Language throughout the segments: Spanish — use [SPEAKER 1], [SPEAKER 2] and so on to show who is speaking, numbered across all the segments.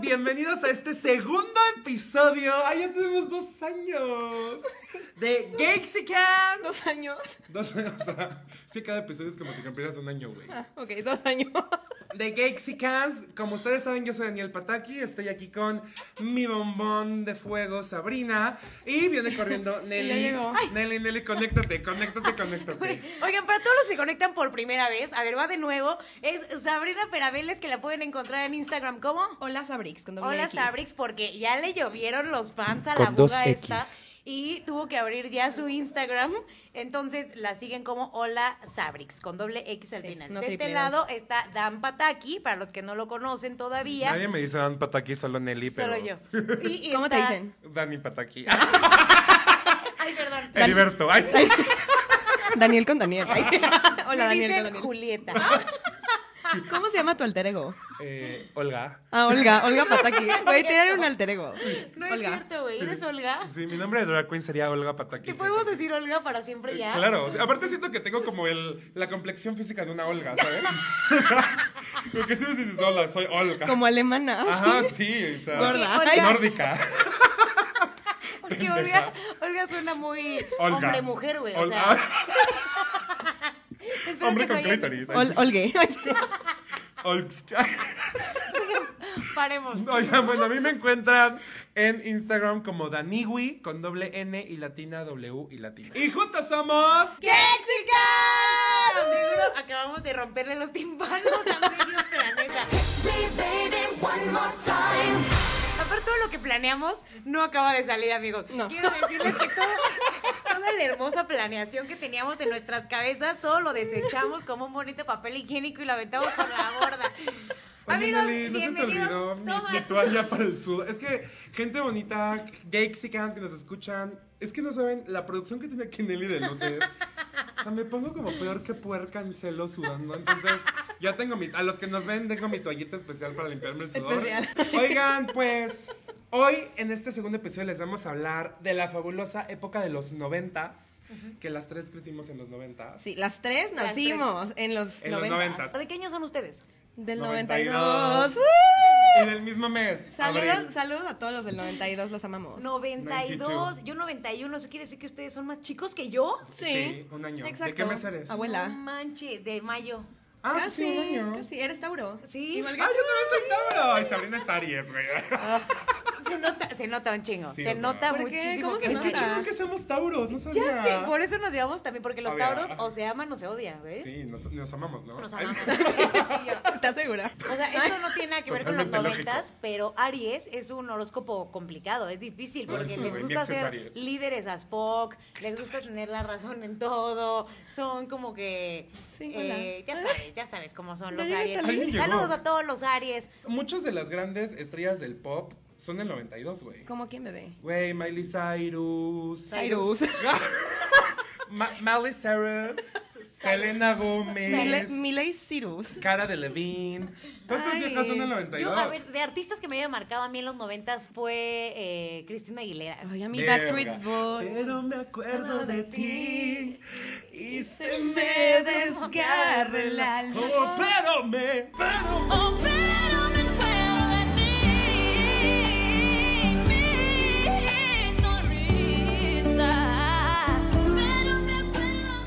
[SPEAKER 1] bienvenidos a este segundo episodio. ¡Ay, ya tenemos dos años! De Gaxican.
[SPEAKER 2] Dos años.
[SPEAKER 1] Dos años, o sea, sí, cada episodio es como si cumplieras un año, güey.
[SPEAKER 2] Ah, ok, dos años.
[SPEAKER 1] De Gexicans, como ustedes saben, yo soy Daniel Pataki, estoy aquí con mi bombón de fuego, Sabrina, y viene corriendo Nelly.
[SPEAKER 2] Ya llegó.
[SPEAKER 1] Nelly, Nelly, conéctate, conéctate, conéctate.
[SPEAKER 3] Oigan, para todos los que se conectan por primera vez, a ver, va de nuevo, es Sabrina Perabeles que la pueden encontrar en Instagram como
[SPEAKER 2] Hola Sabrix. con doble
[SPEAKER 3] Hola
[SPEAKER 2] X.
[SPEAKER 3] Sabrix, porque ya le llovieron los fans a
[SPEAKER 4] Con
[SPEAKER 3] la
[SPEAKER 4] dos
[SPEAKER 3] buga
[SPEAKER 4] X.
[SPEAKER 3] esta y tuvo que abrir ya su Instagram, entonces la siguen como Hola Sabrix, con doble X al
[SPEAKER 2] Sí,
[SPEAKER 3] final.
[SPEAKER 2] no
[SPEAKER 3] de este
[SPEAKER 2] triple
[SPEAKER 3] lado está Dan Pataki, para los que no lo conocen todavía,
[SPEAKER 1] Nadie me dice Dan Pataki, solo Nelly, pero.
[SPEAKER 3] solo yo. Y- y
[SPEAKER 2] ¿Cómo te
[SPEAKER 3] está-
[SPEAKER 2] dicen?
[SPEAKER 1] Dani Pataki.
[SPEAKER 3] Ay, perdón.
[SPEAKER 1] Heriberto. Ay,
[SPEAKER 2] Daniel con Daniel. Ay, sí. Hola
[SPEAKER 3] Me
[SPEAKER 2] Daniel
[SPEAKER 3] dicen
[SPEAKER 2] con Daniel.
[SPEAKER 3] Julieta.
[SPEAKER 2] ¿Cómo se llama tu alter ego?
[SPEAKER 1] eh, Olga.
[SPEAKER 2] Ah, Olga, Olga Pataki. Voy a tener un alter ego.
[SPEAKER 3] No es
[SPEAKER 2] Olga.
[SPEAKER 3] cierto, güey. ¿Eres Olga?
[SPEAKER 1] Sí, mi nombre de drag queen sería Olga Pataki.
[SPEAKER 3] ¿Te podemos decir Olga para siempre ya?
[SPEAKER 1] Claro, o sea, aparte siento que tengo como el, la complexión física de una Olga, ¿sabes? Porque si me dices Olga, soy Olga.
[SPEAKER 2] Como alemana.
[SPEAKER 1] Ajá, sí, o sea,
[SPEAKER 2] Gorda.
[SPEAKER 3] Olga.
[SPEAKER 1] nórdica.
[SPEAKER 3] Porque
[SPEAKER 1] Pendeja.
[SPEAKER 3] Olga, Olga suena muy
[SPEAKER 1] Olga.
[SPEAKER 3] hombre-mujer, güey. O
[SPEAKER 1] Olga.
[SPEAKER 3] sea, espero
[SPEAKER 1] Hombre
[SPEAKER 3] que
[SPEAKER 1] con
[SPEAKER 3] no hayan-
[SPEAKER 1] clítoris.
[SPEAKER 2] Ol- Olgue.
[SPEAKER 1] Olgst-
[SPEAKER 3] Paremos.
[SPEAKER 1] Oigan, bueno, a mí me encuentran en Instagram como Daniwi con doble N y latina W y latina. Y juntos somos.
[SPEAKER 3] ¡Gexican! Seguro acabamos de romperle los timpanos a medio planeta. Aparte, todo lo que planeamos no acaba de salir, amigos.
[SPEAKER 2] No.
[SPEAKER 3] Quiero decirles que todo- toda la hermosa planeación que teníamos en nuestras cabezas, todo lo desechamos como un bonito papel higiénico y lo aventamos por la borda.
[SPEAKER 1] Oye,
[SPEAKER 3] amigos,
[SPEAKER 1] Nelly, no se te
[SPEAKER 3] bienvenidos.
[SPEAKER 1] olvidó mi,
[SPEAKER 3] Toma.
[SPEAKER 1] mi toalla para el sud. Es que gente bonita, gexicans que nos escuchan, es que no saben la producción que tiene aquí Nelly de luces. O sea, me pongo como peor que puerca en celo sudando. Entonces, ya tengo mi. A los que nos ven, tengo mi toallita especial para limpiarme el sudor.
[SPEAKER 2] Especial.
[SPEAKER 1] Oigan, pues. Hoy, en este segundo episodio, les vamos a hablar de la fabulosa época de los noventas. Que las tres crecimos en los noventas.
[SPEAKER 2] Sí, las tres
[SPEAKER 3] Las tres.
[SPEAKER 2] nacimos en los
[SPEAKER 1] En los
[SPEAKER 2] 90.
[SPEAKER 1] noventas.
[SPEAKER 3] ¿De qué año son ustedes?
[SPEAKER 2] Del
[SPEAKER 1] 92.
[SPEAKER 2] 92.
[SPEAKER 1] Y del mismo mes. abril.
[SPEAKER 2] Saludos, saludos a todos los del 92, los amamos.
[SPEAKER 3] 92,
[SPEAKER 1] 92.
[SPEAKER 3] yo 91, ¿eso quiere decir que ustedes son más chicos que yo?
[SPEAKER 1] Sí, un año. ¿De qué mes eres?
[SPEAKER 2] Abuela.
[SPEAKER 3] No manches, de mayo.
[SPEAKER 1] Ah, pues
[SPEAKER 2] casi,
[SPEAKER 1] sí, un año.
[SPEAKER 2] casi. Eres Tauro.
[SPEAKER 3] Sí.
[SPEAKER 2] Igual que-
[SPEAKER 1] Ah, yo también soy Tauro. Ay, Sabrina es Aries, güey.
[SPEAKER 3] Se nota, se nota un chingo.
[SPEAKER 1] Sí,
[SPEAKER 3] se
[SPEAKER 1] o sea.
[SPEAKER 3] nota
[SPEAKER 2] ¿Por qué?
[SPEAKER 3] muchísimo.
[SPEAKER 2] ¿Cómo se
[SPEAKER 3] que-
[SPEAKER 1] Qué
[SPEAKER 2] nota?
[SPEAKER 1] chingón que seamos Tauros, no sabía.
[SPEAKER 3] Ya sé, por eso nos llevamos también, porque los
[SPEAKER 1] Obvio.
[SPEAKER 3] tauros o se aman o se odian, ¿ves?
[SPEAKER 1] Sí, nos, nos amamos, ¿no?
[SPEAKER 3] Nos
[SPEAKER 1] Ay,
[SPEAKER 3] amamos.
[SPEAKER 2] ¿Estás segura?
[SPEAKER 3] O sea, esto no tiene nada que ver con los
[SPEAKER 1] Totalmente lógico.
[SPEAKER 3] noventas, pero Aries es un horóscopo complicado, es difícil,
[SPEAKER 1] Ah,
[SPEAKER 3] porque
[SPEAKER 1] sí,
[SPEAKER 3] les
[SPEAKER 1] güey,
[SPEAKER 3] gusta
[SPEAKER 1] mi ex es
[SPEAKER 3] ser
[SPEAKER 1] Aries.
[SPEAKER 3] líderes a Spock, les gusta tener la razón en todo, son como que...
[SPEAKER 2] Sí,
[SPEAKER 3] eh, ya sabes, ya sabes cómo
[SPEAKER 2] Ya
[SPEAKER 3] son los
[SPEAKER 2] llegó
[SPEAKER 3] Aries.
[SPEAKER 1] Talín. Alguien
[SPEAKER 3] Saludos
[SPEAKER 1] llegó.
[SPEAKER 3] a todos los Aries.
[SPEAKER 1] Muchas de las grandes estrellas del pop son del 92, güey.
[SPEAKER 2] ¿Cómo quién bebé?
[SPEAKER 1] Güey, Miley Cyrus.
[SPEAKER 3] Cyrus.
[SPEAKER 1] Ma- Miley Cyrus. Selena Gómez.
[SPEAKER 2] Miley Cyrus.
[SPEAKER 1] Cara de Levine. Todas esas
[SPEAKER 2] Ay.
[SPEAKER 1] viejas son del
[SPEAKER 3] Yo,
[SPEAKER 1] 92.
[SPEAKER 3] a ver, de artistas que me había marcado a mí en los noventas fue eh, Cristina Aguilera.
[SPEAKER 2] Ay, a mí
[SPEAKER 1] Verga.
[SPEAKER 2] Backstreet Boy.
[SPEAKER 1] Pero me acuerdo de ti y se
[SPEAKER 2] Me desgarra el alma.
[SPEAKER 1] Oh, pero me, pero me.
[SPEAKER 2] Oh,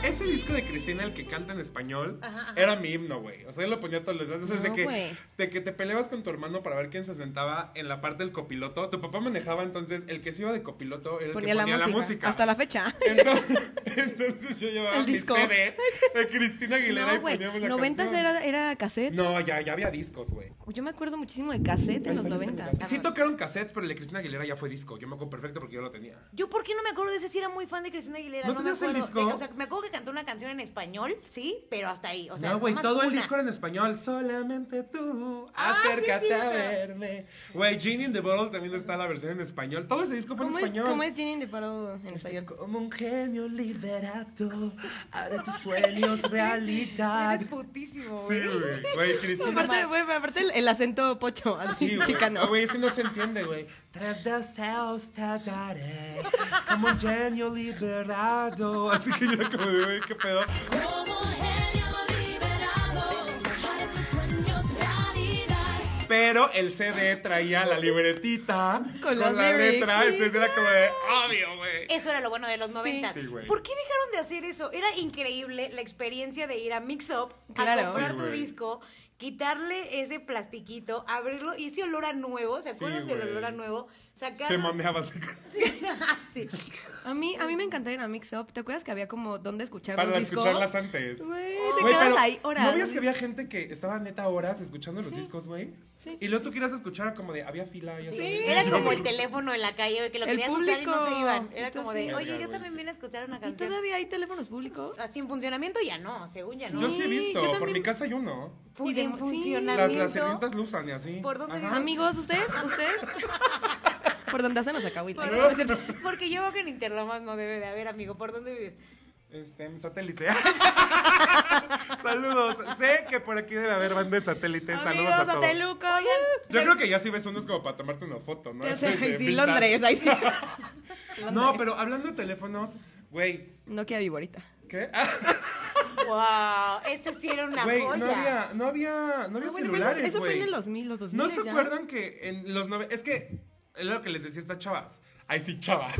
[SPEAKER 1] Ese disco de Cristina, el que canta en español,
[SPEAKER 3] Ajá, ajá.
[SPEAKER 1] era mi himno, güey. O sea, yo lo ponía todos los días. Desde
[SPEAKER 2] No,
[SPEAKER 1] que,
[SPEAKER 2] güey.
[SPEAKER 1] de que te peleabas con tu hermano para ver quién se sentaba en la parte del copiloto. Tu papá manejaba, entonces el que se iba de copiloto era el
[SPEAKER 2] Ponía
[SPEAKER 1] que
[SPEAKER 2] la
[SPEAKER 1] ponía
[SPEAKER 2] música.
[SPEAKER 1] la música.
[SPEAKER 2] Hasta la fecha.
[SPEAKER 1] Entonces, entonces yo llevaba
[SPEAKER 2] El
[SPEAKER 1] mi
[SPEAKER 2] disco.
[SPEAKER 1] CD de Cristina Aguilera y poníamos la
[SPEAKER 2] 90
[SPEAKER 1] canción.
[SPEAKER 2] era, era cassette.
[SPEAKER 1] No, ya, ya había discos, güey.
[SPEAKER 2] Yo me acuerdo muchísimo de cassette en los 90.
[SPEAKER 1] Sí tocaron cassettes, pero el de Cristina Aguilera ya fue disco. Yo me acuerdo perfecto porque yo lo tenía.
[SPEAKER 3] Yo, ¿por qué no me acuerdo de ese? Si era muy fan de Cristina Aguilera.
[SPEAKER 1] ¿No
[SPEAKER 3] me
[SPEAKER 1] tenías el
[SPEAKER 3] acuerdo.
[SPEAKER 1] disco?
[SPEAKER 3] Te- O sea, me acuerdo que cantó una canción en español, sí, pero hasta ahí. O sea,
[SPEAKER 1] no, güey,
[SPEAKER 3] nomás
[SPEAKER 1] todo el
[SPEAKER 3] una.
[SPEAKER 1] disco era en español. Solamente tú,
[SPEAKER 3] Ah, sí,
[SPEAKER 1] acércate a
[SPEAKER 3] cierto.
[SPEAKER 1] verme. Güey, Genie in the Bottle también está la versión en español. Todo ese disco fue en
[SPEAKER 2] ¿Cómo es,
[SPEAKER 1] español. Este
[SPEAKER 2] ¿Cómo es Ginny de Paro en español?
[SPEAKER 1] Como un genio liberato, haré tus sueños realidad.
[SPEAKER 3] Eres putísimo,
[SPEAKER 1] Sí,
[SPEAKER 3] güey.
[SPEAKER 1] güey, güey, Cristina.
[SPEAKER 2] Aparte, güey, aparte el, el acento pocho,
[SPEAKER 1] Sí,
[SPEAKER 2] así
[SPEAKER 1] güey. Ah,
[SPEAKER 2] chicano.
[SPEAKER 1] Güey, es que no se entiende, güey. Tras deseos te daré, como un genio liberado. Así que yo era como de, güey, qué pedo. Pero el CD traía la libretita con,
[SPEAKER 2] las
[SPEAKER 1] la
[SPEAKER 2] lyrics.
[SPEAKER 1] letra. Entonces era como de, "Ah, obvio, güey.
[SPEAKER 3] Eso era lo bueno de los 90.
[SPEAKER 1] Sí, güey.
[SPEAKER 3] ¿Por qué dejaron de hacer eso? Era increíble la experiencia de ir a Mix Up,
[SPEAKER 2] Claro.
[SPEAKER 3] a comprar
[SPEAKER 1] Sí,
[SPEAKER 3] tu
[SPEAKER 1] güey.
[SPEAKER 3] disco, quitarle ese plastiquito, abrirlo y ese olor a nuevo, ¿se
[SPEAKER 1] Sí,
[SPEAKER 3] acuerdan del
[SPEAKER 1] güey.
[SPEAKER 3] olor a nuevo? Sacar
[SPEAKER 1] Te manejabas
[SPEAKER 3] Sí, sí.
[SPEAKER 2] A mí, a mí me encanta ir a Mix Up. ¿Te acuerdas que había como dónde escuchar
[SPEAKER 1] para
[SPEAKER 2] los discos?
[SPEAKER 1] escucharlas antes.
[SPEAKER 2] Güey, te
[SPEAKER 1] Güey,
[SPEAKER 2] quedabas
[SPEAKER 1] pero,
[SPEAKER 2] ahí horas.
[SPEAKER 1] ¿No veías que había gente que estaba neta horas escuchando los
[SPEAKER 2] Sí.
[SPEAKER 1] discos, güey?
[SPEAKER 2] Sí,
[SPEAKER 1] Y luego tú querías escuchar como de, había fila, ya
[SPEAKER 2] Sí.
[SPEAKER 1] sabes.
[SPEAKER 3] Era
[SPEAKER 1] Y
[SPEAKER 3] como
[SPEAKER 1] yo-
[SPEAKER 3] el teléfono en la calle güey, que lo
[SPEAKER 2] El
[SPEAKER 3] querías usar y no se
[SPEAKER 2] público.
[SPEAKER 3] iban. Era como
[SPEAKER 2] Entonces,
[SPEAKER 3] de,
[SPEAKER 1] Verga,
[SPEAKER 3] oye, yo
[SPEAKER 1] güey,
[SPEAKER 3] también
[SPEAKER 1] sí.
[SPEAKER 3] vine a escuchar una
[SPEAKER 2] ¿Y
[SPEAKER 3] canción.
[SPEAKER 2] todavía hay teléfonos públicos?
[SPEAKER 3] Así en funcionamiento ya no, según ya no.
[SPEAKER 1] Yo sí he
[SPEAKER 2] Sí,
[SPEAKER 1] visto,
[SPEAKER 2] yo
[SPEAKER 1] por
[SPEAKER 2] también-
[SPEAKER 1] mi casa hay uno.
[SPEAKER 3] Fu-
[SPEAKER 2] Y de- sí.
[SPEAKER 3] en
[SPEAKER 1] Las,
[SPEAKER 3] funcionamiento.
[SPEAKER 1] las sirvientas lo usan y así.
[SPEAKER 3] ¿Por dónde
[SPEAKER 1] Ajá.
[SPEAKER 3] Ah.
[SPEAKER 2] Amigos, ¿ustedes? ¿Ustedes? Por donde hacen los acahuiles.
[SPEAKER 3] Por-
[SPEAKER 2] No, es cierto.
[SPEAKER 3] Porque yo creo que en Interlomas no debe de haber, amigo. ¿Por dónde vives?
[SPEAKER 1] Este, en satélite. Saludos. Sé que por aquí debe haber banda de satélite. Saludos a
[SPEAKER 2] Amigos,
[SPEAKER 1] todos.
[SPEAKER 2] Ateluco. Oigan,
[SPEAKER 1] Yo creo que ya si ves unos como para tomarte una foto, ¿no?
[SPEAKER 2] ¿qué
[SPEAKER 1] Así de
[SPEAKER 2] haces? Sí,
[SPEAKER 1] vintage.
[SPEAKER 2] Londres. Ahí sí.
[SPEAKER 1] No, pero hablando de teléfonos, güey,
[SPEAKER 2] Nokia Viborita.
[SPEAKER 1] ¿qué? Ah,
[SPEAKER 3] ¡Wow! Este sí era una
[SPEAKER 1] Güey,
[SPEAKER 3] joya.
[SPEAKER 1] no había, no había, no había
[SPEAKER 2] Ah, bueno, pero eso,
[SPEAKER 1] celulares,
[SPEAKER 2] eso fue
[SPEAKER 1] güey.
[SPEAKER 2] en el 2000, los 2000.
[SPEAKER 1] ¿No se
[SPEAKER 2] ya. Ah,
[SPEAKER 1] acuerdan que en los nove... Es que es lo que les decía estas chavas. Ay, sí, chavas.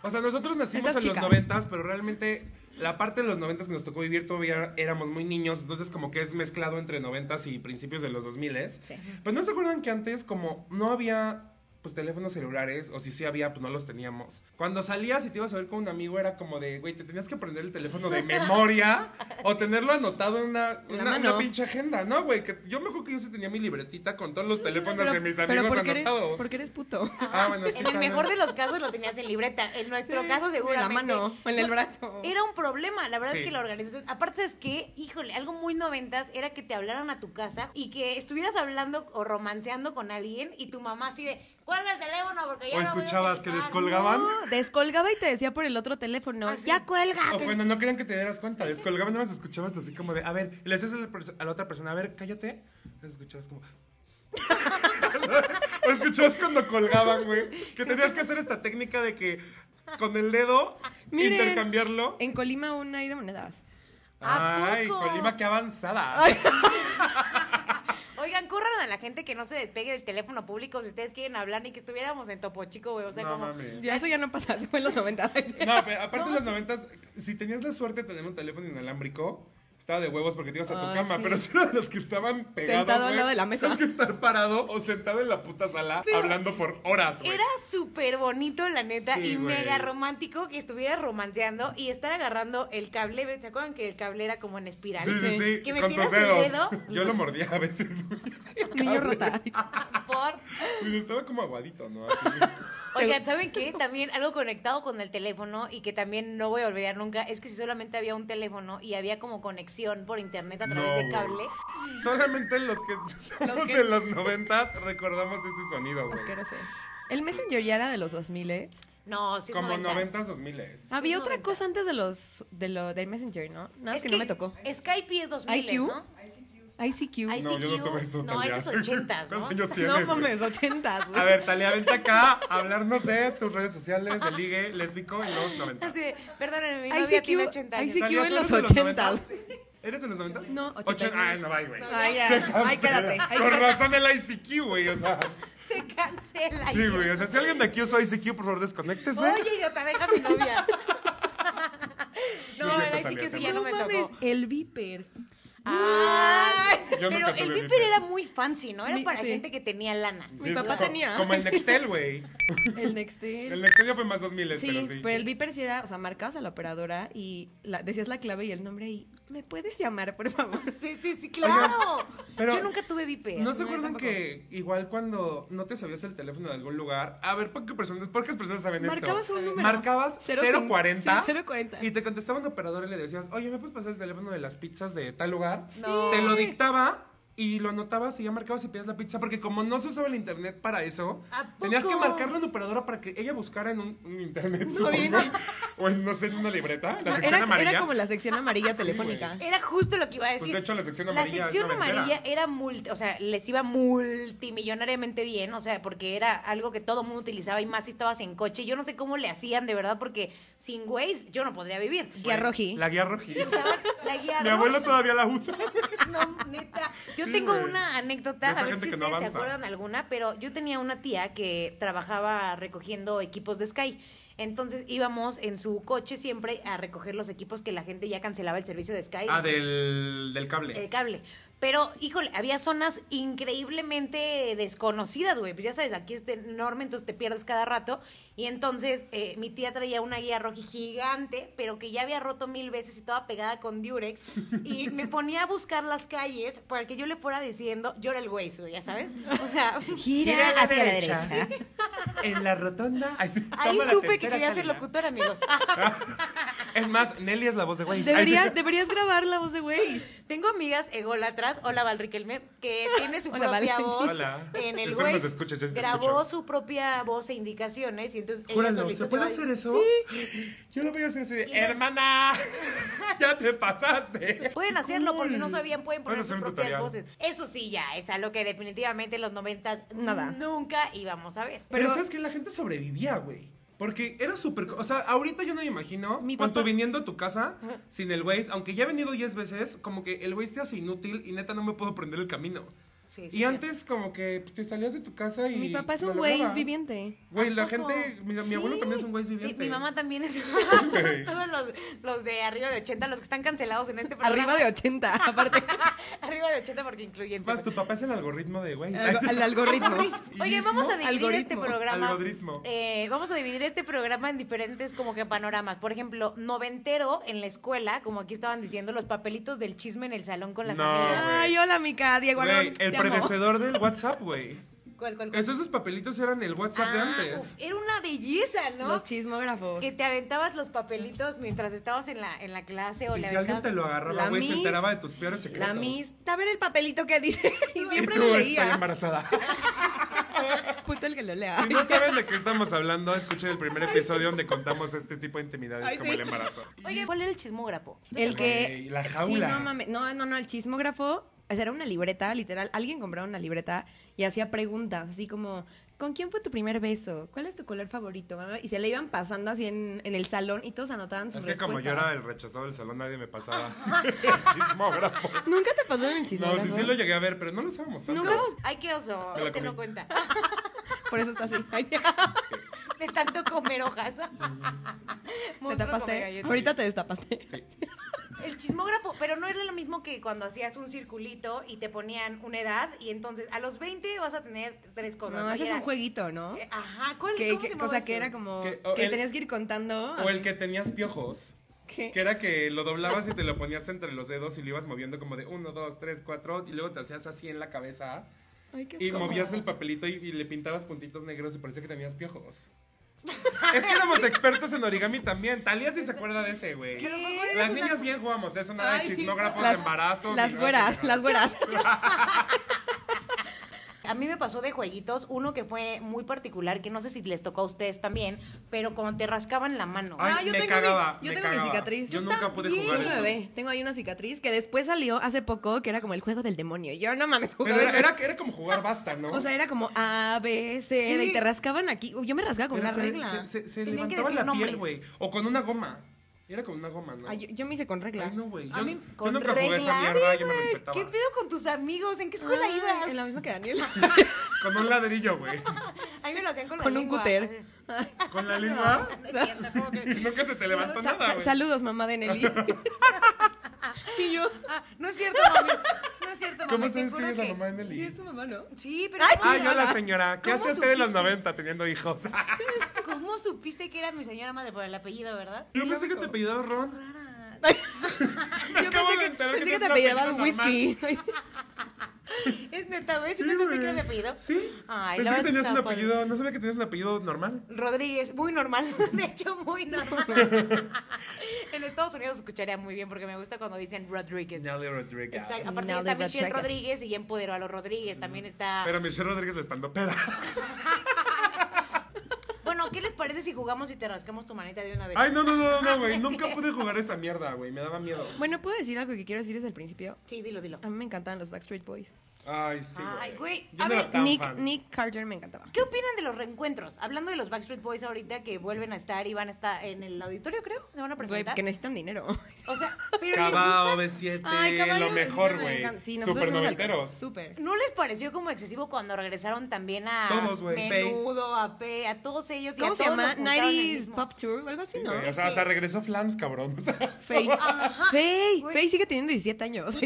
[SPEAKER 1] o sea, nosotros nacimos
[SPEAKER 2] Estas
[SPEAKER 1] en
[SPEAKER 2] chicas.
[SPEAKER 1] los noventas, pero realmente la parte de los noventas que nos tocó vivir todavía éramos muy niños, entonces como que es mezclado entre noventas y principios de los dos miles.
[SPEAKER 2] Sí.
[SPEAKER 1] Pues no se acuerdan que antes como no había pues teléfonos celulares o si sí había pues no los teníamos. Cuando salías y te ibas a ver con un amigo era como de, güey, te tenías que aprender el teléfono de memoria o tenerlo anotado en una,
[SPEAKER 2] La
[SPEAKER 1] una,
[SPEAKER 2] mano.
[SPEAKER 1] una pinche agenda, ¿no, güey? Que yo me acuerdo que yo sí tenía mi libretita con todos los teléfonos de mis amigos
[SPEAKER 2] pero porque eres,
[SPEAKER 1] anotados.
[SPEAKER 2] porque eres puto.
[SPEAKER 1] Ah, bueno, sí.
[SPEAKER 3] en el
[SPEAKER 1] también.
[SPEAKER 3] mejor de los casos lo tenías en libreta. En nuestro caso, seguramente.
[SPEAKER 2] En la mano, en el
[SPEAKER 3] No,
[SPEAKER 2] brazo.
[SPEAKER 3] Era un problema, la verdad
[SPEAKER 1] Sí.
[SPEAKER 3] es que la organización. Aparte, es que, híjole, algo muy noventas era que te hablaran a tu casa y que estuvieras hablando o romanceando con alguien y tu mamá así de, cuelga el teléfono porque ya
[SPEAKER 1] O
[SPEAKER 3] no voy a
[SPEAKER 1] escuchabas que
[SPEAKER 3] contestar".
[SPEAKER 1] descolgaban.
[SPEAKER 2] No, descolgaba y te decía por el otro teléfono.
[SPEAKER 3] Así.
[SPEAKER 2] Ya cuelga.
[SPEAKER 3] Ah,
[SPEAKER 1] O
[SPEAKER 2] que-
[SPEAKER 1] cuando no querían que te dieras cuenta, descolgaban, nada más escuchabas así como de, a ver, y le haces a la, perso- a la otra persona, a ver, cállate. Las escuchabas como. o escuchabas cuando colgaban, güey. Que tenías que hacer esta técnica de que con el dedo
[SPEAKER 2] Miren.
[SPEAKER 1] intercambiarlo.
[SPEAKER 2] En Colima aún hay de monedas.
[SPEAKER 3] ¿A
[SPEAKER 1] Ay,
[SPEAKER 3] poco?
[SPEAKER 1] Colima, qué avanzada.
[SPEAKER 3] Oigan, corran a la gente que no se despegue del teléfono público si ustedes quieren hablar ni que estuviéramos en Topo Chico, güey. O sea,
[SPEAKER 1] no
[SPEAKER 3] como.
[SPEAKER 1] mames.
[SPEAKER 2] Ya, eso ya no pasa, eso fue en los 90.
[SPEAKER 1] No, pero aparte de los noventas, si tenías la suerte de tener un teléfono inalámbrico, estaba de huevos porque te ibas a tu
[SPEAKER 2] Ay,
[SPEAKER 1] cama,
[SPEAKER 2] sí.
[SPEAKER 1] pero si eran los que estaban pegados.
[SPEAKER 2] Sentado al
[SPEAKER 1] güey,
[SPEAKER 2] lado de la mesa.
[SPEAKER 1] Tenías que estar parado o sentado en la puta sala
[SPEAKER 3] Pero
[SPEAKER 1] hablando por horas, güey.
[SPEAKER 3] Era súper bonito, la neta,
[SPEAKER 1] Sí,
[SPEAKER 3] y
[SPEAKER 1] güey.
[SPEAKER 3] mega romántico que estuvieras romanceando y estar agarrando el cable. ¿Se acuerdan que el cable era como en espiral?
[SPEAKER 1] Sí, sí, sí,
[SPEAKER 3] Que
[SPEAKER 1] con tus
[SPEAKER 3] metieras el
[SPEAKER 1] dedos.
[SPEAKER 3] dedo
[SPEAKER 1] Yo lo mordía a veces. güey.
[SPEAKER 2] Niño rota.
[SPEAKER 1] Ah,
[SPEAKER 3] por.
[SPEAKER 1] Y estaba como aguadito, ¿no? Así.
[SPEAKER 3] Oigan, ¿saben qué? También algo conectado con el teléfono y que también no voy a olvidar nunca es que si solamente había un teléfono y había como conexión por internet a través
[SPEAKER 1] No,
[SPEAKER 3] de
[SPEAKER 1] güey.
[SPEAKER 3] cable.
[SPEAKER 1] Solamente los que somos
[SPEAKER 2] que-
[SPEAKER 1] en los noventas recordamos ese sonido, güey.
[SPEAKER 2] Asqueroso. El Messenger ya era de los 2000, ¿eh?
[SPEAKER 3] No, sí, es
[SPEAKER 1] Como
[SPEAKER 3] noventas.
[SPEAKER 1] noventas, dos miles.
[SPEAKER 2] Había otra
[SPEAKER 3] 90.
[SPEAKER 2] cosa antes de los, de lo, del Messenger, ¿no? Nada más
[SPEAKER 3] Es
[SPEAKER 2] que, no me tocó.
[SPEAKER 3] Skype es 2000,
[SPEAKER 2] IQ.
[SPEAKER 3] ¿no?
[SPEAKER 2] ICQ.
[SPEAKER 3] Ay,
[SPEAKER 1] No, yo no
[SPEAKER 3] ICQ.
[SPEAKER 1] tuve eso,
[SPEAKER 3] No,
[SPEAKER 1] Talia.
[SPEAKER 3] esos ochentas, ¿no?
[SPEAKER 1] ¿Cuántos años tienes?
[SPEAKER 2] no
[SPEAKER 1] güey?
[SPEAKER 2] mames, 80.
[SPEAKER 1] A ver, Talia, vente acá a hablarnos de tus redes sociales, de ligue lésbico en los 90.
[SPEAKER 3] Así de, Perdónenme, mi novia tiene
[SPEAKER 2] ICQ,
[SPEAKER 3] 80 años.
[SPEAKER 2] ICQ
[SPEAKER 1] Talia, ¿tú
[SPEAKER 2] en los
[SPEAKER 1] eres de
[SPEAKER 2] 80.
[SPEAKER 1] ¿Eres de los 90?
[SPEAKER 2] No,
[SPEAKER 1] Ochen-
[SPEAKER 2] 89.
[SPEAKER 1] Ay, no, bye, güey.
[SPEAKER 2] Ay, ya. Ay, quédate. Ay,
[SPEAKER 1] Con
[SPEAKER 2] quédate.
[SPEAKER 1] razón el ICQ, güey, o sea.
[SPEAKER 3] Se cancela.
[SPEAKER 1] Sí, güey, o sea, si alguien de aquí usó ICQ, por favor, desconéctese.
[SPEAKER 3] Oye, yo te deja mi novia.
[SPEAKER 1] No es
[SPEAKER 3] No,
[SPEAKER 1] cierto,
[SPEAKER 3] ahora sí
[SPEAKER 1] Talia,
[SPEAKER 3] que sí,
[SPEAKER 1] te
[SPEAKER 3] ya no me tocó.
[SPEAKER 2] el Viper.
[SPEAKER 3] Ay,
[SPEAKER 1] Yo
[SPEAKER 3] pero
[SPEAKER 1] nunca
[SPEAKER 3] el
[SPEAKER 1] tuve
[SPEAKER 3] Viper
[SPEAKER 1] Viper.
[SPEAKER 3] era muy fancy, ¿no? Era
[SPEAKER 2] Mi-
[SPEAKER 3] para
[SPEAKER 2] sí.
[SPEAKER 3] gente que tenía lana.
[SPEAKER 1] Sí,
[SPEAKER 2] Mi
[SPEAKER 1] es
[SPEAKER 2] papá
[SPEAKER 1] como-
[SPEAKER 2] tenía.
[SPEAKER 1] Como el Nextel, güey.
[SPEAKER 2] El Nextel.
[SPEAKER 1] El Nextel ya fue más 2000,
[SPEAKER 2] Sí,
[SPEAKER 1] pero
[SPEAKER 2] pero,
[SPEAKER 1] sí.
[SPEAKER 2] el Viper sí era, o sea, marcabas a la operadora y la- decías la clave y el nombre y ¿me puedes llamar, por favor?
[SPEAKER 3] Sí, sí, sí,
[SPEAKER 1] Oigan,
[SPEAKER 3] claro.
[SPEAKER 1] pero-
[SPEAKER 3] yo nunca tuve Viper.
[SPEAKER 1] ¿No se
[SPEAKER 2] No,
[SPEAKER 1] acuerdan
[SPEAKER 2] tampoco.
[SPEAKER 1] que igual cuando no te sabías el teléfono de algún lugar? A ver, ¿por qué personas, pocas personas saben
[SPEAKER 2] Marcabas
[SPEAKER 1] esto?
[SPEAKER 2] un número.
[SPEAKER 1] Marcabas
[SPEAKER 2] Cero
[SPEAKER 1] 040
[SPEAKER 2] cin- sí, 040.
[SPEAKER 1] y te contestaba un operador y le decías, oye, ¿me puedes pasar el teléfono de las pizzas de tal lugar?
[SPEAKER 3] No.
[SPEAKER 1] Te lo dictaba y lo anotabas y ya marcabas y pedías la pizza porque como no se usaba el internet para eso,
[SPEAKER 3] ¿A poco?
[SPEAKER 1] tenías que marcarlo en operadora para que ella buscara en un, un internet,
[SPEAKER 2] No,
[SPEAKER 1] supongo.
[SPEAKER 2] bien.
[SPEAKER 1] O en, no sé, en una libreta, la
[SPEAKER 2] No,
[SPEAKER 1] sección
[SPEAKER 2] era,
[SPEAKER 1] amarilla.
[SPEAKER 2] era como la sección amarilla telefónica.
[SPEAKER 3] Era justo lo que iba a decir.
[SPEAKER 1] Pues, de hecho, la sección amarilla
[SPEAKER 3] La
[SPEAKER 1] es
[SPEAKER 3] sección
[SPEAKER 1] noventera.
[SPEAKER 3] amarilla era multi, o sea, les iba multimillonariamente bien, o sea, porque era algo que todo mundo utilizaba y más si estabas en coche. Yo no sé cómo le hacían, de verdad, porque sin Waze yo no podría vivir.
[SPEAKER 2] Guía Roji.
[SPEAKER 1] La guía rojiza.
[SPEAKER 3] Usaban La guía
[SPEAKER 1] Mi
[SPEAKER 3] roja.
[SPEAKER 1] abuelo todavía la usa.
[SPEAKER 3] No, neta. Yo Yo
[SPEAKER 1] Sí,
[SPEAKER 3] tengo
[SPEAKER 1] güey.
[SPEAKER 3] una anécdota,
[SPEAKER 1] De esa
[SPEAKER 3] a ver
[SPEAKER 1] gente
[SPEAKER 3] si
[SPEAKER 1] que no
[SPEAKER 3] ustedes se
[SPEAKER 1] avanza.
[SPEAKER 3] acuerdan alguna, pero yo tenía una tía que trabajaba recogiendo equipos de Sky. Entonces íbamos en su coche siempre a recoger los equipos que la gente ya cancelaba el servicio de Sky.
[SPEAKER 1] Ah, del, del
[SPEAKER 3] El
[SPEAKER 1] cable.
[SPEAKER 3] cable. Pero, híjole, había zonas increíblemente desconocidas, güey. Pues ya sabes, aquí es enorme, entonces te pierdes cada rato. Y entonces eh, mi tía traía una guía roja gigante, pero que ya había roto mil veces y toda pegada con Durex. Y me ponía a buscar las calles para que yo le fuera diciendo, yo era el güey, ya sabes. O sea,
[SPEAKER 4] Gira,
[SPEAKER 1] Gira a la
[SPEAKER 4] hacia la
[SPEAKER 1] derecha.
[SPEAKER 4] derecha.
[SPEAKER 1] En la rotonda. Ahí,
[SPEAKER 3] ahí
[SPEAKER 1] toma la
[SPEAKER 3] supe que
[SPEAKER 1] tercera
[SPEAKER 3] quería ser
[SPEAKER 1] salida.
[SPEAKER 3] locutor, amigos.
[SPEAKER 1] Es más, Nelly es la voz de Waze. Ay,
[SPEAKER 2] Deberías,
[SPEAKER 1] sí.
[SPEAKER 2] deberías grabar la voz de güey.
[SPEAKER 3] Tengo amigas ególatras, hola Val Riquelme, que tiene su
[SPEAKER 2] Hola, Val.
[SPEAKER 3] propia voz
[SPEAKER 1] Hola.
[SPEAKER 3] en el
[SPEAKER 1] Espero
[SPEAKER 3] güey.
[SPEAKER 1] nos escuches, yo te
[SPEAKER 3] Grabó
[SPEAKER 1] escucho.
[SPEAKER 3] su propia voz e indicaciones y entonces ella
[SPEAKER 1] Júralo,
[SPEAKER 3] solita
[SPEAKER 1] ¿se
[SPEAKER 3] se
[SPEAKER 1] puede
[SPEAKER 3] va-
[SPEAKER 1] hacer eso? Yo lo voy a hacer así de,
[SPEAKER 3] Y-
[SPEAKER 1] hermana, ya te pasaste.
[SPEAKER 3] Pueden hacerlo, por si no sabían, pueden
[SPEAKER 1] Puedes
[SPEAKER 3] poner
[SPEAKER 1] hacer
[SPEAKER 3] sus
[SPEAKER 1] un
[SPEAKER 3] propias
[SPEAKER 1] tutorial.
[SPEAKER 3] voces. Eso sí ya, es algo que definitivamente en los noventas
[SPEAKER 2] Nada.
[SPEAKER 3] nunca íbamos a ver.
[SPEAKER 1] Pero,
[SPEAKER 2] Pero-
[SPEAKER 1] ¿sabes que La gente sobrevivía, güey. Porque era súper... co- O sea, ahorita yo no me imagino,
[SPEAKER 2] Mi
[SPEAKER 1] con tu
[SPEAKER 2] papá-
[SPEAKER 1] viniendo a tu casa, sin el Waze, aunque ya he venido 10 veces, como que el Waze te hace inútil y neta no me puedo prender el camino.
[SPEAKER 3] Sí, sí,
[SPEAKER 1] Y
[SPEAKER 3] sí.
[SPEAKER 1] antes como que te salías de tu casa y...
[SPEAKER 2] Mi papá es
[SPEAKER 1] lo
[SPEAKER 2] un Waze
[SPEAKER 1] lograbas.
[SPEAKER 2] viviente.
[SPEAKER 1] Güey,
[SPEAKER 3] ¿A
[SPEAKER 1] la
[SPEAKER 3] poco?
[SPEAKER 1] gente... Mi, mi abuelo
[SPEAKER 3] Sí.
[SPEAKER 1] también es un Waze
[SPEAKER 3] Sí,
[SPEAKER 1] viviente.
[SPEAKER 3] mi mamá también es.
[SPEAKER 1] Güey.
[SPEAKER 3] Todos los, los de arriba de 80, los que están cancelados en este programa.
[SPEAKER 2] Arriba de 80, aparte.
[SPEAKER 3] Arriba de 80 porque incluyen.
[SPEAKER 1] Es más, tu papá es el algoritmo de Waze.
[SPEAKER 2] Al, al algoritmo.
[SPEAKER 3] Oye, vamos a dividir este
[SPEAKER 2] Algoritmo.
[SPEAKER 3] programa.
[SPEAKER 1] Algoritmo.
[SPEAKER 3] eh, vamos a dividir este programa en diferentes como que panoramas. Por ejemplo, noventero en la escuela, como aquí estaban diciendo, los papelitos del chisme en el salón con las
[SPEAKER 1] No, Ah,
[SPEAKER 3] amigas.
[SPEAKER 2] Ay, hola, Mica. Diego
[SPEAKER 1] Güey,
[SPEAKER 2] Arón,
[SPEAKER 1] el
[SPEAKER 2] te amo.
[SPEAKER 1] predecedor del WhatsApp, güey.
[SPEAKER 3] ¿Cuál, cuál, cuál?
[SPEAKER 1] Es- Esos papelitos eran el WhatsApp de
[SPEAKER 3] Ah,
[SPEAKER 1] antes.
[SPEAKER 3] uf, era una belleza, ¿no?
[SPEAKER 2] Los chismógrafos.
[SPEAKER 3] que te aventabas los papelitos mientras estabas en la, en la clase o
[SPEAKER 1] Y
[SPEAKER 3] le
[SPEAKER 1] si alguien
[SPEAKER 3] aventabas-
[SPEAKER 1] te lo agarraba,
[SPEAKER 2] La
[SPEAKER 1] güey, se
[SPEAKER 2] Miss-
[SPEAKER 1] enteraba de tus peores secretos.
[SPEAKER 2] La Miss, a ver el papelito que dice. Y siempre
[SPEAKER 1] y tú
[SPEAKER 2] lo
[SPEAKER 1] Estoy
[SPEAKER 2] leía.
[SPEAKER 1] embarazada.
[SPEAKER 2] Puto el que lo lea.
[SPEAKER 1] Si no saben de qué estamos hablando, escuchen el primer episodio donde contamos este tipo de intimidades
[SPEAKER 2] Ay,
[SPEAKER 1] como
[SPEAKER 2] sí.
[SPEAKER 1] el embarazo.
[SPEAKER 3] Oye, ¿cuál era el chismógrafo?
[SPEAKER 2] El que.
[SPEAKER 1] Güey, la
[SPEAKER 2] Sí,
[SPEAKER 1] jaula.
[SPEAKER 2] no, mames. no, no, no, el chismógrafo. o sea, Era una libreta, literal. Alguien compraba una libreta y hacía preguntas, así como: ¿Con quién fue tu primer beso? ¿Cuál es tu color favorito? mamá?" Y se le iban pasando así en, en el salón y todos anotaban sus
[SPEAKER 1] Es que como yo
[SPEAKER 2] respuestas.
[SPEAKER 1] era el rechazado del salón, nadie me pasaba. Chismógrafo.
[SPEAKER 2] Nunca te pasó en el
[SPEAKER 1] No,
[SPEAKER 2] chismógrafo.
[SPEAKER 1] sí, sí lo llegué a ver, pero no lo usábamos tanto.
[SPEAKER 2] Nunca-
[SPEAKER 3] Ay, qué oso,
[SPEAKER 1] Me la
[SPEAKER 3] este
[SPEAKER 1] comí.
[SPEAKER 3] no cuenta.
[SPEAKER 2] Por eso está así. Ay, sí.
[SPEAKER 3] De tanto comer hojas.
[SPEAKER 2] Te
[SPEAKER 3] Monstruo come
[SPEAKER 2] tapaste.
[SPEAKER 3] galletas.
[SPEAKER 2] Ahorita te destapaste.
[SPEAKER 1] Sí.
[SPEAKER 3] El chismógrafo, pero no era lo mismo que cuando hacías un circulito y te ponían una edad y entonces a los 20 vas a tener tres cosas.
[SPEAKER 2] No,
[SPEAKER 3] Y
[SPEAKER 2] ese es
[SPEAKER 3] era-
[SPEAKER 2] un jueguito, ¿no?
[SPEAKER 3] Eh, Ajá, ¿cuál
[SPEAKER 2] Que,
[SPEAKER 3] cómo
[SPEAKER 2] que-
[SPEAKER 3] se llamaba
[SPEAKER 2] o sea, que
[SPEAKER 3] eso?
[SPEAKER 2] era como
[SPEAKER 1] Que- o
[SPEAKER 2] que
[SPEAKER 1] el-
[SPEAKER 2] tenías que ir contando.
[SPEAKER 1] O el que tenías piojos.
[SPEAKER 2] ¿Qué?
[SPEAKER 1] Que era que lo doblabas y te lo ponías entre los dedos y lo ibas moviendo como de 1, 2, 3, 4 y luego te hacías así en la cabeza
[SPEAKER 2] Ay, qué
[SPEAKER 1] y
[SPEAKER 2] asco.
[SPEAKER 1] movías el papelito y, y le pintabas puntitos negros y parecía que tenías piojos. es que éramos expertos en origami también. Talía sí se acuerda de ese, güey. Las niñas bien jugamos, eso nada
[SPEAKER 2] Ay,
[SPEAKER 1] de
[SPEAKER 2] sí.
[SPEAKER 1] chismógrafos,
[SPEAKER 2] Las-
[SPEAKER 1] embarazos.
[SPEAKER 2] Las
[SPEAKER 1] ni nada de
[SPEAKER 2] güeras,
[SPEAKER 1] pendejadas.
[SPEAKER 2] las güeras.
[SPEAKER 3] A mí me pasó de jueguitos uno que fue muy particular, que no sé si les tocó a ustedes también, pero cuando te rascaban la mano.
[SPEAKER 1] Ay,
[SPEAKER 2] Ah, yo
[SPEAKER 1] me
[SPEAKER 2] tengo mi-
[SPEAKER 1] cagaba.
[SPEAKER 2] yo
[SPEAKER 1] me
[SPEAKER 2] tengo mi
[SPEAKER 1] cagaba.
[SPEAKER 2] cicatriz.
[SPEAKER 1] Yo,
[SPEAKER 2] Yo
[SPEAKER 1] nunca pude
[SPEAKER 3] también.
[SPEAKER 1] jugar
[SPEAKER 2] Yo
[SPEAKER 1] eso.
[SPEAKER 2] se ve, Tengo ahí una cicatriz que después salió hace poco, que era como el juego del demonio. Yo no mames
[SPEAKER 1] Pero
[SPEAKER 2] jugaba.
[SPEAKER 1] era,
[SPEAKER 2] eso.
[SPEAKER 1] era, era como jugar basta, ¿no?
[SPEAKER 2] O sea, era como A, B, C, D,
[SPEAKER 1] Sí.
[SPEAKER 2] y te rascaban aquí. Uy, Yo me rascaba con
[SPEAKER 1] Pero
[SPEAKER 2] una
[SPEAKER 1] se-
[SPEAKER 2] regla.
[SPEAKER 1] Se, se- se
[SPEAKER 3] Tenían que
[SPEAKER 1] levantaba
[SPEAKER 3] decir
[SPEAKER 1] la piel,
[SPEAKER 3] nombres.
[SPEAKER 1] güey. O con una goma. Era con una goma, ¿no?
[SPEAKER 2] Ah, yo, yo me hice con regla.
[SPEAKER 1] Ay, no, güey. Yo,
[SPEAKER 3] A mí,
[SPEAKER 1] yo
[SPEAKER 3] con
[SPEAKER 1] nunca jugué esa
[SPEAKER 3] regla.
[SPEAKER 1] mierda, yo me
[SPEAKER 3] Güey,
[SPEAKER 1] respetaba.
[SPEAKER 3] ¿Qué pedo con tus amigos? ¿En qué escuela
[SPEAKER 2] Ah,
[SPEAKER 3] ibas?
[SPEAKER 2] En la misma que Daniel.
[SPEAKER 1] Con un ladrillo, güey.
[SPEAKER 3] A mí me lo hacían con la
[SPEAKER 2] con un
[SPEAKER 3] lengua.
[SPEAKER 2] cúter.
[SPEAKER 1] Con la lengua.
[SPEAKER 3] No es cierto, ¿cómo
[SPEAKER 1] Y
[SPEAKER 3] crees?
[SPEAKER 1] nunca se te levantó
[SPEAKER 2] Sa-
[SPEAKER 1] nada,
[SPEAKER 2] sa-
[SPEAKER 1] güey.
[SPEAKER 2] saludos, mamá de Nelly. y yo.
[SPEAKER 3] Ah, no es cierto, mami. No es cierto, mami.
[SPEAKER 1] ¿Cómo
[SPEAKER 3] te
[SPEAKER 1] sabes que
[SPEAKER 3] juro
[SPEAKER 1] eres la
[SPEAKER 3] que-
[SPEAKER 1] mamá de Nelly?
[SPEAKER 2] Sí, es tu mamá, ¿no?
[SPEAKER 3] Sí, pero ¿cómo
[SPEAKER 1] Ah,
[SPEAKER 3] lo
[SPEAKER 1] yo la
[SPEAKER 3] haces?
[SPEAKER 1] señora. ¿Qué
[SPEAKER 3] ¿Cómo
[SPEAKER 1] hace usted en los
[SPEAKER 3] supiste?
[SPEAKER 1] 90 teniendo hijos?
[SPEAKER 3] ¿Cómo supiste que era mi señora madre por el apellido, verdad?
[SPEAKER 1] Yo pensé que te apellidaba Ron.
[SPEAKER 3] Rara.
[SPEAKER 2] Yo
[SPEAKER 1] Acabo
[SPEAKER 2] pensé
[SPEAKER 1] de
[SPEAKER 2] que,
[SPEAKER 1] enterar
[SPEAKER 2] pensé que
[SPEAKER 1] tienes
[SPEAKER 2] te
[SPEAKER 1] una
[SPEAKER 2] pedían
[SPEAKER 1] apellido
[SPEAKER 2] whisky.
[SPEAKER 3] Es neta, güey. ¿Sí,
[SPEAKER 1] normal.
[SPEAKER 3] pensaste
[SPEAKER 1] Sí,
[SPEAKER 3] que era mi
[SPEAKER 1] güey.
[SPEAKER 3] apellido?
[SPEAKER 1] Sí.
[SPEAKER 3] Ay,
[SPEAKER 1] pensé que
[SPEAKER 3] la verdad
[SPEAKER 1] tenías un
[SPEAKER 3] estaba padre.
[SPEAKER 1] apellido. No sabía que tenías un apellido normal.
[SPEAKER 3] Rodríguez, muy normal, de hecho muy normal. en Estados Unidos escucharía muy bien porque me gusta cuando dicen Rodríguez.
[SPEAKER 1] Nelly Rodríguez.
[SPEAKER 3] Exacto. Aparte
[SPEAKER 2] Nelly
[SPEAKER 3] está Michelle
[SPEAKER 2] Rodríguez.
[SPEAKER 3] Rodríguez y ya empoderó a los Rodríguez. También está.
[SPEAKER 1] Pero Michelle Rodríguez le estando pera.
[SPEAKER 3] Bueno, ¿qué les parece si jugamos y te rascamos tu manita de una vez?
[SPEAKER 1] Ay, no, no, no, no, no, güey. Nunca pude jugar esa mierda, güey. Me daba miedo.
[SPEAKER 2] bueno, ¿puedo decir algo que quiero decir desde el principio?
[SPEAKER 3] Sí, dilo, dilo.
[SPEAKER 2] A mí me encantaban los Backstreet Boys.
[SPEAKER 1] Ay, sí.
[SPEAKER 3] Ay, güey.
[SPEAKER 1] Yo
[SPEAKER 3] A
[SPEAKER 1] no era
[SPEAKER 3] ver,
[SPEAKER 1] tan
[SPEAKER 2] Nick,
[SPEAKER 1] fan.
[SPEAKER 2] Nick Carter me encantaba.
[SPEAKER 3] ¿Qué opinan de los reencuentros? Hablando de los Backstreet Boys ahorita que vuelven a estar y van a estar en el auditorio, creo. Se van a
[SPEAKER 2] Güey,
[SPEAKER 3] presentar.
[SPEAKER 2] que necesitan dinero.
[SPEAKER 3] O sea, pero les
[SPEAKER 1] Cabao
[SPEAKER 3] gusta.
[SPEAKER 1] B7,
[SPEAKER 2] Ay,
[SPEAKER 1] Este,
[SPEAKER 2] caballo,
[SPEAKER 1] lo mejor,
[SPEAKER 2] me
[SPEAKER 1] güey.
[SPEAKER 2] encanta. Sí, nosotros
[SPEAKER 1] Super
[SPEAKER 2] fuimos al concierto,
[SPEAKER 1] noventeros.
[SPEAKER 2] Súper.
[SPEAKER 3] ¿No les pareció como excesivo cuando regresaron también a
[SPEAKER 1] Todos, güey, Faye.
[SPEAKER 3] Menudo, a P, a todos ellos? y a
[SPEAKER 2] ¿Cómo se
[SPEAKER 3] todos los
[SPEAKER 2] llama?
[SPEAKER 3] juntaron en el
[SPEAKER 2] 90s
[SPEAKER 3] mismo?
[SPEAKER 2] Pop Tour o algo así,
[SPEAKER 1] Sí,
[SPEAKER 2] ¿no?
[SPEAKER 1] güey, o sea,
[SPEAKER 3] Sí.
[SPEAKER 1] hasta regresó Flans, cabrón. O sea,
[SPEAKER 2] Faye.
[SPEAKER 3] Ajá.
[SPEAKER 2] Faye.
[SPEAKER 3] Güey.
[SPEAKER 2] Faye sigue teniendo 17 años.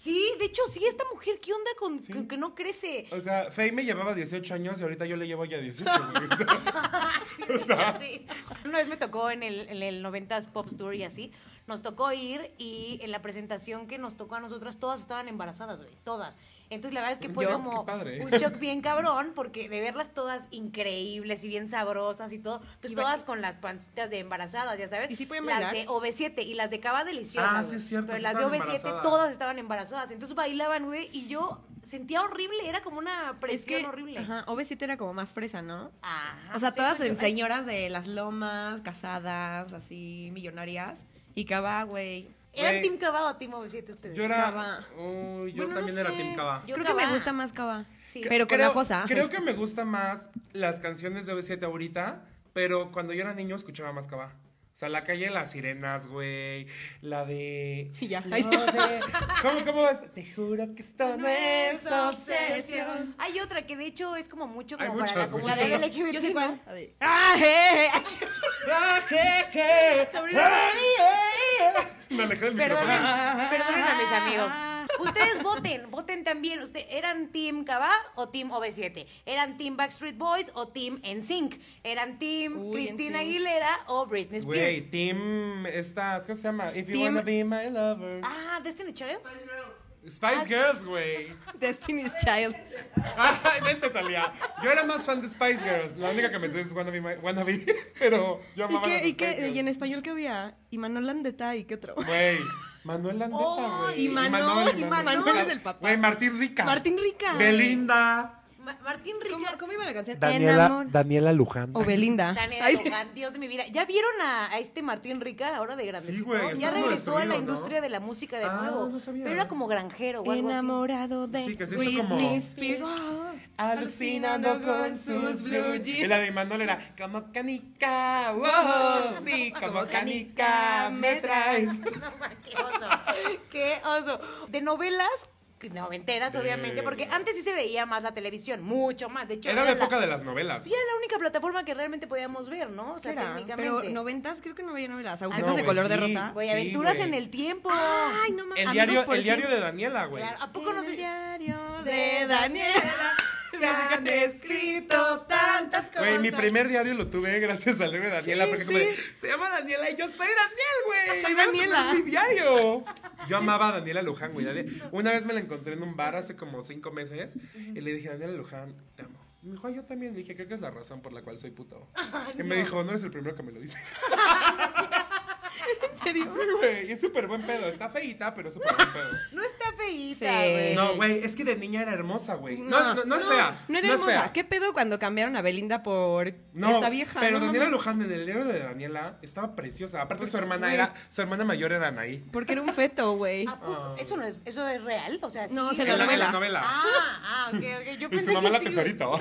[SPEAKER 3] Sí, de hecho, sí, esta mujer, ¿qué onda con
[SPEAKER 1] Sí.
[SPEAKER 3] con que no crece?
[SPEAKER 1] o sea, Faye me llevaba 18 años y ahorita yo le llevo ya 18, güey. O sea,
[SPEAKER 3] Sí, de hecho, sí. Una vez me tocó en el, en el 90s Pop Tour y así, nos tocó ir y en la presentación que nos tocó a nosotras, todas estaban embarazadas, güey, todas. Entonces la verdad es que fue
[SPEAKER 2] Yo,
[SPEAKER 3] como
[SPEAKER 1] qué padre.
[SPEAKER 3] un shock bien cabrón, porque de verlas todas increíbles y bien sabrosas y todo, pues
[SPEAKER 2] Y ba-
[SPEAKER 3] todas con las pancitas de embarazadas, ya sabes.
[SPEAKER 2] ¿Y sí podían
[SPEAKER 3] Las
[SPEAKER 2] bailar?
[SPEAKER 3] de OV7 y las de Cava Deliciosa.
[SPEAKER 1] Ah, sí,
[SPEAKER 3] güey.
[SPEAKER 1] es cierto,
[SPEAKER 3] Pero
[SPEAKER 1] sí
[SPEAKER 3] las de
[SPEAKER 1] estaban
[SPEAKER 3] OV7
[SPEAKER 1] embarazadas.
[SPEAKER 3] todas estaban embarazadas. Entonces bailaban, güey, y yo sentía horrible, era como una
[SPEAKER 2] es
[SPEAKER 3] presión
[SPEAKER 2] que.
[SPEAKER 3] horrible.
[SPEAKER 2] Ajá, OV7 era como más fresa, ¿no?
[SPEAKER 3] Ajá,
[SPEAKER 2] O sea,
[SPEAKER 3] sí,
[SPEAKER 2] todas
[SPEAKER 3] pues,
[SPEAKER 2] en
[SPEAKER 3] ay,
[SPEAKER 2] señoras de las lomas, casadas, así, millonarias. Y Cava, güey.
[SPEAKER 3] ¿Eran
[SPEAKER 1] Güey.
[SPEAKER 3] Team Cava o Team 97 ustedes?
[SPEAKER 1] yo era.
[SPEAKER 2] Cava.
[SPEAKER 1] Uy, yo
[SPEAKER 2] Bueno, no
[SPEAKER 1] también era
[SPEAKER 2] sé.
[SPEAKER 1] Team Cava.
[SPEAKER 3] Yo
[SPEAKER 2] Creo que
[SPEAKER 3] Cava.
[SPEAKER 2] me gusta más Cava.
[SPEAKER 3] Sí.
[SPEAKER 2] Pero con la cosa.
[SPEAKER 1] Creo que me gusta más las canciones de B7 ahorita, pero cuando yo era niño escuchaba más Cava. O sea, la calle de las sirenas, güey. La de.
[SPEAKER 2] Y ya.
[SPEAKER 1] Lo de- ¿Cómo, cómo vas? Te juro que esto no es obsesión.
[SPEAKER 3] Hay otra que de hecho es como mucho
[SPEAKER 1] Hay
[SPEAKER 3] como para la
[SPEAKER 1] muchas, güey.
[SPEAKER 2] La
[SPEAKER 3] comunidad
[SPEAKER 2] de
[SPEAKER 3] LGBT.
[SPEAKER 2] Yo sé
[SPEAKER 3] ¿no?
[SPEAKER 2] cuál. La de-
[SPEAKER 3] ¡Ah, je, je!
[SPEAKER 1] Ah, je, je.
[SPEAKER 3] Sobrino.
[SPEAKER 1] Me alejé del
[SPEAKER 3] Perdonen,
[SPEAKER 1] micrófono.
[SPEAKER 3] perdonen a mis amigos. Ustedes voten, voten también. Usted, ¿Eran Team Cava o Team OV7? ¿Eran Team Backstreet Boys o Team NSYNC? ¿Eran Team
[SPEAKER 2] Uy,
[SPEAKER 3] Cristina
[SPEAKER 2] NSYNC.
[SPEAKER 3] Aguilera o Britney
[SPEAKER 1] Güey,
[SPEAKER 3] Spears?
[SPEAKER 1] Team. Estas, ¿Qué se llama? If you
[SPEAKER 2] Team-
[SPEAKER 1] wanna be my lover.
[SPEAKER 3] Ah, Destiny Child.
[SPEAKER 2] ah.
[SPEAKER 1] Spice Girls, güey.
[SPEAKER 2] Destiny's Child.
[SPEAKER 1] Ay, vente, Talia. Yo era más fan de Spice Girls. La única que me sé es Wanna Be, My- Wanna Be, pero yo
[SPEAKER 2] ¿Y,
[SPEAKER 1] amaba
[SPEAKER 2] qué,
[SPEAKER 1] las
[SPEAKER 2] y, qué-
[SPEAKER 1] Spice Girls.
[SPEAKER 2] y en español qué había? Y Manuel Landeta y qué otro.
[SPEAKER 1] Güey, Manuel Landeta,
[SPEAKER 3] Oh,
[SPEAKER 1] güey.
[SPEAKER 2] y Manuel, y Manuel. Manuel es el papá.
[SPEAKER 1] Güey, Martín Rica.
[SPEAKER 2] Martín Rica.
[SPEAKER 1] Belinda.
[SPEAKER 3] Ma- Martín
[SPEAKER 2] ¿Cómo,
[SPEAKER 3] Rica.
[SPEAKER 2] cómo iba la canción?
[SPEAKER 4] Daniela,
[SPEAKER 2] Enamor-
[SPEAKER 4] Daniela Luján.
[SPEAKER 2] O Belinda.
[SPEAKER 3] Daniela
[SPEAKER 2] Ay, sí.
[SPEAKER 3] Luján, Dios de mi vida. ¿Ya vieron a, a este Martín Rica ahora de grandecito?
[SPEAKER 1] Sí, güey, está
[SPEAKER 3] ya
[SPEAKER 1] como
[SPEAKER 3] regresó a la
[SPEAKER 1] destruido, ¿no?
[SPEAKER 3] industria de la música de
[SPEAKER 1] Ah,
[SPEAKER 3] nuevo.
[SPEAKER 1] no sabía.
[SPEAKER 3] Pero era como granjero o algo
[SPEAKER 2] Enamorado de
[SPEAKER 1] Sí, que se hizo
[SPEAKER 2] Britney
[SPEAKER 1] como-
[SPEAKER 2] Spears. Ah,
[SPEAKER 1] Alucinando con sus blue jeans. Y la de Manuel era como canica, wow, sí, como canica, me traes.
[SPEAKER 3] así. No, ma, qué oso. Qué oso. De novelas noventeras,
[SPEAKER 1] De-
[SPEAKER 3] obviamente, porque antes sí se veía más la televisión, mucho más. De hecho,
[SPEAKER 1] Era la
[SPEAKER 3] la-
[SPEAKER 1] época de las novelas.
[SPEAKER 3] Sí, era la única plataforma que realmente podíamos ver, ¿no? O sea,
[SPEAKER 2] Era,
[SPEAKER 3] técnicamente.
[SPEAKER 2] pero noventas creo que no había novelas.
[SPEAKER 1] Ah, No,
[SPEAKER 2] Agujetas de
[SPEAKER 1] güey,
[SPEAKER 2] color de
[SPEAKER 1] sí.
[SPEAKER 2] rosa.
[SPEAKER 3] Güey,
[SPEAKER 1] Sí,
[SPEAKER 3] aventuras
[SPEAKER 1] güey.
[SPEAKER 3] en el tiempo.
[SPEAKER 2] Ay, no mames.
[SPEAKER 1] El diario, el diario de Daniela, güey.
[SPEAKER 3] Claro, ¿A poco no
[SPEAKER 2] el
[SPEAKER 3] se
[SPEAKER 2] diario
[SPEAKER 3] de
[SPEAKER 2] de Daniela se han escrito tantas cosas.
[SPEAKER 1] Güey, mi primer diario lo tuve gracias al libro de Daniela,
[SPEAKER 2] Sí,
[SPEAKER 1] porque como de,
[SPEAKER 2] sí.
[SPEAKER 1] se llama Daniela y yo soy Daniel, güey.
[SPEAKER 2] Soy
[SPEAKER 1] Voy a
[SPEAKER 2] Daniela.
[SPEAKER 1] poner Mi diario. Yo amaba a Daniela Luján, güey. Dani- Una vez me la encontré en un bar hace como cinco meses y le dije, Daniela Luján, te amo. Y me dijo, "Ay, yo también. Le dije, creo que es la razón por la cual soy puto. y me dijo, no eres el primero que me lo dice. ¿En serio? Sí, güey. Y es súper buen pedo. Está feíta, pero es súper buen pedo.
[SPEAKER 3] No está feíta,
[SPEAKER 2] Sí.
[SPEAKER 3] güey.
[SPEAKER 1] No, güey, es que de niña era hermosa, güey. No, no, no, es fea.
[SPEAKER 2] No era
[SPEAKER 1] es
[SPEAKER 2] hermosa.
[SPEAKER 1] fea.
[SPEAKER 2] ¿Qué pedo cuando cambiaron a Belinda por
[SPEAKER 1] No,
[SPEAKER 2] esta vieja?
[SPEAKER 1] pero
[SPEAKER 2] No, Pues,
[SPEAKER 1] Daniela
[SPEAKER 2] mames.
[SPEAKER 1] Luján en el héroe de Daniela estaba preciosa. Aparte su hermana era, su hermana mayor era Anaí.
[SPEAKER 2] Porque era un feto, güey.
[SPEAKER 3] ¿A poco?
[SPEAKER 1] Ah.
[SPEAKER 3] ¿Eso, no es, ¿Eso es real? O sea,
[SPEAKER 2] No,
[SPEAKER 3] sí.
[SPEAKER 2] se
[SPEAKER 1] En
[SPEAKER 2] la
[SPEAKER 1] en
[SPEAKER 2] novela.
[SPEAKER 3] Ah, ah, ok, ok. Yo
[SPEAKER 1] Y
[SPEAKER 3] pensé
[SPEAKER 1] su mamá
[SPEAKER 3] que
[SPEAKER 1] la
[SPEAKER 3] sí.
[SPEAKER 1] tesorito.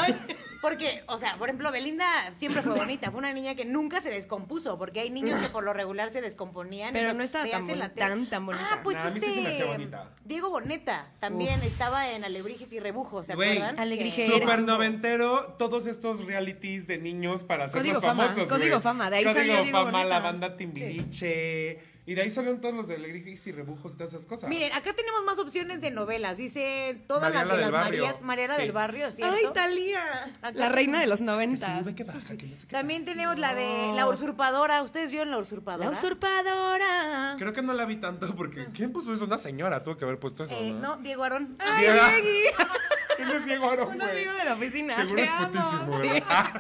[SPEAKER 3] Porque, o sea, por ejemplo, Belinda siempre fue bonita. Fue una niña que nunca se descompuso, porque hay niños que por lo regular se descomponían.
[SPEAKER 2] Pero
[SPEAKER 3] entonces
[SPEAKER 2] no estaba
[SPEAKER 3] te
[SPEAKER 2] tan
[SPEAKER 3] hacen la
[SPEAKER 2] boni-
[SPEAKER 3] tele.
[SPEAKER 2] tan, tan bonita.
[SPEAKER 3] Ah, pues
[SPEAKER 1] Nah, a mí sí
[SPEAKER 3] este...
[SPEAKER 1] se me hacía bonita.
[SPEAKER 3] Diego Boneta también estaba en Alebrijes y Rebujos, ¿se
[SPEAKER 1] Güey,
[SPEAKER 3] acuerdan?
[SPEAKER 2] Alebrijes.
[SPEAKER 3] Que-
[SPEAKER 1] Super noventero, todos estos realities de niños para hacernos
[SPEAKER 2] Código Fama,
[SPEAKER 1] famosos. güey.
[SPEAKER 2] Código Fama, de ahí
[SPEAKER 1] Código
[SPEAKER 2] salió Diego
[SPEAKER 1] Fama,
[SPEAKER 2] Boneta.
[SPEAKER 1] la banda Timbiriche. Y de ahí salieron todos los de Alegrijis y Rebujos y todas esas cosas.
[SPEAKER 3] Miren, acá tenemos más opciones de novelas. Dice todas las
[SPEAKER 1] Mariela
[SPEAKER 3] de
[SPEAKER 1] del
[SPEAKER 3] las
[SPEAKER 1] Barrio.
[SPEAKER 3] María, Mariela
[SPEAKER 1] Sí.
[SPEAKER 3] del Barrio, ¿cierto?
[SPEAKER 2] Ay,
[SPEAKER 1] Ah,
[SPEAKER 2] Talía.
[SPEAKER 3] Acá-
[SPEAKER 2] La reina de los
[SPEAKER 1] Que
[SPEAKER 2] noventas.
[SPEAKER 1] sube, que baja, que no sé qué.
[SPEAKER 3] También tenemos la de La Usurpadora. ¿Ustedes vieron La Usurpadora?
[SPEAKER 2] La usurpadora.
[SPEAKER 1] Creo que no la vi tanto
[SPEAKER 2] Ah.
[SPEAKER 1] porque ¿quién puso eso? Una señora tuvo que haber puesto eso.
[SPEAKER 3] Eh,
[SPEAKER 1] ¿no?
[SPEAKER 3] no, Diego Arón.
[SPEAKER 2] Ay,
[SPEAKER 1] Diego.
[SPEAKER 2] Diego.
[SPEAKER 1] ¿Quién es Diego Aarón,
[SPEAKER 2] Un
[SPEAKER 1] güey?
[SPEAKER 2] amigo de la oficina.
[SPEAKER 1] Seguro
[SPEAKER 2] Te
[SPEAKER 1] es
[SPEAKER 2] amo.
[SPEAKER 1] putísimo,
[SPEAKER 2] Sí.
[SPEAKER 1] ¿verdad?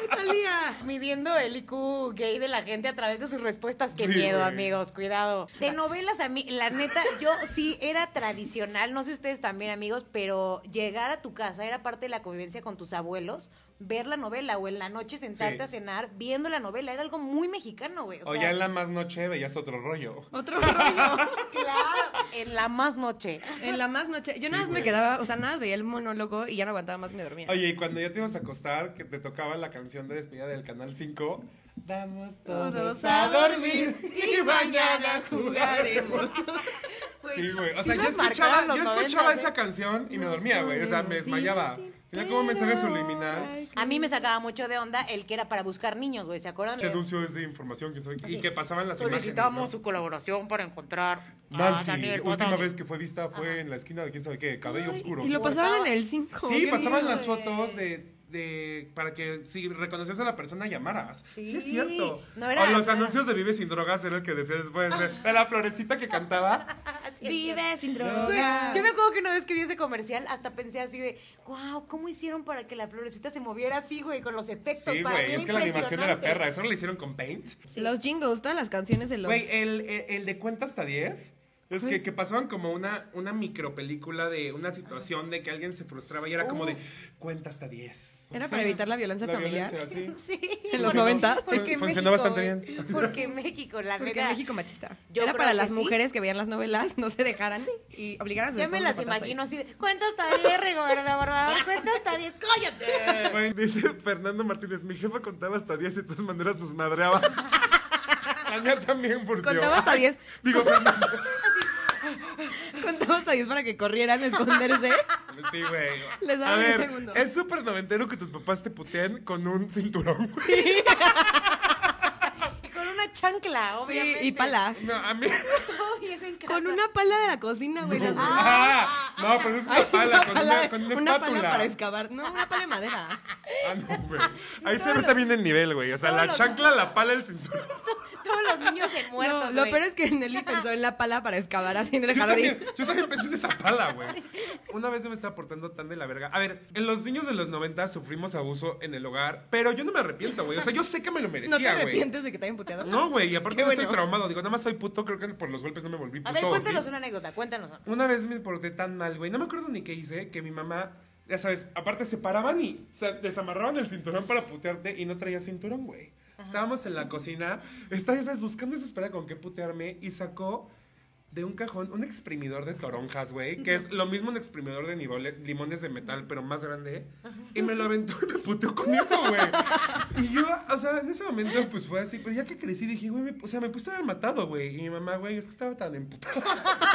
[SPEAKER 2] Sí, Talía.
[SPEAKER 3] Midiendo el IQ gay de la gente a través de sus respuestas. Qué
[SPEAKER 1] Sí,
[SPEAKER 3] miedo,
[SPEAKER 1] güey.
[SPEAKER 3] amigos, cuidado. De novelas, a mí, la neta, yo sí era tradicional, no sé ustedes también, amigos, pero llegar a tu casa era parte de la convivencia con tus abuelos ver la novela o en la noche sentarte
[SPEAKER 1] Sí.
[SPEAKER 3] a cenar viendo la novela. Era algo muy mexicano, güey.
[SPEAKER 1] O
[SPEAKER 3] sea,
[SPEAKER 1] ya en la más noche veías otro rollo.
[SPEAKER 2] Otro rollo.
[SPEAKER 3] Claro, en la más noche.
[SPEAKER 2] En la más noche. Yo nada más
[SPEAKER 1] güey.
[SPEAKER 2] me quedaba, o sea, nada más veía el monólogo y ya no aguantaba más, me dormía.
[SPEAKER 1] Oye, y cuando ya te ibas a acostar, que te tocaba la canción de despedida del Canal 5, vamos todos
[SPEAKER 2] Todos
[SPEAKER 1] a
[SPEAKER 2] a
[SPEAKER 1] dormir
[SPEAKER 2] dormir
[SPEAKER 1] y mañana jugaremos. Sí, güey. O sea,
[SPEAKER 3] Sí
[SPEAKER 1] yo
[SPEAKER 3] nos marcaban
[SPEAKER 1] escuchaba,
[SPEAKER 3] los ¿eh?
[SPEAKER 1] yo
[SPEAKER 3] 90,
[SPEAKER 1] escuchaba
[SPEAKER 3] güey.
[SPEAKER 1] esa canción y me dormía, güey. O sea, me desmayaba. Tenía como un mensaje subliminal.
[SPEAKER 3] A mí me sacaba mucho de onda el que era para buscar niños, güey. ¿Se acuerdan?
[SPEAKER 1] Te anuncio es de información que soy. Y
[SPEAKER 3] Así.
[SPEAKER 1] que pasaban las imágenes.
[SPEAKER 3] Solicitamos
[SPEAKER 1] ¿no?
[SPEAKER 3] su colaboración para encontrar a
[SPEAKER 1] Nancy,
[SPEAKER 3] Daniel
[SPEAKER 1] última
[SPEAKER 3] Botón.
[SPEAKER 1] vez que fue vista fue en la esquina de quién sabe qué, cabello oscuro.
[SPEAKER 2] Y lo pasaban en el 5.
[SPEAKER 1] Sí, pasaban las
[SPEAKER 3] güey.
[SPEAKER 1] fotos de, de- para que si reconocías a la persona llamaras. Sí,
[SPEAKER 3] Sí.
[SPEAKER 1] es cierto.
[SPEAKER 3] No era-
[SPEAKER 1] o los
[SPEAKER 3] no era.
[SPEAKER 1] anuncios de Vive sin drogas era el que decía después de, de la florecita que cantaba.
[SPEAKER 2] Vive sin
[SPEAKER 3] Güey,
[SPEAKER 2] droga.
[SPEAKER 3] Yo me acuerdo que una vez que vi ese comercial, hasta pensé así de, wow, ¿cómo hicieron para que la florecita se moviera así, güey, con los efectos?
[SPEAKER 1] Sí,
[SPEAKER 3] Para mí
[SPEAKER 1] güey,
[SPEAKER 3] era
[SPEAKER 1] es que la animación era
[SPEAKER 3] impresionante.
[SPEAKER 1] perra, eso no lo hicieron con Paint.
[SPEAKER 2] Los jingles, todas las canciones de los.
[SPEAKER 1] Güey, el, el, el de cuenta hasta 10. Es que, que pasaban como una, una micropelícula de una situación de que alguien se frustraba y era como de cuenta hasta 10.
[SPEAKER 2] Era para evitar la violencia familiar.
[SPEAKER 1] sí.
[SPEAKER 3] Sí.
[SPEAKER 2] En los
[SPEAKER 3] porque-
[SPEAKER 2] 90.
[SPEAKER 3] porque
[SPEAKER 1] Funcionó bastante
[SPEAKER 3] güey,
[SPEAKER 1] bien.
[SPEAKER 3] Porque México, la
[SPEAKER 2] Porque
[SPEAKER 3] neta.
[SPEAKER 2] México machista.
[SPEAKER 3] Yo
[SPEAKER 2] Era
[SPEAKER 3] creo
[SPEAKER 2] para
[SPEAKER 3] que
[SPEAKER 2] las
[SPEAKER 3] sí.
[SPEAKER 2] mujeres que veían las novelas, no se dejaran y obligaran a sus
[SPEAKER 3] Ya me
[SPEAKER 2] esposos a
[SPEAKER 3] las
[SPEAKER 2] contar hasta
[SPEAKER 3] imagino
[SPEAKER 2] diez.
[SPEAKER 3] así de, cuenta hasta 10, Rigoberta, por favor, cuenta hasta 10, cállate.
[SPEAKER 1] Güey, dice Fernando Martínez, mi jefa contaba hasta 10 y de todas maneras nos madreaba. La mía también funcionó.
[SPEAKER 2] Contaba hasta 10.
[SPEAKER 1] Digo, Fernando.
[SPEAKER 2] Contaba hasta 10 para que corrieran a esconderse.
[SPEAKER 1] Sí, güey.
[SPEAKER 2] Les daba
[SPEAKER 1] A
[SPEAKER 2] un
[SPEAKER 1] ver,
[SPEAKER 2] segundo.
[SPEAKER 1] es súper noventero que tus papás te puteen con un cinturón. güey.
[SPEAKER 3] Y con una chancla,
[SPEAKER 2] Sí,
[SPEAKER 3] obviamente.
[SPEAKER 2] y pala.
[SPEAKER 1] No, a mí...
[SPEAKER 3] Todo bien en casa.
[SPEAKER 2] Con una pala de la cocina, güey. las-
[SPEAKER 1] Ah, no, pero es una
[SPEAKER 2] Ay,
[SPEAKER 1] pala, con
[SPEAKER 2] pala
[SPEAKER 1] una,
[SPEAKER 2] de-
[SPEAKER 1] con una
[SPEAKER 2] una
[SPEAKER 1] espátula.
[SPEAKER 2] pala para excavar. No, una pala de madera.
[SPEAKER 1] Ah, no, güey. Ahí se ve también el nivel, güey. O sea, la chancla, la pala, el cinturón.
[SPEAKER 3] Todos los niños se muertos,
[SPEAKER 2] no, lo
[SPEAKER 3] güey.
[SPEAKER 2] peor es que Nelly pensó en la pala para excavar así en el
[SPEAKER 1] Yo
[SPEAKER 2] jardín.
[SPEAKER 1] también, yo también pensé en esa pala, güey. Una vez yo me estaba portando tan de la verga. A ver, en los niños de los 90 sufrimos abuso en el hogar, pero yo no me arrepiento, güey. O sea, yo sé que me lo
[SPEAKER 2] ¿No te
[SPEAKER 1] merecía, güey.
[SPEAKER 2] arrepientes de que te hayan puteado?
[SPEAKER 1] No, güey, y aparte
[SPEAKER 2] Qué
[SPEAKER 1] no estoy
[SPEAKER 2] bueno.
[SPEAKER 1] traumado. Digo, nada más soy puto, creo que por los golpes no me volví puto.
[SPEAKER 3] A ver,
[SPEAKER 1] ¿o
[SPEAKER 3] cuéntanos
[SPEAKER 1] sí?
[SPEAKER 3] una anécdota, cuéntanos. una.
[SPEAKER 1] Una vez me porté tan mal, güey. No me acuerdo ni qué hice, que mi mamá, ya sabes, aparte se paraban y se desamarraban el cinturón para putearte y no traía cinturón, güey. Estábamos en la cocina, estaba, ya sabes, buscando desesperada con qué putearme y sacó de un cajón un exprimidor de toronjas, güey, que es lo mismo un exprimidor de nivole- limones de metal, pero más grande. Y me lo aventó y me puteó con eso, güey. Y yo, o sea, en ese momento, pues fue así. Pero ya que crecí, dije, güey, me- o sea, me puse a haber matado, güey. Y mi mamá, güey, es que estaba tan emputada.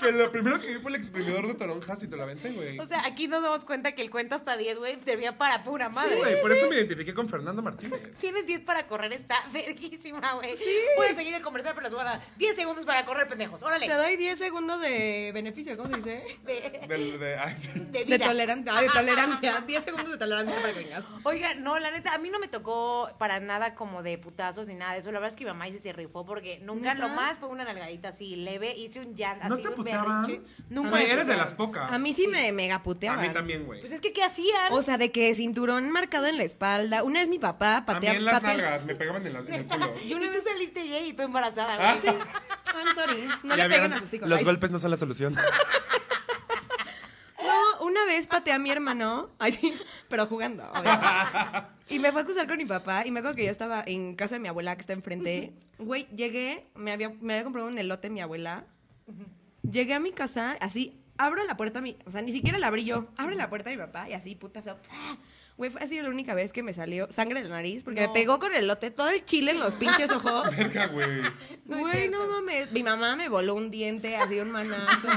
[SPEAKER 1] Que lo primero que vi fue el exprimidor de toronjas y te lo aventé, güey.
[SPEAKER 3] O sea, aquí nos damos cuenta que el cuenta hasta 10, güey, servía para pura madre.
[SPEAKER 1] sí, güey, por eso me identifiqué con Fernando Martínez.
[SPEAKER 3] Tienes 10 para correr, está verguísima, güey. Puedes seguir el comercial, pero les voy a dar 10 segundos para correr, pendejos. Órale.
[SPEAKER 2] Te doy 10 segundos de beneficio, ¿cómo se dice?
[SPEAKER 3] De,
[SPEAKER 1] Del- de- ay, sí.
[SPEAKER 3] de vida.
[SPEAKER 2] De tolerancia, ah, de tolerancia. 10 segundos de tolerancia para que vengas.
[SPEAKER 3] Oiga, no, la neta, a mí no me tocó para nada como de putazos ni nada de eso. La verdad es que mi mamá sí se rifó porque nunca,
[SPEAKER 2] ¿Neta?
[SPEAKER 3] lo más fue una nalgadita así leve, hice un llanto
[SPEAKER 1] ¿No
[SPEAKER 3] así,
[SPEAKER 1] te
[SPEAKER 3] un
[SPEAKER 1] puteaban?
[SPEAKER 3] berrinche.
[SPEAKER 1] Nunca.
[SPEAKER 3] Nunca.
[SPEAKER 1] Güey,
[SPEAKER 3] me
[SPEAKER 1] eres de las
[SPEAKER 3] puteaban.
[SPEAKER 1] pocas.
[SPEAKER 2] A mí sí me mega
[SPEAKER 1] A
[SPEAKER 2] puteaban.
[SPEAKER 1] mí también, güey.
[SPEAKER 3] Pues es que, ¿qué hacían?
[SPEAKER 2] O sea, de que cinturón marcado en la espalda. Una vez mi papá
[SPEAKER 1] A mí
[SPEAKER 2] patea...
[SPEAKER 1] en las
[SPEAKER 2] patea-
[SPEAKER 1] nalgas, me pegaban en, la- en el culo.
[SPEAKER 3] y tú saliste gay y tú embarazada, güey.
[SPEAKER 1] Ah.
[SPEAKER 2] I'm sorry. No
[SPEAKER 1] Ya
[SPEAKER 2] le peguen
[SPEAKER 1] vieron,
[SPEAKER 2] a sus hijos.
[SPEAKER 1] Los
[SPEAKER 2] Ay,
[SPEAKER 1] golpes no son la solución.
[SPEAKER 2] No, una vez pateé a mi hermano, ay, sí, pero jugando. obvio. Y me fue a acusar con mi papá y me acuerdo que yo estaba en casa de mi abuela que está enfrente. Güey, llegué, me había, me había comprado un elote mi abuela. Llegué a mi casa, así, abro la puerta a mi, o sea, ni siquiera la abrí yo. Abro la puerta a mi papá y así, puta, so- ¡ah! Güey, fue así la única vez que me salió sangre de la nariz porque me pegó con el elote todo el chile en los pinches ojos.
[SPEAKER 1] Verga, güey.
[SPEAKER 2] Güey, no mames. Mi mamá me voló un diente, así un manazo.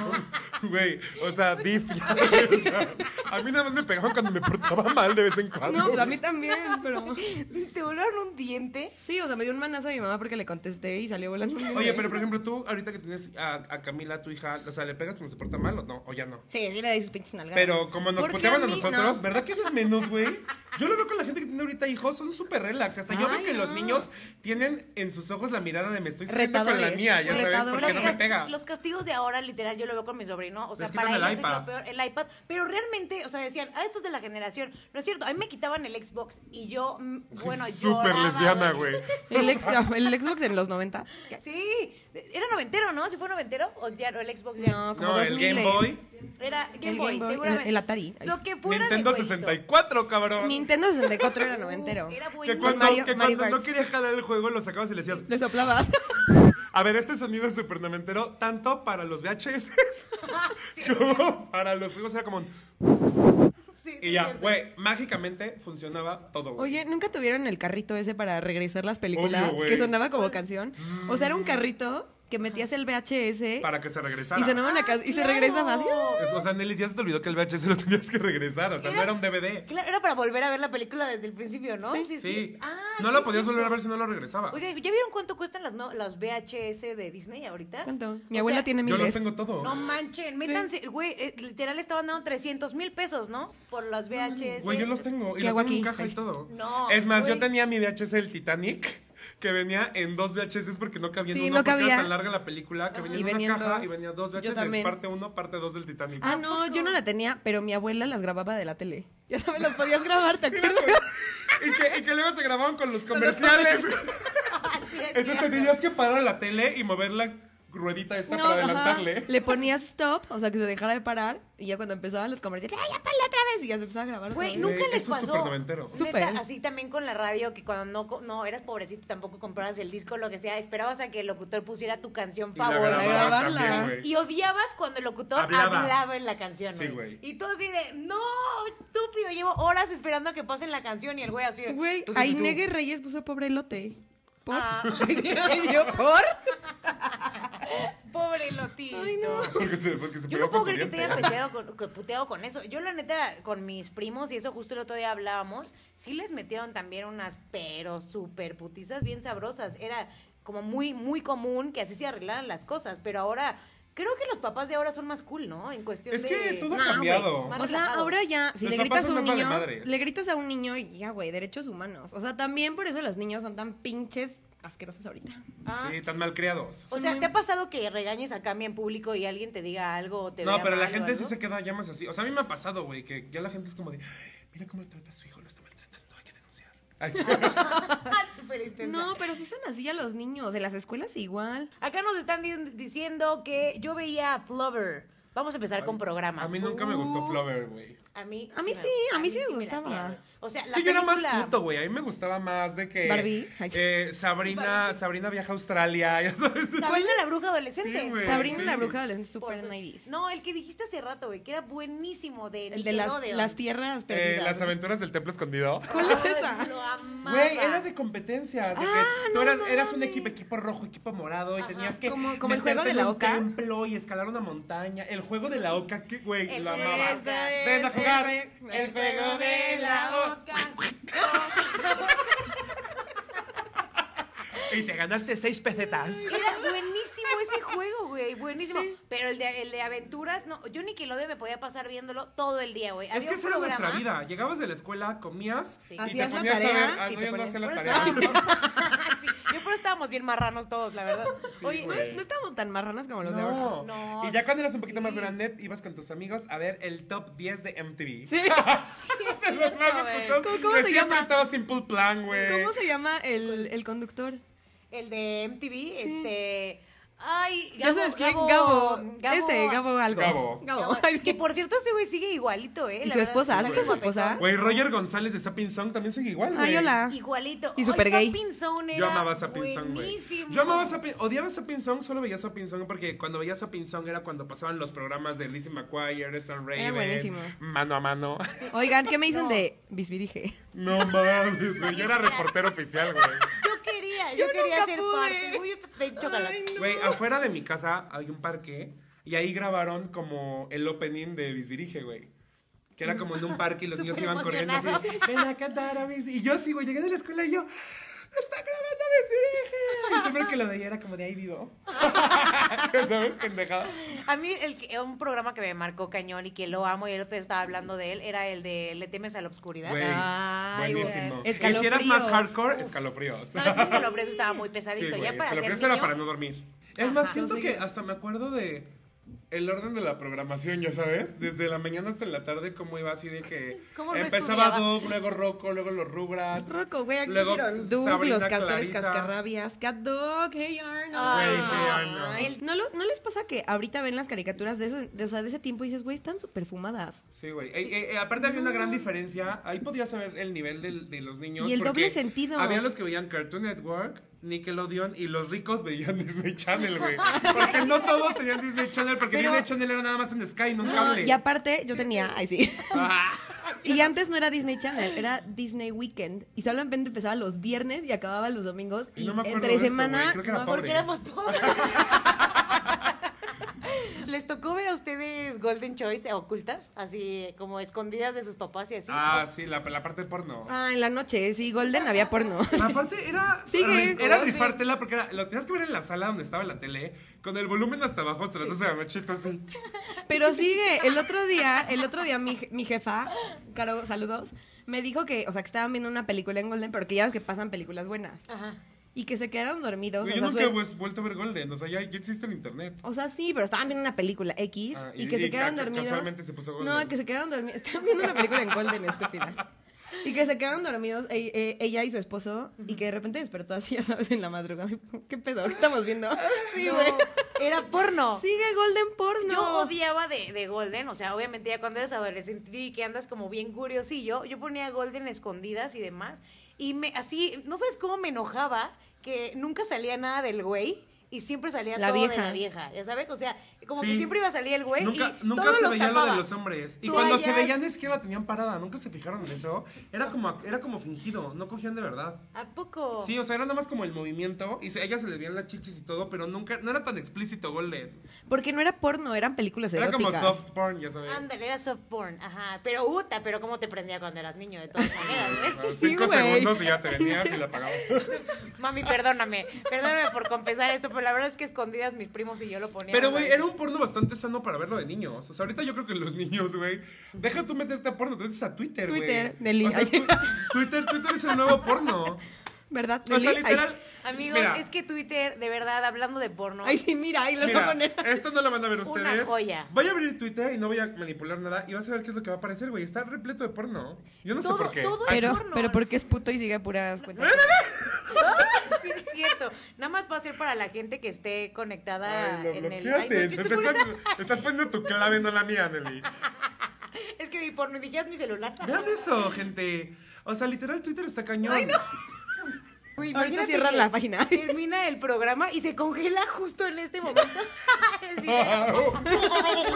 [SPEAKER 1] Güey, o sea, diff. ya, güey, o sea, a mí nada más me pegaban cuando me portaba mal de vez en cuando.
[SPEAKER 2] No, pues a mí también, pero.
[SPEAKER 3] ¿Te volaron un diente?
[SPEAKER 2] Sí, o sea, me dio un manazo a mi mamá porque le contesté y salió volando. mi
[SPEAKER 1] Oye,
[SPEAKER 2] bebé.
[SPEAKER 1] pero por ejemplo, tú ahorita que tienes a, a Camila, tu hija, o sea, ¿le pegas cuando se porta mal o no? ¿O ya no?
[SPEAKER 2] Sí, sí le di sus pinches nalgadas.
[SPEAKER 1] Pero como nos
[SPEAKER 2] Porque
[SPEAKER 1] puteaban a
[SPEAKER 2] mí-
[SPEAKER 1] nosotros,
[SPEAKER 2] no.
[SPEAKER 1] ¿verdad que ellos menos, güey? Yo lo veo con la la gente que tiene ahorita hijos son súper relax. Hasta yo veo
[SPEAKER 2] Ay,
[SPEAKER 1] que los
[SPEAKER 2] no.
[SPEAKER 1] niños tienen en sus ojos la mirada de me estoy saliendo con la
[SPEAKER 2] Retadores.
[SPEAKER 1] mía, ya sabes,
[SPEAKER 2] Retadores.
[SPEAKER 1] porque no me
[SPEAKER 3] cas-
[SPEAKER 1] pega.
[SPEAKER 3] los castigos de ahora, literal, yo lo veo con mi sobrino. O sea,
[SPEAKER 1] quitan
[SPEAKER 3] para
[SPEAKER 1] el
[SPEAKER 3] ellos es
[SPEAKER 1] iPad.
[SPEAKER 3] lo peor, el iPad. Pero realmente, o sea, decían, ah, esto es de la generación. No es cierto, a mí me quitaban el Xbox y yo, mm, bueno, yo.
[SPEAKER 1] Súper lesbiana, güey.
[SPEAKER 2] El, ex- ah, el Xbox en los 90.
[SPEAKER 3] Sí, era noventero, ¿no? Si fue noventero, o ya no, el Xbox ya.
[SPEAKER 2] No, como
[SPEAKER 1] No,
[SPEAKER 2] eh,
[SPEAKER 1] el
[SPEAKER 2] 2000.
[SPEAKER 1] Game Boy.
[SPEAKER 3] Era Game
[SPEAKER 2] El
[SPEAKER 3] Boy,
[SPEAKER 2] Game Boy,
[SPEAKER 3] seguramente.
[SPEAKER 2] el- el Atari.
[SPEAKER 3] Lo que fuera de
[SPEAKER 1] Nintendo
[SPEAKER 3] jueguito.
[SPEAKER 1] 64, cabrón.
[SPEAKER 2] Nintendo 64 era noventero.
[SPEAKER 3] Era
[SPEAKER 1] que
[SPEAKER 3] buenísimo.
[SPEAKER 1] cuando,
[SPEAKER 2] Mario-
[SPEAKER 1] que
[SPEAKER 2] Mario
[SPEAKER 1] cuando no
[SPEAKER 2] Kart.
[SPEAKER 1] querías jalar el juego, lo sacabas y le decías,
[SPEAKER 2] Le soplabas.
[SPEAKER 1] a ver, este sonido es súper noventero, tanto para los VHS
[SPEAKER 3] Sí,
[SPEAKER 1] como para los juegos. Era como, un-
[SPEAKER 3] sí, sí,
[SPEAKER 1] y ya,
[SPEAKER 3] cierto.
[SPEAKER 1] güey, mágicamente funcionaba todo, güey.
[SPEAKER 2] Oye, ¿nunca tuvieron el carrito ese para regresar las películas?
[SPEAKER 1] Obvio, güey.
[SPEAKER 2] que sonaba como canción. O sea, era un carrito que metías el VHS
[SPEAKER 1] Para que se regresara.
[SPEAKER 2] y, sonaba una ca- y se
[SPEAKER 3] claro.
[SPEAKER 2] regresaba así.
[SPEAKER 1] Es- O sea, Nelly, ya se te olvidó que el VHS lo tenías que regresar. O sea, no era un DVD.
[SPEAKER 3] Claro, era para volver a ver la película desde el principio, ¿no? Sí,
[SPEAKER 1] Sí.
[SPEAKER 3] Ah,
[SPEAKER 1] no
[SPEAKER 3] sí,
[SPEAKER 1] lo
[SPEAKER 3] es
[SPEAKER 1] podías volver a
[SPEAKER 3] cierto.
[SPEAKER 1] ver si no lo regresaba.
[SPEAKER 3] Oye, ¿ya vieron cuánto cuestan las, no- las VHS de Disney ahorita?
[SPEAKER 2] ¿Cuánto? Mi
[SPEAKER 3] O
[SPEAKER 2] abuela
[SPEAKER 3] sea,
[SPEAKER 2] tiene
[SPEAKER 1] Yo los
[SPEAKER 2] miles.
[SPEAKER 1] tengo todos.
[SPEAKER 3] No manchen, métanse, güey, eh, literal estaban dando 300 mil pesos, ¿no? Por las VHS.
[SPEAKER 1] Güey, yo los tengo. Y los
[SPEAKER 2] ¿Qué hago
[SPEAKER 1] tengo en
[SPEAKER 2] aquí?
[SPEAKER 1] caja y
[SPEAKER 2] Ay.
[SPEAKER 1] todo.
[SPEAKER 3] No,
[SPEAKER 1] Es más, yo
[SPEAKER 3] güey.
[SPEAKER 1] tenía mi VHS del Titanic, que venía en dos VHS porque no cabía en
[SPEAKER 2] Sí,
[SPEAKER 1] uno.
[SPEAKER 2] no
[SPEAKER 1] porque
[SPEAKER 2] cabía.
[SPEAKER 1] Era tan larga la película
[SPEAKER 3] Ah.
[SPEAKER 1] que venía
[SPEAKER 2] Y
[SPEAKER 1] en una
[SPEAKER 2] venían
[SPEAKER 1] caja
[SPEAKER 2] dos.
[SPEAKER 1] y venía dos
[SPEAKER 2] Yo
[SPEAKER 1] VHS.
[SPEAKER 2] también.
[SPEAKER 1] Parte uno, parte dos del Titanic.
[SPEAKER 2] Ah, no, yo no la tenía, pero mi abuela las grababa de la tele. Ya sabes, las podías grabar, ¿te acuerdas?
[SPEAKER 1] y, que, y que luego se grababan con los comerciales.
[SPEAKER 3] Ah, Sí, es
[SPEAKER 1] Entonces
[SPEAKER 3] cierto.
[SPEAKER 1] tenías que parar la tele y mover la ruedita esta para
[SPEAKER 2] ajá.
[SPEAKER 1] adelantarle.
[SPEAKER 2] Le ponías stop, o sea, que se dejara de parar. Y ya cuando empezaban los comerciales, ¡ay, ya parla otra vez! Y ya se empezaba a grabar.
[SPEAKER 3] Güey,
[SPEAKER 2] otra
[SPEAKER 1] no.
[SPEAKER 2] vez.
[SPEAKER 3] nunca
[SPEAKER 1] Güey,
[SPEAKER 3] les
[SPEAKER 1] eso es
[SPEAKER 3] pasó.
[SPEAKER 1] súper noventero.
[SPEAKER 3] Neta,
[SPEAKER 2] Súper.
[SPEAKER 3] así también con la radio, que cuando no, co- no eras pobrecito tampoco comprabas el disco, lo que sea, esperabas a que el locutor pusiera tu canción
[SPEAKER 1] Y la
[SPEAKER 2] grababa.
[SPEAKER 3] favorita.
[SPEAKER 1] grababas
[SPEAKER 2] grabarla.
[SPEAKER 1] también, güey.
[SPEAKER 3] Y odiabas cuando el locutor
[SPEAKER 1] Hablaba.
[SPEAKER 3] hablaba, en la canción.
[SPEAKER 1] Sí,
[SPEAKER 3] güey.
[SPEAKER 1] güey.
[SPEAKER 3] Y tú así de, no, estúpido, llevo horas esperando a que pasen la canción y el güey así de,
[SPEAKER 2] Güey,
[SPEAKER 1] Tú, tú, tú.
[SPEAKER 2] Ainegue Reyes puso pobre elote. ¿Por?
[SPEAKER 3] Ah.
[SPEAKER 2] Y yo, ¿por?
[SPEAKER 3] pobre Lotito.
[SPEAKER 2] Ay, no.
[SPEAKER 1] Porque, se- porque se
[SPEAKER 3] Yo
[SPEAKER 1] pegó
[SPEAKER 3] no puedo
[SPEAKER 1] con
[SPEAKER 3] creer
[SPEAKER 1] tu
[SPEAKER 3] que te hayan
[SPEAKER 1] diente.
[SPEAKER 3] peleado con, que puteado con eso. Yo, la neta, con mis primos, y eso justo el otro día hablábamos, sí les metieron también unas pero súper putizas bien sabrosas. Era como muy, muy común que así se arreglaran las cosas, pero ahora creo que los papás de ahora son más cool, ¿no? En cuestión
[SPEAKER 1] Es
[SPEAKER 3] de.
[SPEAKER 1] que todo ha
[SPEAKER 2] No,
[SPEAKER 1] cambiado.
[SPEAKER 3] güey.
[SPEAKER 2] O sea,
[SPEAKER 3] relajado.
[SPEAKER 2] ahora ya, si
[SPEAKER 1] Los
[SPEAKER 2] le
[SPEAKER 1] papás
[SPEAKER 2] gritas a
[SPEAKER 1] son
[SPEAKER 2] un
[SPEAKER 1] más
[SPEAKER 2] niño,
[SPEAKER 1] valemadres.
[SPEAKER 2] le gritas a un niño y ya, güey, derechos humanos. O sea, también por eso los niños son tan pinches asquerosos ahorita.
[SPEAKER 3] Ah,
[SPEAKER 1] Sí, tan malcriados.
[SPEAKER 3] o sea, ¿te ha pasado que regañes acá en público y alguien te diga algo o te
[SPEAKER 1] No,
[SPEAKER 3] vea
[SPEAKER 1] pero la
[SPEAKER 3] mal o
[SPEAKER 1] gente sí
[SPEAKER 3] algo?
[SPEAKER 1] se queda ya más así. O sea, a mí me ha pasado, güey, que ya la gente es como de, "Ay, mira cómo le trata a su hijo, lo está maltratando, hay que denunciar. Ay,
[SPEAKER 3] Ah, súper intensa.
[SPEAKER 2] No, pero sí son así a los niños, en las escuelas igual.
[SPEAKER 3] Acá nos están di- diciendo que yo veía a Flover. Vamos a empezar con programas.
[SPEAKER 1] a mí nunca me gustó
[SPEAKER 2] Uh.
[SPEAKER 1] Flower, güey.
[SPEAKER 3] A mí,
[SPEAKER 2] A mí
[SPEAKER 3] me-
[SPEAKER 2] sí, a mí sí me
[SPEAKER 3] latea,
[SPEAKER 2] gustaba.
[SPEAKER 3] güey. o sea,
[SPEAKER 1] Es
[SPEAKER 3] la
[SPEAKER 1] que yo era más
[SPEAKER 3] película-
[SPEAKER 1] puto, güey. A mí me gustaba más de que.
[SPEAKER 2] Barbie. Ay, sí.
[SPEAKER 1] eh, Sabrina, Sabrina viaja a Australia, ya sabes. Eh,
[SPEAKER 3] Sabrina la bruja adolescente.
[SPEAKER 1] Sí, güey.
[SPEAKER 2] Sabrina
[SPEAKER 1] sí.
[SPEAKER 2] la bruja adolescente
[SPEAKER 3] Por
[SPEAKER 2] super
[SPEAKER 3] su-
[SPEAKER 2] 90s.
[SPEAKER 3] No, el que dijiste hace rato, güey, que era buenísimo de
[SPEAKER 2] El de las,
[SPEAKER 3] Nickelodeon.
[SPEAKER 2] las tierras
[SPEAKER 1] Eh,
[SPEAKER 2] perdidas.
[SPEAKER 1] las aventuras del templo escondido.
[SPEAKER 2] ¿Cuál es
[SPEAKER 3] Ay,
[SPEAKER 2] esa?
[SPEAKER 3] Lo amaba.
[SPEAKER 1] Güey, era de competencias. De que
[SPEAKER 2] Ah,
[SPEAKER 1] tú
[SPEAKER 2] no
[SPEAKER 1] eras, eras un
[SPEAKER 2] mames.
[SPEAKER 1] equipo, equipo rojo, equipo morado, y tenías que.
[SPEAKER 2] Como- como el
[SPEAKER 1] meterte
[SPEAKER 2] juego de
[SPEAKER 1] en
[SPEAKER 2] la
[SPEAKER 1] un
[SPEAKER 2] oca.
[SPEAKER 1] templo y escalar una montaña. El juego de la oca, que, güey,
[SPEAKER 3] El
[SPEAKER 1] lo
[SPEAKER 3] juego
[SPEAKER 1] amaba.
[SPEAKER 3] de la oca.
[SPEAKER 1] Ven a jugar. Eh,
[SPEAKER 2] El
[SPEAKER 3] juego de la
[SPEAKER 1] oca.
[SPEAKER 3] oca.
[SPEAKER 1] Y te ganaste seis pesetas.
[SPEAKER 3] Era buenísimo ese juego, güey, buenísimo. Pero el de, el de aventuras, no, yo Nickelodeon me podía pasar viéndolo todo el día, güey.
[SPEAKER 1] Es
[SPEAKER 3] Había
[SPEAKER 1] que
[SPEAKER 3] un
[SPEAKER 1] esa era nuestra
[SPEAKER 3] programa-
[SPEAKER 1] vida. Llegabas de la escuela, comías
[SPEAKER 3] Sí.
[SPEAKER 1] y te
[SPEAKER 2] Hacías la
[SPEAKER 1] ponías
[SPEAKER 2] tarea
[SPEAKER 1] a ver. Ah,
[SPEAKER 2] y
[SPEAKER 1] no,
[SPEAKER 2] te
[SPEAKER 1] yo no
[SPEAKER 2] ponías-
[SPEAKER 1] hacía la
[SPEAKER 3] Pero
[SPEAKER 1] tarea.
[SPEAKER 3] Ah, Sí, yo por eso estábamos bien marranos todos, la verdad.
[SPEAKER 1] Sí,
[SPEAKER 3] Oye,
[SPEAKER 2] No,
[SPEAKER 1] güey.
[SPEAKER 2] es- Pues no estábamos tan marranos como los de ahora.
[SPEAKER 1] No.
[SPEAKER 3] No,
[SPEAKER 1] Y ya cuando eras un poquito más
[SPEAKER 3] sí.
[SPEAKER 1] grande, ibas con tus amigos a ver el top 10 de MTV.
[SPEAKER 2] Sí.
[SPEAKER 3] es
[SPEAKER 1] De los
[SPEAKER 3] cierto,
[SPEAKER 1] más
[SPEAKER 3] güey.
[SPEAKER 1] escuchados.
[SPEAKER 2] ¿Cómo- cómo
[SPEAKER 1] que
[SPEAKER 2] se
[SPEAKER 1] siempre
[SPEAKER 2] llama?
[SPEAKER 1] estaba Simple Plan, güey.
[SPEAKER 2] ¿Cómo se llama el, el conductor?
[SPEAKER 3] El de MTV, este. Ay, Gabo.
[SPEAKER 2] ¿Ya sabes quién?
[SPEAKER 3] Gabo,
[SPEAKER 2] Gabo. Este, Gabo algo.
[SPEAKER 1] Gabo.
[SPEAKER 3] Gabo.
[SPEAKER 2] Gabo. Ay,
[SPEAKER 3] Que por cierto, este güey sigue igualito, ¿eh?
[SPEAKER 2] Y
[SPEAKER 3] la
[SPEAKER 2] su
[SPEAKER 3] verdad,
[SPEAKER 2] esposa,
[SPEAKER 3] sí,
[SPEAKER 2] ¿has visto
[SPEAKER 3] está
[SPEAKER 2] a su esposa?
[SPEAKER 1] Güey, Roger González de Sapping Song también sigue igual, güey.
[SPEAKER 2] Ay, hola.
[SPEAKER 3] Igualito.
[SPEAKER 2] Y
[SPEAKER 3] Ay,
[SPEAKER 2] súper gay.
[SPEAKER 3] Zapping Zone
[SPEAKER 1] Yo
[SPEAKER 3] era
[SPEAKER 1] amaba Sapping Song, güey.
[SPEAKER 3] buenísimo.
[SPEAKER 1] Yo amaba Sapping Odiaba Sapping Song, solo veía Sapping Song porque cuando veía Sapping Song era cuando pasaban los programas de Lizzie McGuire, Stan Raven.
[SPEAKER 2] Era buenísimo.
[SPEAKER 1] Mano a mano.
[SPEAKER 2] Oigan, ¿qué me dicen
[SPEAKER 3] No.
[SPEAKER 2] de Bisbirige?
[SPEAKER 1] No mames, güey. Yo era reportero oficial, güey.
[SPEAKER 3] Yo quería, yo,
[SPEAKER 2] Yo
[SPEAKER 3] quería
[SPEAKER 2] nunca
[SPEAKER 3] ser
[SPEAKER 2] pude.
[SPEAKER 3] parte. Uy, de chocolate.
[SPEAKER 1] Güey, afuera de mi casa hay un parque y ahí grabaron como el opening de Bisbirige, güey. Que era como en un parque y los niños
[SPEAKER 3] Súper
[SPEAKER 1] iban corriendo así.
[SPEAKER 3] emocionados.
[SPEAKER 1] Ven a cantar a Bisbirige. Y yo sí, güey, llegué de la escuela y yo. Está grabando Bisbirige. Y siempre que lo veía era como de ahí vivo. Ya ¿Sabes? Pendejada.
[SPEAKER 3] A mí, el, que- un programa que me marcó cañón y que lo amo, y el otro día estaba hablando de él, era el de Le temes a la oscuridad.
[SPEAKER 1] Güey,
[SPEAKER 2] Ay, güey.
[SPEAKER 1] buenísimo. Y si eras
[SPEAKER 2] Escalofríos.
[SPEAKER 1] más hardcore, escalofríos.
[SPEAKER 3] No, es que Escalofríos estaba muy pesadito.
[SPEAKER 1] güey,
[SPEAKER 3] ya para ser
[SPEAKER 1] escalofríos
[SPEAKER 3] niño,
[SPEAKER 1] era para no dormir. Es más,
[SPEAKER 3] Ajá.
[SPEAKER 1] siento
[SPEAKER 2] No sé
[SPEAKER 1] que
[SPEAKER 2] qué.
[SPEAKER 1] hasta me acuerdo de el orden de la programación, ya sabes, desde la mañana hasta la tarde, cómo iba así de que
[SPEAKER 3] ¿Cómo no
[SPEAKER 1] empezaba
[SPEAKER 3] estudiaba?
[SPEAKER 1] Doug, luego Rocco, luego los Rugrats.
[SPEAKER 2] Rocco, güey, aquí
[SPEAKER 1] Luego
[SPEAKER 2] hicieron Doug,
[SPEAKER 1] Sabrina,
[SPEAKER 2] los castores
[SPEAKER 1] Clarisa.
[SPEAKER 2] cascarrabias, Cat Dog, Hey Arnold.
[SPEAKER 3] Ay,
[SPEAKER 1] Hey Arnold.
[SPEAKER 2] Ay, ¿No, lo- ¿No les pasa que ahorita ven las caricaturas de, ese, de, o sea, de ese tiempo y dices, güey, están súper fumadas?
[SPEAKER 1] Sí, güey. Eh, eh, eh, aparte había una gran diferencia. Ahí podías saber el nivel del- de los niños.
[SPEAKER 2] Y el
[SPEAKER 1] porque
[SPEAKER 2] doble sentido.
[SPEAKER 1] Había los que veían Cartoon Network, Nickelodeon y los ricos veían Disney Channel, güey. Porque no todos tenían Disney Channel, porque
[SPEAKER 2] Pero-
[SPEAKER 1] Disney Channel era nada más en Sky, no en cable.
[SPEAKER 2] Y aparte, yo tenía, ay sí.
[SPEAKER 1] Ah,
[SPEAKER 2] Y antes no era Disney Channel, era Disney Weekend. Y solamente empezaba los viernes y acababa los domingos. Y
[SPEAKER 1] No me acuerdo
[SPEAKER 2] entre
[SPEAKER 1] de eso,
[SPEAKER 2] semana.
[SPEAKER 1] güey, creo que era
[SPEAKER 2] no,
[SPEAKER 1] Ah, pobre.
[SPEAKER 3] Porque éramos pobres. ¿Les tocó ver a ustedes Golden Choice ocultas? Así como escondidas de sus papás y así.
[SPEAKER 1] ah, sí, la, la parte porno.
[SPEAKER 2] Ah, en la noche, sí, Golden había porno.
[SPEAKER 1] Aparte, era,
[SPEAKER 2] Sigue.
[SPEAKER 1] era rifártela porque era- lo tenías que ver en la sala donde estaba la tele, con el volumen hasta abajo, hasta las 12 de la noche, entonces,
[SPEAKER 2] Pero sigue, el otro día, el otro día mi, je- mi jefa, Caro, saludos, me dijo que, o sea, que estaban viendo una película en Golden, pero que ya ves que pasan películas buenas.
[SPEAKER 3] Ajá.
[SPEAKER 2] Y que se quedaron dormidos.
[SPEAKER 1] Güey,
[SPEAKER 2] o
[SPEAKER 1] yo
[SPEAKER 2] sea,
[SPEAKER 1] nunca he
[SPEAKER 2] su-
[SPEAKER 1] vues- vuelto a ver Golden, o sea, ya, ya existe en internet.
[SPEAKER 2] O sea, sí, pero estaban viendo una película X
[SPEAKER 1] Ah,
[SPEAKER 2] y,
[SPEAKER 1] y-
[SPEAKER 2] que
[SPEAKER 1] y
[SPEAKER 2] se quedaron
[SPEAKER 1] ca-
[SPEAKER 2] dormidos.
[SPEAKER 1] casualmente se puso Golden.
[SPEAKER 2] No, que se quedaron dormidos. Estaban viendo una película en Golden, estúpida. Y que se quedaron dormidos e- e- ella y su esposo y que de repente despertó así, ya sabes, en la madrugada. ¿Qué pedo? ¿Qué estamos viendo? Sí,
[SPEAKER 3] No,
[SPEAKER 2] güey.
[SPEAKER 3] Era porno.
[SPEAKER 2] Sigue Golden porno.
[SPEAKER 3] Yo odiaba de, de Golden, o sea, obviamente ya cuando eres adolescente y que andas como bien curiosillo, yo ponía Golden escondidas y demás, y me así, no sabes cómo me enojaba que nunca salía nada del güey. Y siempre salía
[SPEAKER 2] La
[SPEAKER 3] todo de
[SPEAKER 2] vieja.
[SPEAKER 3] la vieja, ¿ya sabes? O sea, como
[SPEAKER 1] Sí.
[SPEAKER 3] que siempre iba a salir el güey
[SPEAKER 1] Nunca,
[SPEAKER 3] y
[SPEAKER 1] nunca
[SPEAKER 3] todos
[SPEAKER 1] se
[SPEAKER 3] los
[SPEAKER 1] veía lo
[SPEAKER 3] tapaba.
[SPEAKER 1] de los hombres. Y
[SPEAKER 3] Toallas.
[SPEAKER 1] cuando se veían es que la tenían parada, nunca se fijaron en eso. Era como, era como fingido, no cogían de verdad.
[SPEAKER 3] ¿A poco?
[SPEAKER 1] Sí, o sea, era nada más como el movimiento y se- ellas se les veían las chichis y todo, pero nunca, no era tan explícito Golden.
[SPEAKER 2] Porque no era porno, eran películas
[SPEAKER 1] Era como
[SPEAKER 2] eróticas.
[SPEAKER 1] soft porn, ya sabes.
[SPEAKER 3] Ándale, era soft porn, ajá. Pero uta, pero cómo te prendía cuando eras niño, de todas maneras. ¿ves?
[SPEAKER 1] Ah,
[SPEAKER 2] sí,
[SPEAKER 1] Cinco
[SPEAKER 2] güey.
[SPEAKER 1] segundos y ya te venías y la apagabas.
[SPEAKER 3] Mami, perdóname, perdóname por compensar esto, pero la verdad es que escondidas mis primos y yo lo poníamos.
[SPEAKER 1] Pero, güey,
[SPEAKER 3] ahí.
[SPEAKER 1] era un porno bastante sano para verlo de niños. O sea, ahorita yo creo que los niños, güey. Deja tú meterte a porno, te metes a Twitter, güey.
[SPEAKER 2] Twitter, Nelly.
[SPEAKER 1] O sea, tu- Twitter, Twitter es el nuevo porno.
[SPEAKER 2] ¿Verdad?
[SPEAKER 1] O sea,
[SPEAKER 2] Nelly? Ay,
[SPEAKER 1] literal.
[SPEAKER 3] Amigos,
[SPEAKER 1] mira,
[SPEAKER 3] es que Twitter, de verdad, hablando de porno,
[SPEAKER 2] Ay, sí, mira, ahí los voy a
[SPEAKER 1] Mira,
[SPEAKER 2] poner.
[SPEAKER 1] esto no lo van a ver ustedes.
[SPEAKER 3] joya.
[SPEAKER 1] Voy a abrir Twitter y no voy a manipular nada y vas a ver qué es lo que va a aparecer, güey. Está repleto de porno. Yo no
[SPEAKER 3] Todo-
[SPEAKER 1] sé por qué.
[SPEAKER 3] todo-
[SPEAKER 1] Ay,
[SPEAKER 2] Pero,
[SPEAKER 3] porno.
[SPEAKER 2] pero porque es puto y sigue a puras cuentas.
[SPEAKER 3] sí es cierto. Nada más va a ser para la gente que esté conectada
[SPEAKER 1] Ay, lo,
[SPEAKER 3] en
[SPEAKER 1] lo-
[SPEAKER 3] el...
[SPEAKER 1] ¿Qué
[SPEAKER 3] Ay, no,
[SPEAKER 1] haces?
[SPEAKER 3] yo
[SPEAKER 1] Te estás,
[SPEAKER 3] estoy poniendo-
[SPEAKER 1] estás poniendo tu clave, no la mía, Nelly.
[SPEAKER 3] Es que vi porno y dije, "Haz mi celular.
[SPEAKER 1] Vean eso, gente. O sea, literal, Twitter está cañón.
[SPEAKER 3] Uy,
[SPEAKER 2] Ahorita
[SPEAKER 3] imagínate
[SPEAKER 2] cierran
[SPEAKER 3] que
[SPEAKER 2] la página.
[SPEAKER 3] Termina el programa y se congela justo en este momento el video.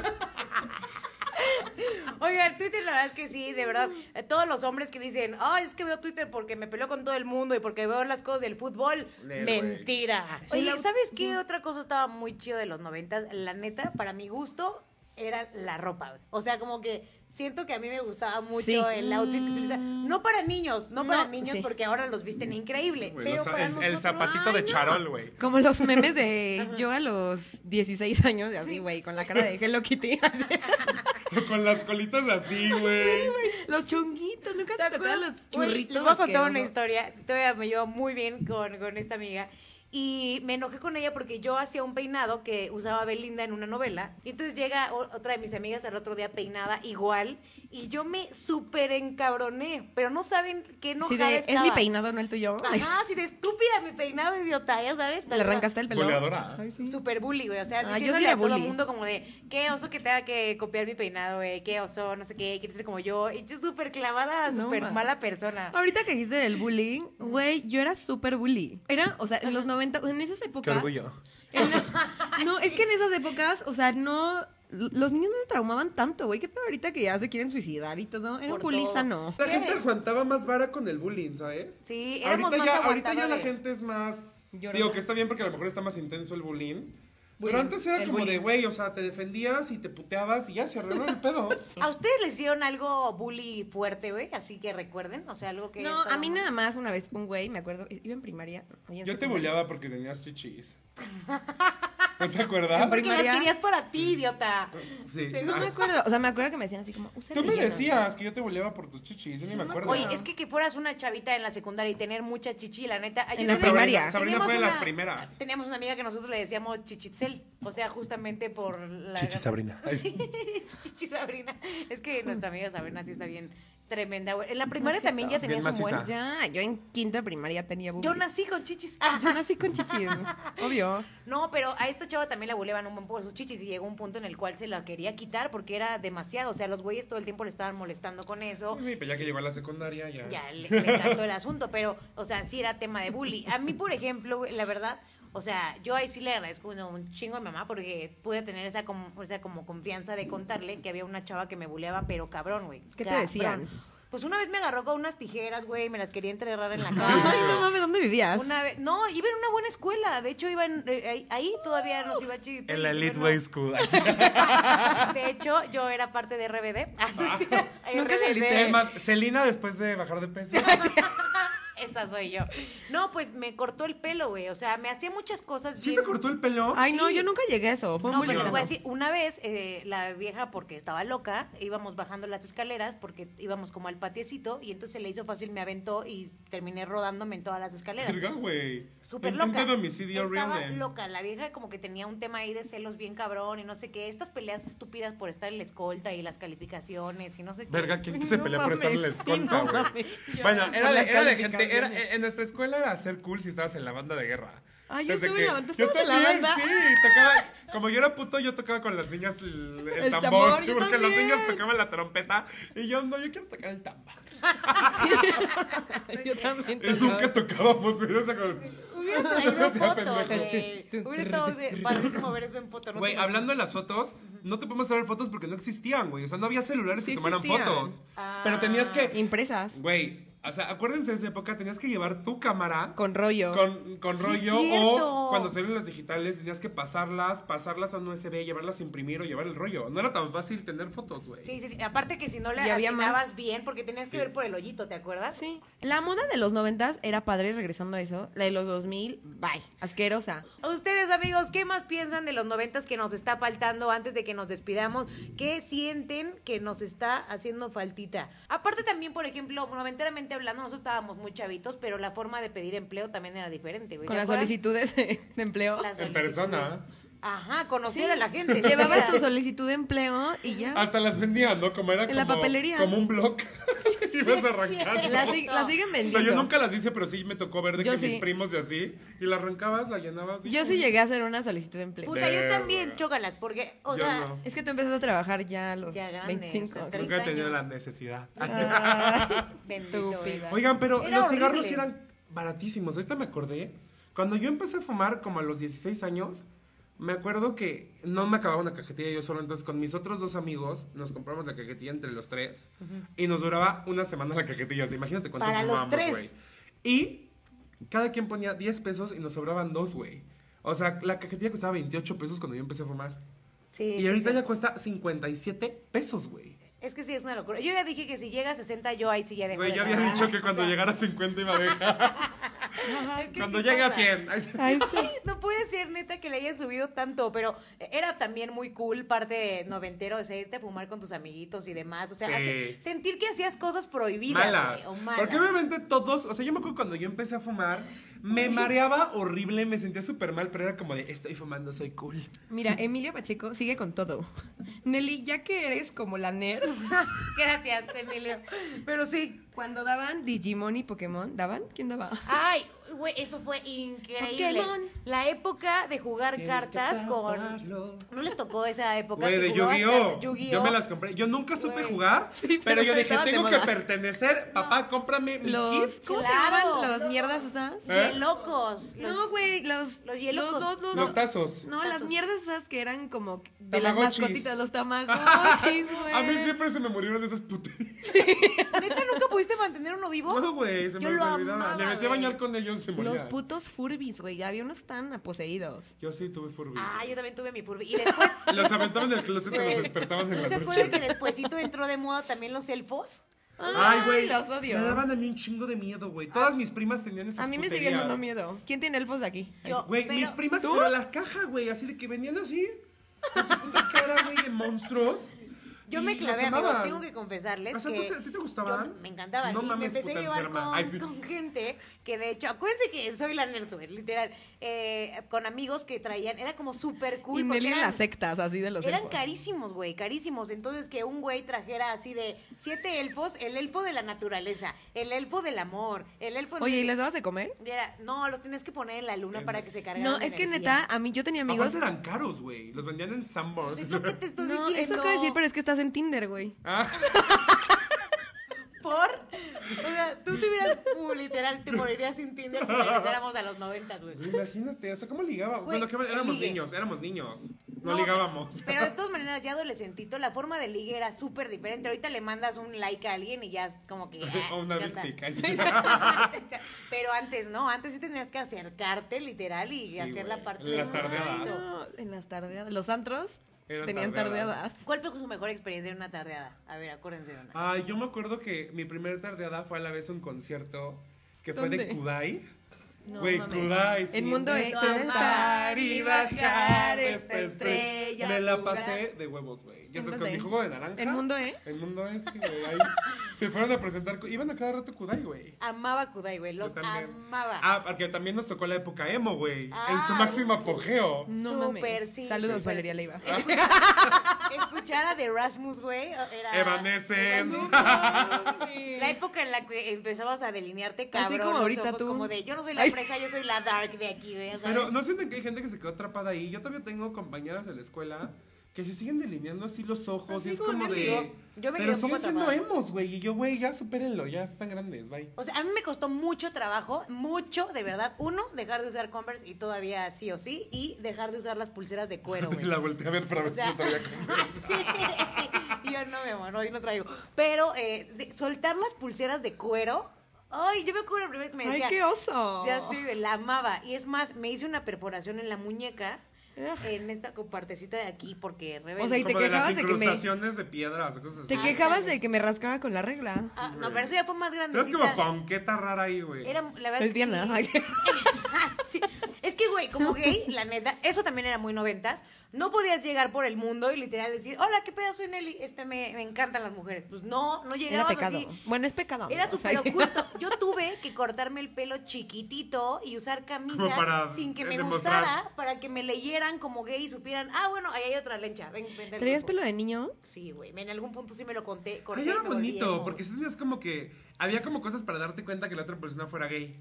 [SPEAKER 3] Oigan, Twitter la verdad es que sí, de verdad. eh, Todos los hombres que dicen, ah, es que veo Twitter porque me peleo con todo el mundo y porque veo las cosas del fútbol.
[SPEAKER 1] Nel, güey.
[SPEAKER 3] Mentira.
[SPEAKER 2] Sí,
[SPEAKER 3] Oye,
[SPEAKER 2] la-
[SPEAKER 3] ¿sabes qué otra cosa estaba muy chido de los noventas? La neta, para mi gusto, era la ropa. güey. O sea, como que siento que a mí me gustaba mucho
[SPEAKER 2] Sí.
[SPEAKER 3] el outfit que utilizaba. No para niños, no,
[SPEAKER 2] No,
[SPEAKER 3] para niños
[SPEAKER 2] sí.
[SPEAKER 3] porque ahora los visten increíble.
[SPEAKER 1] Güey,
[SPEAKER 3] pero
[SPEAKER 1] los-
[SPEAKER 3] para
[SPEAKER 1] el- el,
[SPEAKER 3] nosotros-
[SPEAKER 1] zapatito de
[SPEAKER 2] Ay, no.
[SPEAKER 1] charol, güey.
[SPEAKER 2] Como los memes de yo a los 16 años, de así, güey, con la cara de Hello Kitty. así.
[SPEAKER 1] Con las colitas así, güey.
[SPEAKER 2] los chonguitos, nunca te acuerdas los
[SPEAKER 3] Güey,
[SPEAKER 2] churritos.
[SPEAKER 3] Les voy a contar una
[SPEAKER 2] asquerosos?
[SPEAKER 3] historia. Todavía me llevo muy bien con, con esta amiga. Y me enojé con ella porque yo hacía un peinado que usaba Belinda en una novela. Y entonces llega o- otra de mis amigas al otro día peinada igual. Y yo me súper encabroné. Pero no saben qué enojada
[SPEAKER 2] Sí, de, es
[SPEAKER 3] estaba.
[SPEAKER 2] mi peinado, no el tuyo. Ay,
[SPEAKER 3] Ajá, así de estúpida mi peinado, idiota, ya sabes.
[SPEAKER 2] le arrancaste el pelo.
[SPEAKER 1] Boleadora.
[SPEAKER 2] Ay, sí.
[SPEAKER 3] Super bully, güey. O sea,
[SPEAKER 2] Ah, yo sí
[SPEAKER 3] diciéndole
[SPEAKER 2] era
[SPEAKER 3] a todo el
[SPEAKER 2] bully.
[SPEAKER 3] mundo como de, qué oso que tenga que copiar mi peinado, güey. Qué oso, no sé qué, quieres ser como yo. Y yo súper clavada,
[SPEAKER 2] No,
[SPEAKER 3] súper
[SPEAKER 2] ma.
[SPEAKER 3] mala persona.
[SPEAKER 1] Ah,
[SPEAKER 2] Ahorita que dijiste del bullying, güey, yo era súper bully. Era, o sea, en los 90, en esas
[SPEAKER 1] Qué
[SPEAKER 2] épocas.
[SPEAKER 1] orgullo.
[SPEAKER 2] en la- no, es que en esas épocas, o sea, no. Los niños no se traumaban tanto, güey. Qué peor ahorita que ya se quieren suicidar y todo. Era
[SPEAKER 3] Por
[SPEAKER 2] un bully
[SPEAKER 3] todo.
[SPEAKER 2] sano.
[SPEAKER 1] La gente aguantaba más vara con el bullying, ¿sabes?
[SPEAKER 3] Sí, éramos
[SPEAKER 1] ahorita
[SPEAKER 3] más
[SPEAKER 1] ya, ahorita ya la
[SPEAKER 3] aguantadores.
[SPEAKER 1] gente es más.
[SPEAKER 2] Llorona.
[SPEAKER 1] Digo que está bien porque a lo mejor está más intenso el bullying. Pero
[SPEAKER 2] Bullying,
[SPEAKER 1] antes era
[SPEAKER 2] el
[SPEAKER 1] como de,
[SPEAKER 2] bullying.
[SPEAKER 1] güey, o sea, te defendías y te puteabas y ya se arregló el pedo.
[SPEAKER 3] ¿A ustedes les hicieron algo bully fuerte, güey? Así que recuerden, o sea, algo que...
[SPEAKER 2] No,
[SPEAKER 3] estaba
[SPEAKER 2] a mí
[SPEAKER 3] mal.
[SPEAKER 2] nada más una vez un güey, me acuerdo, iba en primaria. ahí en
[SPEAKER 1] Yo te
[SPEAKER 2] secundaria.
[SPEAKER 1] bulleaba porque tenías chichis. ¿No te acuerdas?
[SPEAKER 2] Porque
[SPEAKER 3] Porque las
[SPEAKER 2] María-
[SPEAKER 3] querías para ti, idiota.
[SPEAKER 1] Sí. Ah,
[SPEAKER 2] No me acuerdo. O sea, me acuerdo que me decían así como, usa
[SPEAKER 1] Tú me
[SPEAKER 2] relleno".
[SPEAKER 1] decías que yo te volaba por tus chichis, yo ni me acuerdo.
[SPEAKER 3] Oye, es que que fueras una chavita en la secundaria y tener mucha chichi, la neta. ay, yo
[SPEAKER 2] En la
[SPEAKER 3] tenía-
[SPEAKER 2] primaria.
[SPEAKER 3] teníamos
[SPEAKER 1] Sabrina fue de las
[SPEAKER 3] una-
[SPEAKER 1] primeras.
[SPEAKER 3] Teníamos una amiga que nosotros le decíamos Chichitzel, o sea, justamente por la...
[SPEAKER 1] Chichi Sabrina. Ay.
[SPEAKER 3] Chichi Sabrina. Es que nuestra amiga Sabrina sí está bien tremenda. güey. En la primaria
[SPEAKER 2] cierto.
[SPEAKER 3] también ya
[SPEAKER 1] Bien
[SPEAKER 3] tenía su
[SPEAKER 1] maciza.
[SPEAKER 3] buen.
[SPEAKER 2] Ya, yo en quinta primaria tenía boobies.
[SPEAKER 3] Yo nací con chichis.
[SPEAKER 2] Yo nací con chichis, obvio.
[SPEAKER 3] No, pero a esta chava también la buleaban un buen por sus chichis y llegó un punto en el cual se la quería quitar porque era demasiado. O sea, los güeyes todo el tiempo le estaban molestando con eso.
[SPEAKER 1] Sí, pues ya que llegó a la secundaria, ya.
[SPEAKER 3] Ya le, le encantó el asunto, pero, o sea, sí era tema de bully. A mí, por ejemplo, güey, la verdad, o sea, yo ahí sí le agradezco un, un chingo a mi mamá porque pude tener esa como, o sea, como confianza de contarle que había una chava que me buleaba, pero cabrón, güey.
[SPEAKER 2] ¿Qué te
[SPEAKER 3] cabrón.
[SPEAKER 2] decían?
[SPEAKER 3] Pues una vez me agarró con unas tijeras, güey, y me las quería enterrar en la cara.
[SPEAKER 2] Ay, no mames, ¿dónde vivías?
[SPEAKER 3] Una vez, no, iba en una buena escuela. De hecho, iba en- eh, ahí, ahí todavía nos iba chido.
[SPEAKER 1] En la Elite
[SPEAKER 3] Bueno,
[SPEAKER 1] Way School.
[SPEAKER 3] De hecho, yo era parte de RBD.
[SPEAKER 1] Ah.
[SPEAKER 2] Nunca saliste.
[SPEAKER 1] Es más, Celina después de bajar de peso.
[SPEAKER 3] Esa soy yo. No, pues me cortó el pelo, güey. O sea, me hacía muchas cosas.
[SPEAKER 1] ¿Sí
[SPEAKER 3] bien-
[SPEAKER 1] te cortó el pelo?
[SPEAKER 2] Ay, no,
[SPEAKER 3] Sí.
[SPEAKER 2] yo nunca llegué a eso. Fue
[SPEAKER 3] No,
[SPEAKER 2] muy
[SPEAKER 3] pero te
[SPEAKER 1] lejano.
[SPEAKER 3] voy a decir, una vez eh, la vieja, porque estaba loca, íbamos bajando las escaleras porque íbamos como al patiecito y entonces se le hizo fácil, me aventó y terminé rodándome en todas las escaleras.
[SPEAKER 1] Verga, güey.
[SPEAKER 3] Súper
[SPEAKER 1] Intento
[SPEAKER 3] loca.
[SPEAKER 1] de homicidio
[SPEAKER 3] Estaba
[SPEAKER 1] realness.
[SPEAKER 3] loca. La vieja como que tenía un tema ahí de celos bien cabrón y no sé qué. Estas peleas estúpidas por estar en la escolta y las calificaciones y no sé qué.
[SPEAKER 1] Verga, ¿quién se
[SPEAKER 2] No
[SPEAKER 1] pelea por estar en la
[SPEAKER 2] mames, sí,
[SPEAKER 1] escolta,
[SPEAKER 2] no
[SPEAKER 1] güey?
[SPEAKER 2] mames.
[SPEAKER 1] bueno,
[SPEAKER 2] Por
[SPEAKER 1] era de,
[SPEAKER 2] las
[SPEAKER 1] era de gente. Era,
[SPEAKER 2] calificaciones.
[SPEAKER 1] en nuestra escuela era ser cool si estabas en la banda de guerra.
[SPEAKER 2] Ay, yo
[SPEAKER 1] Desde
[SPEAKER 2] estuve en
[SPEAKER 1] que-
[SPEAKER 2] la banda,
[SPEAKER 1] Yo
[SPEAKER 2] ¿estabas en la
[SPEAKER 1] también,
[SPEAKER 2] banda?
[SPEAKER 1] sí. Tocaba, como yo era puto, yo tocaba con las niñas el, el
[SPEAKER 2] El
[SPEAKER 1] tambor.
[SPEAKER 2] tambor, yo
[SPEAKER 1] porque los
[SPEAKER 2] también.
[SPEAKER 1] niños tocaban la trompeta. Y yo, no, yo quiero tocar el tambor.
[SPEAKER 2] Yo también.
[SPEAKER 1] Y Eh, nunca tocábamos. güey, o sea, como-
[SPEAKER 3] Hubiera traído
[SPEAKER 1] sea,
[SPEAKER 3] fotos,
[SPEAKER 1] pendejo.
[SPEAKER 3] güey. Hubiera estado bien- padrísimo ver eso en foto. ¿no?
[SPEAKER 1] Güey, hablando de las fotos, no te podemos traer fotos porque no existían, güey. O sea, no había celulares
[SPEAKER 2] Sí
[SPEAKER 1] que tomaran
[SPEAKER 2] existían.
[SPEAKER 1] fotos.
[SPEAKER 3] Ah.
[SPEAKER 1] Pero tenías que.
[SPEAKER 2] Impresas.
[SPEAKER 1] Güey, o sea, acuérdense de esa época, tenías que llevar tu cámara.
[SPEAKER 2] Con rollo.
[SPEAKER 1] Con, con
[SPEAKER 3] Sí,
[SPEAKER 1] rollo
[SPEAKER 3] cierto.
[SPEAKER 1] o cuando salieron las digitales tenías que pasarlas, pasarlas a un USB, llevarlas a imprimir o llevar el rollo. No era tan fácil tener fotos, güey.
[SPEAKER 3] Sí, sí, sí. Aparte que si no le
[SPEAKER 2] Y había
[SPEAKER 3] atinabas
[SPEAKER 2] más.
[SPEAKER 3] bien, porque tenías
[SPEAKER 1] Sí.
[SPEAKER 3] que ver por el hoyito, ¿te acuerdas?
[SPEAKER 2] Sí. La moda de los noventas era padre, regresando a eso. La de los 2000, bye. Asquerosa.
[SPEAKER 3] Ustedes, amigos, ¿qué más piensan de los noventas que nos está faltando antes de que nos despidamos? ¿Qué sienten que nos está haciendo faltita? Aparte también, por ejemplo, noventeramente hablando, nosotros estábamos muy chavitos, pero la forma de pedir empleo también era diferente, güey.
[SPEAKER 2] Con
[SPEAKER 3] ¿Te
[SPEAKER 2] las
[SPEAKER 3] acuerdas?
[SPEAKER 2] solicitudes de, de empleo.
[SPEAKER 3] Las
[SPEAKER 1] En
[SPEAKER 3] solicitudes.
[SPEAKER 1] persona.
[SPEAKER 3] Ajá, conocer a la gente.
[SPEAKER 2] Llevabas
[SPEAKER 3] Sí,
[SPEAKER 2] tu
[SPEAKER 3] era-
[SPEAKER 2] solicitud de empleo y ya.
[SPEAKER 1] Hasta las vendían, ¿no? Como era
[SPEAKER 2] En
[SPEAKER 1] como,
[SPEAKER 2] la papelería.
[SPEAKER 1] como un blog. Ibas arrancando.
[SPEAKER 3] cierto.
[SPEAKER 2] La, sig- la siguen
[SPEAKER 1] O sea,
[SPEAKER 2] vendiendo.
[SPEAKER 1] yo nunca las hice, pero sí me tocó ver de
[SPEAKER 2] Yo
[SPEAKER 1] que
[SPEAKER 2] sí.
[SPEAKER 1] mis primos y así. Y la arrancabas, la llenabas. y-
[SPEAKER 2] Yo sí llegué a hacer una solicitud de empleo.
[SPEAKER 3] Puta, yo
[SPEAKER 1] Verga.
[SPEAKER 3] también, chócalas, porque, o
[SPEAKER 1] Yo
[SPEAKER 3] sea,
[SPEAKER 1] no.
[SPEAKER 2] Es que tú empezaste a trabajar ya a los
[SPEAKER 3] Ya grande, o
[SPEAKER 2] 25.
[SPEAKER 3] sea,
[SPEAKER 2] ok.
[SPEAKER 1] Nunca he
[SPEAKER 3] 30
[SPEAKER 1] tenido
[SPEAKER 3] años.
[SPEAKER 1] la necesidad.
[SPEAKER 2] Ah.
[SPEAKER 3] bendito,
[SPEAKER 2] Estúpida.
[SPEAKER 1] Oigan, pero
[SPEAKER 3] Era
[SPEAKER 1] los
[SPEAKER 3] horrible.
[SPEAKER 1] cigarros eran baratísimos. Ahorita me acordé. Cuando yo empecé a fumar, como a los 16 años, me acuerdo que no me acababa una cajetilla yo solo. Entonces, con mis otros dos amigos, nos compramos la cajetilla entre los tres. Y nos duraba una semana la cajetilla. O sea, imagínate cuánto
[SPEAKER 3] Para los
[SPEAKER 1] fumábamos,
[SPEAKER 3] tres.
[SPEAKER 1] güey. Y cada quien ponía 10 pesos y nos sobraban dos, güey. O sea, la cajetilla costaba 28 pesos cuando yo empecé a fumar.
[SPEAKER 3] Sí,
[SPEAKER 1] y
[SPEAKER 3] sí,
[SPEAKER 1] ahorita
[SPEAKER 3] sí.
[SPEAKER 1] ya cuesta 57 pesos, güey.
[SPEAKER 3] Es que sí, es una locura. Yo ya dije que si llega a 60, yo ahí sí ya dejo.
[SPEAKER 1] Güey,
[SPEAKER 3] de
[SPEAKER 1] yo había
[SPEAKER 3] trabajar.
[SPEAKER 1] dicho que
[SPEAKER 3] O
[SPEAKER 1] cuando
[SPEAKER 3] sea,
[SPEAKER 1] llegara a 50 iba a dejar.
[SPEAKER 3] es que
[SPEAKER 1] Cuando
[SPEAKER 3] sí
[SPEAKER 1] llegue a
[SPEAKER 3] pasa.
[SPEAKER 1] 100.
[SPEAKER 2] Ay, sí.
[SPEAKER 3] Ay, no puede ser neta que le hayan subido tanto, pero era también muy cool parte noventero, o sea, irte a fumar con tus amiguitos y demás, o sea,
[SPEAKER 1] Sí.
[SPEAKER 3] hace- sentir que hacías cosas prohibidas
[SPEAKER 1] malas.
[SPEAKER 3] güey, o malas.
[SPEAKER 1] Porque obviamente todos, o sea, yo me acuerdo cuando yo empecé a fumar, me mareaba horrible, me sentía súper mal, pero era como de, estoy fumando, soy cool.
[SPEAKER 2] Mira, Emilio Pacheco sigue con todo. Nelly, ya que eres como la nerd,
[SPEAKER 3] Gracias, Emilio. Pero sí.
[SPEAKER 2] cuando daban Digimon y Pokémon, ¿daban? ¿Quién daba?
[SPEAKER 3] Ay, güey, eso fue increíble.
[SPEAKER 2] Pokémon.
[SPEAKER 3] La época de jugar
[SPEAKER 1] Tienes
[SPEAKER 3] cartas
[SPEAKER 1] que
[SPEAKER 3] con
[SPEAKER 1] taparlo.
[SPEAKER 3] no les tocó esa época
[SPEAKER 1] Güey,
[SPEAKER 3] que
[SPEAKER 1] de
[SPEAKER 3] jugabas
[SPEAKER 1] Yu-Gi-Oh.
[SPEAKER 3] cartas? Yu-Gi-Oh.
[SPEAKER 1] Yo me las compré. Yo nunca supe
[SPEAKER 3] Güey.
[SPEAKER 1] jugar,
[SPEAKER 2] Sí,
[SPEAKER 1] pero,
[SPEAKER 2] pero
[SPEAKER 1] yo dije,
[SPEAKER 2] estabas de
[SPEAKER 1] tengo que
[SPEAKER 2] moda.
[SPEAKER 1] pertenecer. Papá, cómprame mi
[SPEAKER 2] Los,
[SPEAKER 1] kit.
[SPEAKER 2] ¿Cómo
[SPEAKER 3] Claro.
[SPEAKER 2] se llamaban las mierdas esas?
[SPEAKER 1] ¿Eh?
[SPEAKER 3] De locos. Los-
[SPEAKER 2] No, güey, los...
[SPEAKER 3] Los hielos con-
[SPEAKER 2] los-
[SPEAKER 1] Los tazos.
[SPEAKER 2] No, las
[SPEAKER 3] Tazos.
[SPEAKER 2] mierdas esas que eran como de las
[SPEAKER 1] Tamagotchis.
[SPEAKER 2] mascotitas, los tamagotchis, güey.
[SPEAKER 1] A mí siempre se me murieron esas puterías.
[SPEAKER 3] ¿Neta nunca pudiste mantener uno vivo?
[SPEAKER 1] No, güey, se
[SPEAKER 3] Yo
[SPEAKER 1] me
[SPEAKER 3] lo
[SPEAKER 1] olvidaba.
[SPEAKER 3] amaba,
[SPEAKER 1] me metí a
[SPEAKER 3] güey.
[SPEAKER 1] bañar con ellos y se
[SPEAKER 2] Los
[SPEAKER 1] morían.
[SPEAKER 2] putos furbis, güey. Ya había unos tan poseídos.
[SPEAKER 1] Yo sí tuve furbis.
[SPEAKER 3] Ah, yo también tuve mi Furby. Y después,
[SPEAKER 1] Los aventaban en el closet y
[SPEAKER 3] Güey.
[SPEAKER 1] los despertaban en
[SPEAKER 3] ¿no
[SPEAKER 1] la
[SPEAKER 3] se
[SPEAKER 1] noche.
[SPEAKER 3] acuerdan que despuésito entró de moda también los Ah, elfos?
[SPEAKER 1] Ay, güey.
[SPEAKER 2] los odio.
[SPEAKER 1] Me daban a mí un chingo de miedo, güey. Todas mis primas tenían esas
[SPEAKER 2] A mí me siguen
[SPEAKER 1] puterías.
[SPEAKER 2] dando miedo. ¿Quién tiene elfos aquí?
[SPEAKER 3] Yo,
[SPEAKER 1] Güey,
[SPEAKER 3] pero-
[SPEAKER 1] mis primas
[SPEAKER 2] ¿Tú?
[SPEAKER 1] pero a la caja, güey, así de que venían así. Con su puta cara, güey, de monstruos.
[SPEAKER 3] Yo
[SPEAKER 1] y
[SPEAKER 3] me
[SPEAKER 1] los
[SPEAKER 3] clavé, amigo,
[SPEAKER 1] amaban.
[SPEAKER 3] tengo que confesarles
[SPEAKER 1] O sea,
[SPEAKER 3] que
[SPEAKER 1] ¿tú- a ti te gustaban?
[SPEAKER 3] yo- me encantaban.
[SPEAKER 1] No
[SPEAKER 3] y me
[SPEAKER 1] mames,
[SPEAKER 3] empecé a
[SPEAKER 1] puta
[SPEAKER 3] llevar
[SPEAKER 1] enferma.
[SPEAKER 3] con,
[SPEAKER 1] Ay, sí.
[SPEAKER 3] con gente que, de hecho, acuérdense que soy la nerd, güey, literal. Eh, con amigos que traían, era como súper cool.
[SPEAKER 2] y
[SPEAKER 3] porque
[SPEAKER 2] Nelly en
[SPEAKER 3] eran-
[SPEAKER 2] las sectas, así de los
[SPEAKER 3] Eran
[SPEAKER 2] elfos.
[SPEAKER 3] carísimos, güey, carísimos. Entonces, que un güey trajera así de siete elfos, el elfo de la naturaleza, el elfo del amor, el elfo...
[SPEAKER 2] Oye, ¿y les dabas de comer?
[SPEAKER 3] Era- no, los tenías que poner en la luna para que se cargaran
[SPEAKER 2] No,
[SPEAKER 3] de
[SPEAKER 2] es que
[SPEAKER 3] energía.
[SPEAKER 2] neta, a mí yo tenía amigos.
[SPEAKER 1] Aparte eran caros, güey. Los vendían en Sanborns.
[SPEAKER 3] Pues es lo que te estoy
[SPEAKER 2] No,
[SPEAKER 3] diciendo.
[SPEAKER 2] eso acabo de decir, pero es que estás en Tinder, güey.
[SPEAKER 1] Ah,
[SPEAKER 3] ¿Por? O sea, tú te hubieras, uh, literal, te morirías sin Tinder si regresáramos a los 90, güey.
[SPEAKER 1] güey, imagínate, o sea, ¿cómo ligábamos?
[SPEAKER 3] Güey,
[SPEAKER 1] Bueno, que éramos
[SPEAKER 3] ligue.
[SPEAKER 1] niños, éramos niños. No,
[SPEAKER 3] No,
[SPEAKER 1] ligábamos.
[SPEAKER 3] Pero de todas maneras, ya adolescentito, la forma de ligue era súper diferente. Ahorita le mandas un like a alguien y ya es como que... ah,
[SPEAKER 1] o una
[SPEAKER 3] ya
[SPEAKER 1] dick
[SPEAKER 3] está.
[SPEAKER 1] pic. Ay, sí.
[SPEAKER 3] Pero antes no, antes sí tenías que acercarte literal y
[SPEAKER 1] Sí,
[SPEAKER 3] hacer la
[SPEAKER 1] güey.
[SPEAKER 3] parte
[SPEAKER 1] Las
[SPEAKER 3] del
[SPEAKER 1] tardeadas.
[SPEAKER 3] mundo.
[SPEAKER 2] No, en las tardeadas. Los antros
[SPEAKER 1] Eran
[SPEAKER 2] tenían
[SPEAKER 1] tardeadas.
[SPEAKER 2] tardeadas.
[SPEAKER 3] ¿Cuál fue su mejor experiencia en una tardeada? A ver, acuérdense de una.
[SPEAKER 1] Ay, yo me acuerdo que mi primer tardeada fue a la vez un concierto que fue de
[SPEAKER 2] ¿Dónde?
[SPEAKER 1] Kudai.
[SPEAKER 2] No
[SPEAKER 1] Güey,
[SPEAKER 2] mames.
[SPEAKER 1] Kudai.
[SPEAKER 2] El
[SPEAKER 1] sí,
[SPEAKER 2] mundo
[SPEAKER 1] de
[SPEAKER 2] es
[SPEAKER 1] saltar y bajar
[SPEAKER 2] esta
[SPEAKER 1] esta
[SPEAKER 2] estrella,
[SPEAKER 1] estrella. Me la
[SPEAKER 2] Kudai.
[SPEAKER 1] pasé de huevos, güey. Ya
[SPEAKER 2] ¿En
[SPEAKER 1] sabes, con
[SPEAKER 2] dónde?
[SPEAKER 1] mi jugo de naranja.
[SPEAKER 2] El mundo, ¿eh?
[SPEAKER 1] El mundo es que, güey, ahí se fueron a presentar. Iban a cada rato Kudai, güey.
[SPEAKER 3] Amaba Kudai, güey, los
[SPEAKER 1] Yo también.
[SPEAKER 3] amaba.
[SPEAKER 1] Ah, porque también nos tocó la época emo, güey. en su
[SPEAKER 3] Ah.
[SPEAKER 1] máximo apogeo.
[SPEAKER 2] No
[SPEAKER 3] Súper,
[SPEAKER 2] mames.
[SPEAKER 3] sí,
[SPEAKER 2] Saludos,
[SPEAKER 3] súper,
[SPEAKER 2] Valeria
[SPEAKER 3] sí.
[SPEAKER 2] Leiva.
[SPEAKER 3] Escuchar a The Rasmus, güey, era...
[SPEAKER 1] Evanescence.
[SPEAKER 3] La época en la que empezabas a delinearte cabrón
[SPEAKER 2] como
[SPEAKER 3] los
[SPEAKER 2] ahorita
[SPEAKER 3] ojos,
[SPEAKER 2] tú.
[SPEAKER 3] Como de, yo no soy la
[SPEAKER 2] Ay.
[SPEAKER 3] fresa, yo soy la dark de aquí, güey, o sea,
[SPEAKER 1] Pero no sienten que hay gente que se quedó atrapada ahí. Yo todavía tengo compañeras de la escuela que se siguen delineando así los ojos
[SPEAKER 2] Así
[SPEAKER 1] y es
[SPEAKER 2] como
[SPEAKER 1] como
[SPEAKER 2] Nelly.
[SPEAKER 1] de.
[SPEAKER 3] Pues Yo
[SPEAKER 1] pero
[SPEAKER 3] me quedé un poco
[SPEAKER 1] siguen siendo
[SPEAKER 3] atrapada.
[SPEAKER 1] emos, güey. Y yo, güey, ya supérenlo, ya están grandes, bye.
[SPEAKER 3] O sea, a mí me costó mucho trabajo, mucho, de verdad. Uno, dejar de usar Converse y todavía sí o sí. Y dejar de usar las pulseras de cuero, güey.
[SPEAKER 1] la volteé a ver para
[SPEAKER 3] O
[SPEAKER 1] ver si
[SPEAKER 3] sea,
[SPEAKER 1] yo todavía.
[SPEAKER 3] sí, sí. Yo no, mi amor, hoy no traigo. Pero eh, de- soltar las pulseras de cuero. Ay, yo me acuerdo la primera vez que me
[SPEAKER 2] Ay,
[SPEAKER 3] decía.
[SPEAKER 2] qué oso.
[SPEAKER 3] Ya sí, la amaba. Y es más, me hice una perforación en la muñeca. En esta partecita de aquí, porque rebelde.
[SPEAKER 2] O sea, y te
[SPEAKER 1] como de las
[SPEAKER 2] quejabas de que me-
[SPEAKER 1] incrustaciones de piedras, cosas así.
[SPEAKER 2] Te quejabas de que me rascaba con la regla.
[SPEAKER 3] Ah, no, pero eso ya fue más
[SPEAKER 1] Tú eres
[SPEAKER 3] grandecita.
[SPEAKER 1] como ponqueta rara ahí, güey.
[SPEAKER 3] Era, la verdad
[SPEAKER 2] Es
[SPEAKER 3] que
[SPEAKER 2] Diana.
[SPEAKER 3] sí.
[SPEAKER 2] Ay,
[SPEAKER 3] Sí. Es que, güey, como gay, la neta, eso también era muy noventas. No podías llegar por el mundo y literal decir, hola, qué pedazo soy Nelly, este, me, me encantan las mujeres. Pues no, no
[SPEAKER 2] Era
[SPEAKER 3] llegabas
[SPEAKER 2] pecado.
[SPEAKER 3] así.
[SPEAKER 2] Bueno, es pecado.
[SPEAKER 3] Era
[SPEAKER 2] amigo, o sea,
[SPEAKER 3] súper oculto. Yo tuve que cortarme el pelo chiquitito y usar camisas
[SPEAKER 1] Como para eh,
[SPEAKER 3] sin que me
[SPEAKER 1] demostrar.
[SPEAKER 3] gustara para que me leyeran como gay y supieran, ah, bueno, ahí hay otra lencha. Ven, ven del
[SPEAKER 2] ¿Traías
[SPEAKER 3] grupo".
[SPEAKER 2] pelo de niño?
[SPEAKER 3] Sí, güey. En algún punto sí me lo conté. corté
[SPEAKER 1] Ay, era
[SPEAKER 3] y me volví
[SPEAKER 1] bonito,
[SPEAKER 3] emo.
[SPEAKER 1] porque sí tenías como que. Había como cosas para darte cuenta que la otra persona fuera gay.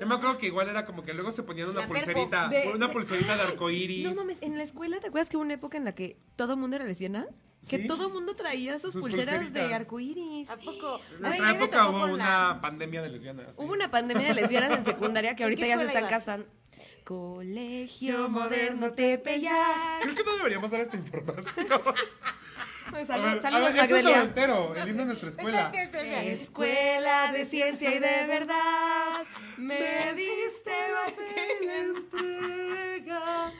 [SPEAKER 1] Yo me acuerdo que igual era como que luego se ponían una
[SPEAKER 3] La perfo.
[SPEAKER 1] pulserita,
[SPEAKER 2] De-
[SPEAKER 1] una
[SPEAKER 2] de-
[SPEAKER 1] pulserita de arcoiris.
[SPEAKER 2] No mames, en la escuela, ¿te acuerdas que hubo una época en la que todo mundo era lesbiana? Que
[SPEAKER 1] Sí.
[SPEAKER 2] todo mundo traía sus,
[SPEAKER 1] Sus
[SPEAKER 2] pulseras de
[SPEAKER 1] pulseritas.
[SPEAKER 2] arcoíris.
[SPEAKER 3] ¿A poco?
[SPEAKER 1] En
[SPEAKER 3] Ay, a
[SPEAKER 1] nuestra
[SPEAKER 3] mí me
[SPEAKER 1] época
[SPEAKER 3] tocó
[SPEAKER 1] hubo
[SPEAKER 3] con
[SPEAKER 1] una
[SPEAKER 3] la-
[SPEAKER 1] pandemia de lesbianas. sí.
[SPEAKER 2] Hubo una pandemia de lesbianas en secundaria que
[SPEAKER 3] ¿En
[SPEAKER 2] ahorita
[SPEAKER 3] qué
[SPEAKER 2] ya se
[SPEAKER 3] escuela
[SPEAKER 2] están
[SPEAKER 3] ibas?
[SPEAKER 2] casando. Colegio Moderno Tepeyac.
[SPEAKER 1] Creo que no deberíamos dar esta información. Salud, a
[SPEAKER 2] Ay, salud-
[SPEAKER 1] ver, a
[SPEAKER 2] saludos,
[SPEAKER 1] ver, eso es lo
[SPEAKER 2] Magdelia.
[SPEAKER 1] entero, el himno de nuestra escuela.
[SPEAKER 3] Venga, venga, venga.
[SPEAKER 2] Escuela de Ciencia y de Verdad, me diste
[SPEAKER 1] en la entrega.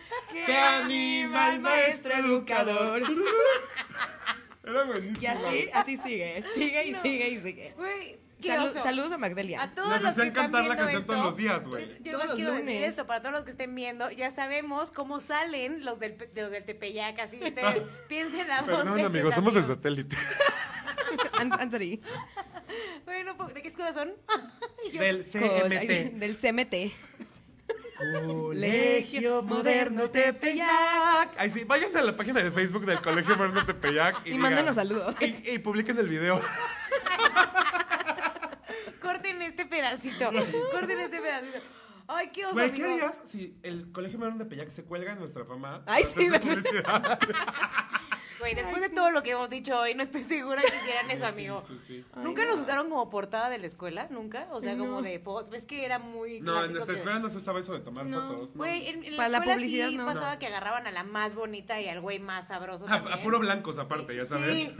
[SPEAKER 2] que anima al maestro educador.
[SPEAKER 1] Era buenísimo.
[SPEAKER 2] Y así, así sigue, sigue y
[SPEAKER 3] No.
[SPEAKER 2] sigue y sigue.
[SPEAKER 3] Güey, qué
[SPEAKER 2] Salu-
[SPEAKER 3] oso.
[SPEAKER 2] saludos a Magdelia.
[SPEAKER 3] A todos
[SPEAKER 1] Nos
[SPEAKER 3] los que
[SPEAKER 1] hacían
[SPEAKER 3] están
[SPEAKER 1] cantar la
[SPEAKER 3] viendo
[SPEAKER 1] canción
[SPEAKER 3] esto,
[SPEAKER 1] todos los días, güey.
[SPEAKER 3] Yo
[SPEAKER 2] Todos
[SPEAKER 3] más
[SPEAKER 2] los
[SPEAKER 3] quiero decir
[SPEAKER 2] lunes.
[SPEAKER 3] esto para todos los que estén viendo. Ya sabemos cómo salen los del, pe- de los del Tepeyac, así ustedes piensen la voz.
[SPEAKER 1] Ah.
[SPEAKER 3] este
[SPEAKER 1] Perdón, amigos, somos de satélite.
[SPEAKER 2] An- Anthony.
[SPEAKER 3] Bueno, po- ¿de qué escuela son? Yo-
[SPEAKER 1] Del
[SPEAKER 2] Col- ay,
[SPEAKER 1] CMT.
[SPEAKER 2] del CMT.
[SPEAKER 1] Colegio Moderno Tepeyac. Ay, sí, vayan a la página de Facebook del Colegio Moderno Tepeyac.
[SPEAKER 2] Y,
[SPEAKER 1] digan-
[SPEAKER 2] mándanos saludos.
[SPEAKER 1] Y, y publiquen el video.
[SPEAKER 3] Corten este pedacito. Corten este pedacito. Ay, qué oso,
[SPEAKER 1] Güey, ¿qué
[SPEAKER 3] amigo.
[SPEAKER 1] harías si el Colegio Moderno Tepeyac se cuelga en nuestra fama? para
[SPEAKER 2] Ay, sí,
[SPEAKER 1] hacer
[SPEAKER 2] de-
[SPEAKER 1] publicidad?
[SPEAKER 3] Güey, después de todo lo que hemos dicho hoy, no estoy segura que hicieran eso,
[SPEAKER 1] Sí,
[SPEAKER 3] amigo.
[SPEAKER 1] sí, sí.
[SPEAKER 3] ¿Nunca los usaron como portada de la escuela? ¿Nunca? O sea, como
[SPEAKER 2] No.
[SPEAKER 3] de... fo- Es que era muy
[SPEAKER 1] No, en
[SPEAKER 3] clásico
[SPEAKER 1] nuestra
[SPEAKER 3] que-
[SPEAKER 1] escuela no se usaba eso de tomar
[SPEAKER 2] No.
[SPEAKER 1] fotos. no.
[SPEAKER 3] Güey, en, en
[SPEAKER 2] Para la
[SPEAKER 3] la escuela
[SPEAKER 2] publicidad,
[SPEAKER 3] sí
[SPEAKER 2] no.
[SPEAKER 3] pasaba
[SPEAKER 1] No.
[SPEAKER 3] que agarraban a la más bonita y al güey más sabroso
[SPEAKER 1] A,
[SPEAKER 3] también.
[SPEAKER 1] a puro blancos aparte, ya
[SPEAKER 3] Sí,
[SPEAKER 1] sabes.
[SPEAKER 3] sí.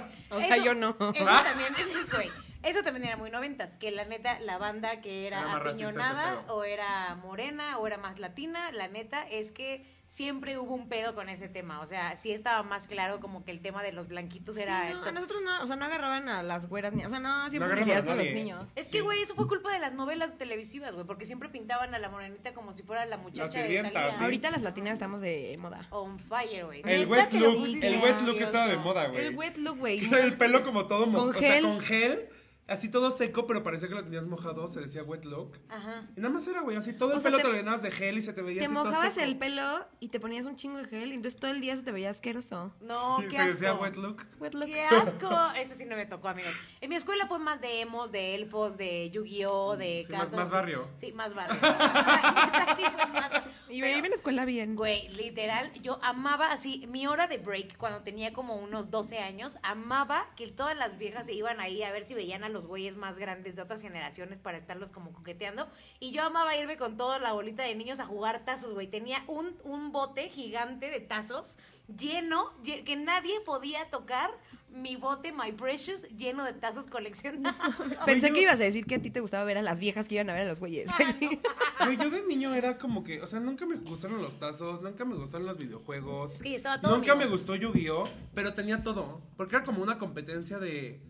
[SPEAKER 2] O sea, yo no.
[SPEAKER 3] Eso
[SPEAKER 1] Ah.
[SPEAKER 3] también, eso, güey, eso también era muy noventas, que la neta, la banda que
[SPEAKER 1] Era
[SPEAKER 3] era
[SPEAKER 1] más racista ese
[SPEAKER 3] apiñonada
[SPEAKER 1] pedo.
[SPEAKER 3] o era morena o era más latina, la neta es que siempre hubo un pedo con ese tema. O sea, sí estaba más claro como que el tema de los blanquitos
[SPEAKER 2] Sí,
[SPEAKER 3] era.
[SPEAKER 2] no,
[SPEAKER 3] esto.
[SPEAKER 2] a nosotros no, o sea, no agarraban a las güeras ni, o sea, no hacían
[SPEAKER 1] No agarraban
[SPEAKER 2] publicidad
[SPEAKER 1] a
[SPEAKER 2] con los
[SPEAKER 1] nadie.
[SPEAKER 2] niños.
[SPEAKER 3] Es que, güey, eso fue culpa de las novelas televisivas, güey, porque siempre pintaban a la morenita como si fuera la muchacha de
[SPEAKER 1] sirvienta,
[SPEAKER 3] Talía.
[SPEAKER 1] Sí.
[SPEAKER 2] Ahorita las latinas estamos de moda.
[SPEAKER 3] On fire, güey.
[SPEAKER 1] El
[SPEAKER 2] Neta
[SPEAKER 1] wet
[SPEAKER 2] que lo
[SPEAKER 1] look,
[SPEAKER 2] pusiste
[SPEAKER 1] el wet look
[SPEAKER 3] nervioso.
[SPEAKER 1] estaba de moda, Ah, güey.
[SPEAKER 2] El wet look, güey.
[SPEAKER 1] Que era el pelo como todo mojado.
[SPEAKER 2] Con
[SPEAKER 1] O sea,
[SPEAKER 2] gel.
[SPEAKER 1] con gel, así todo seco, pero parecía que lo tenías mojado, se decía wet look.
[SPEAKER 3] Ajá.
[SPEAKER 1] Y nada más era, güey, así todo el
[SPEAKER 2] Ah. O sea,
[SPEAKER 1] pelo
[SPEAKER 2] te-
[SPEAKER 1] te lo llenabas de gel y se te veía
[SPEAKER 2] Te
[SPEAKER 1] así todo
[SPEAKER 2] mojabas
[SPEAKER 1] seco.
[SPEAKER 2] el pelo y te ponías un chingo de gel, y entonces todo el día se te veía asqueroso.
[SPEAKER 3] No,
[SPEAKER 1] Y
[SPEAKER 3] qué
[SPEAKER 1] se decía
[SPEAKER 3] asco.
[SPEAKER 1] wet look.
[SPEAKER 2] Wet look.
[SPEAKER 3] ¡Qué asco! Eso sí no me tocó, amigos. En mi escuela fue más de emos, de elfos, de Yu-Gi-Oh, de...
[SPEAKER 1] Sí, más-
[SPEAKER 3] cartas.
[SPEAKER 1] más barrio.
[SPEAKER 3] Sí, más barrio. Neta, sí fue más barrio.
[SPEAKER 2] Y me
[SPEAKER 3] Pero,
[SPEAKER 2] iba en la escuela bien.
[SPEAKER 3] Güey, literal, yo amaba así, mi hora de break cuando tenía como unos 12 años, amaba que todas las viejas se iban ahí a ver si veían a los güeyes más grandes de otras generaciones para estarlos como coqueteando. Y yo amaba irme con toda la bolita de niños a jugar tazos, güey. Tenía un, un bote gigante de tazos lleno, lle- que nadie podía tocar. Mi bote, My Precious, lleno de tazos coleccionados.
[SPEAKER 2] Pensé
[SPEAKER 1] yo-
[SPEAKER 2] que ibas a decir que a ti te gustaba ver a las viejas que iban a ver a los güeyes.
[SPEAKER 1] Güey, yo de niño era como que, o sea, nunca me gustaron los tazos, nunca me gustaron los videojuegos.
[SPEAKER 3] Es que yo estaba todo.
[SPEAKER 1] Nunca
[SPEAKER 3] amigo.
[SPEAKER 1] me gustó Yu-Gi-Oh, pero tenía todo. Porque era como una competencia de.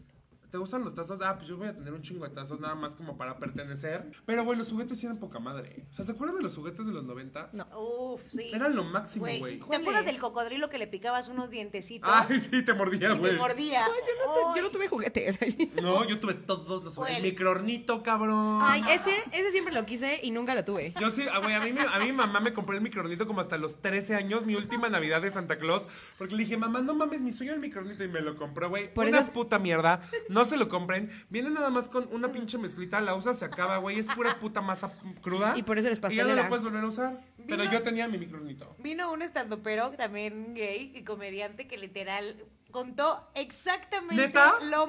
[SPEAKER 1] ¿Te gustan los tazos? Ah, pues yo voy a tener un chingo de tazos nada más como para pertenecer. Pero, güey, los juguetes sí eran poca madre. O sea, ¿se acuerdan de los juguetes de los 90?
[SPEAKER 2] No.
[SPEAKER 3] Uf, sí.
[SPEAKER 1] Era lo máximo,
[SPEAKER 3] Güey,
[SPEAKER 1] güey. Ah,
[SPEAKER 3] ¿Te
[SPEAKER 2] ¿Cuál
[SPEAKER 3] acuerdas
[SPEAKER 2] es?
[SPEAKER 3] del cocodrilo que le picabas unos dientecitos?
[SPEAKER 1] Ay, sí, te mordía,
[SPEAKER 3] y te
[SPEAKER 1] güey.
[SPEAKER 3] mordía.
[SPEAKER 2] yo, no tu- yo
[SPEAKER 3] Ay,
[SPEAKER 2] no tuve juguetes.
[SPEAKER 1] No, yo tuve todos los
[SPEAKER 3] Güey.
[SPEAKER 1] El microornito, cabrón.
[SPEAKER 2] Ay, ese, ese siempre lo quise y nunca lo tuve.
[SPEAKER 1] Yo sí, ah, güey, a mí, mi- a mí mi mamá me compró el micronito como hasta los 13 años, mi última Navidad de Santa Claus, porque le dije, mamá, no mames, mi sueño el micronito y me lo compró, güey.
[SPEAKER 2] Por
[SPEAKER 1] una
[SPEAKER 2] eso-
[SPEAKER 1] puta mierda, no se lo compren. Viene nada más con una pinche mezclita, la usa, se acaba, güey, es pura puta masa cruda.
[SPEAKER 2] Y por eso eres
[SPEAKER 1] Y ya no
[SPEAKER 2] pastelera.
[SPEAKER 1] lo puedes volver a usar. Pero
[SPEAKER 3] Vino-
[SPEAKER 1] yo tenía mi micronito.
[SPEAKER 3] Vino un estandopero también gay y comediante que literal contó exactamente
[SPEAKER 1] ¿Neta?
[SPEAKER 3] lo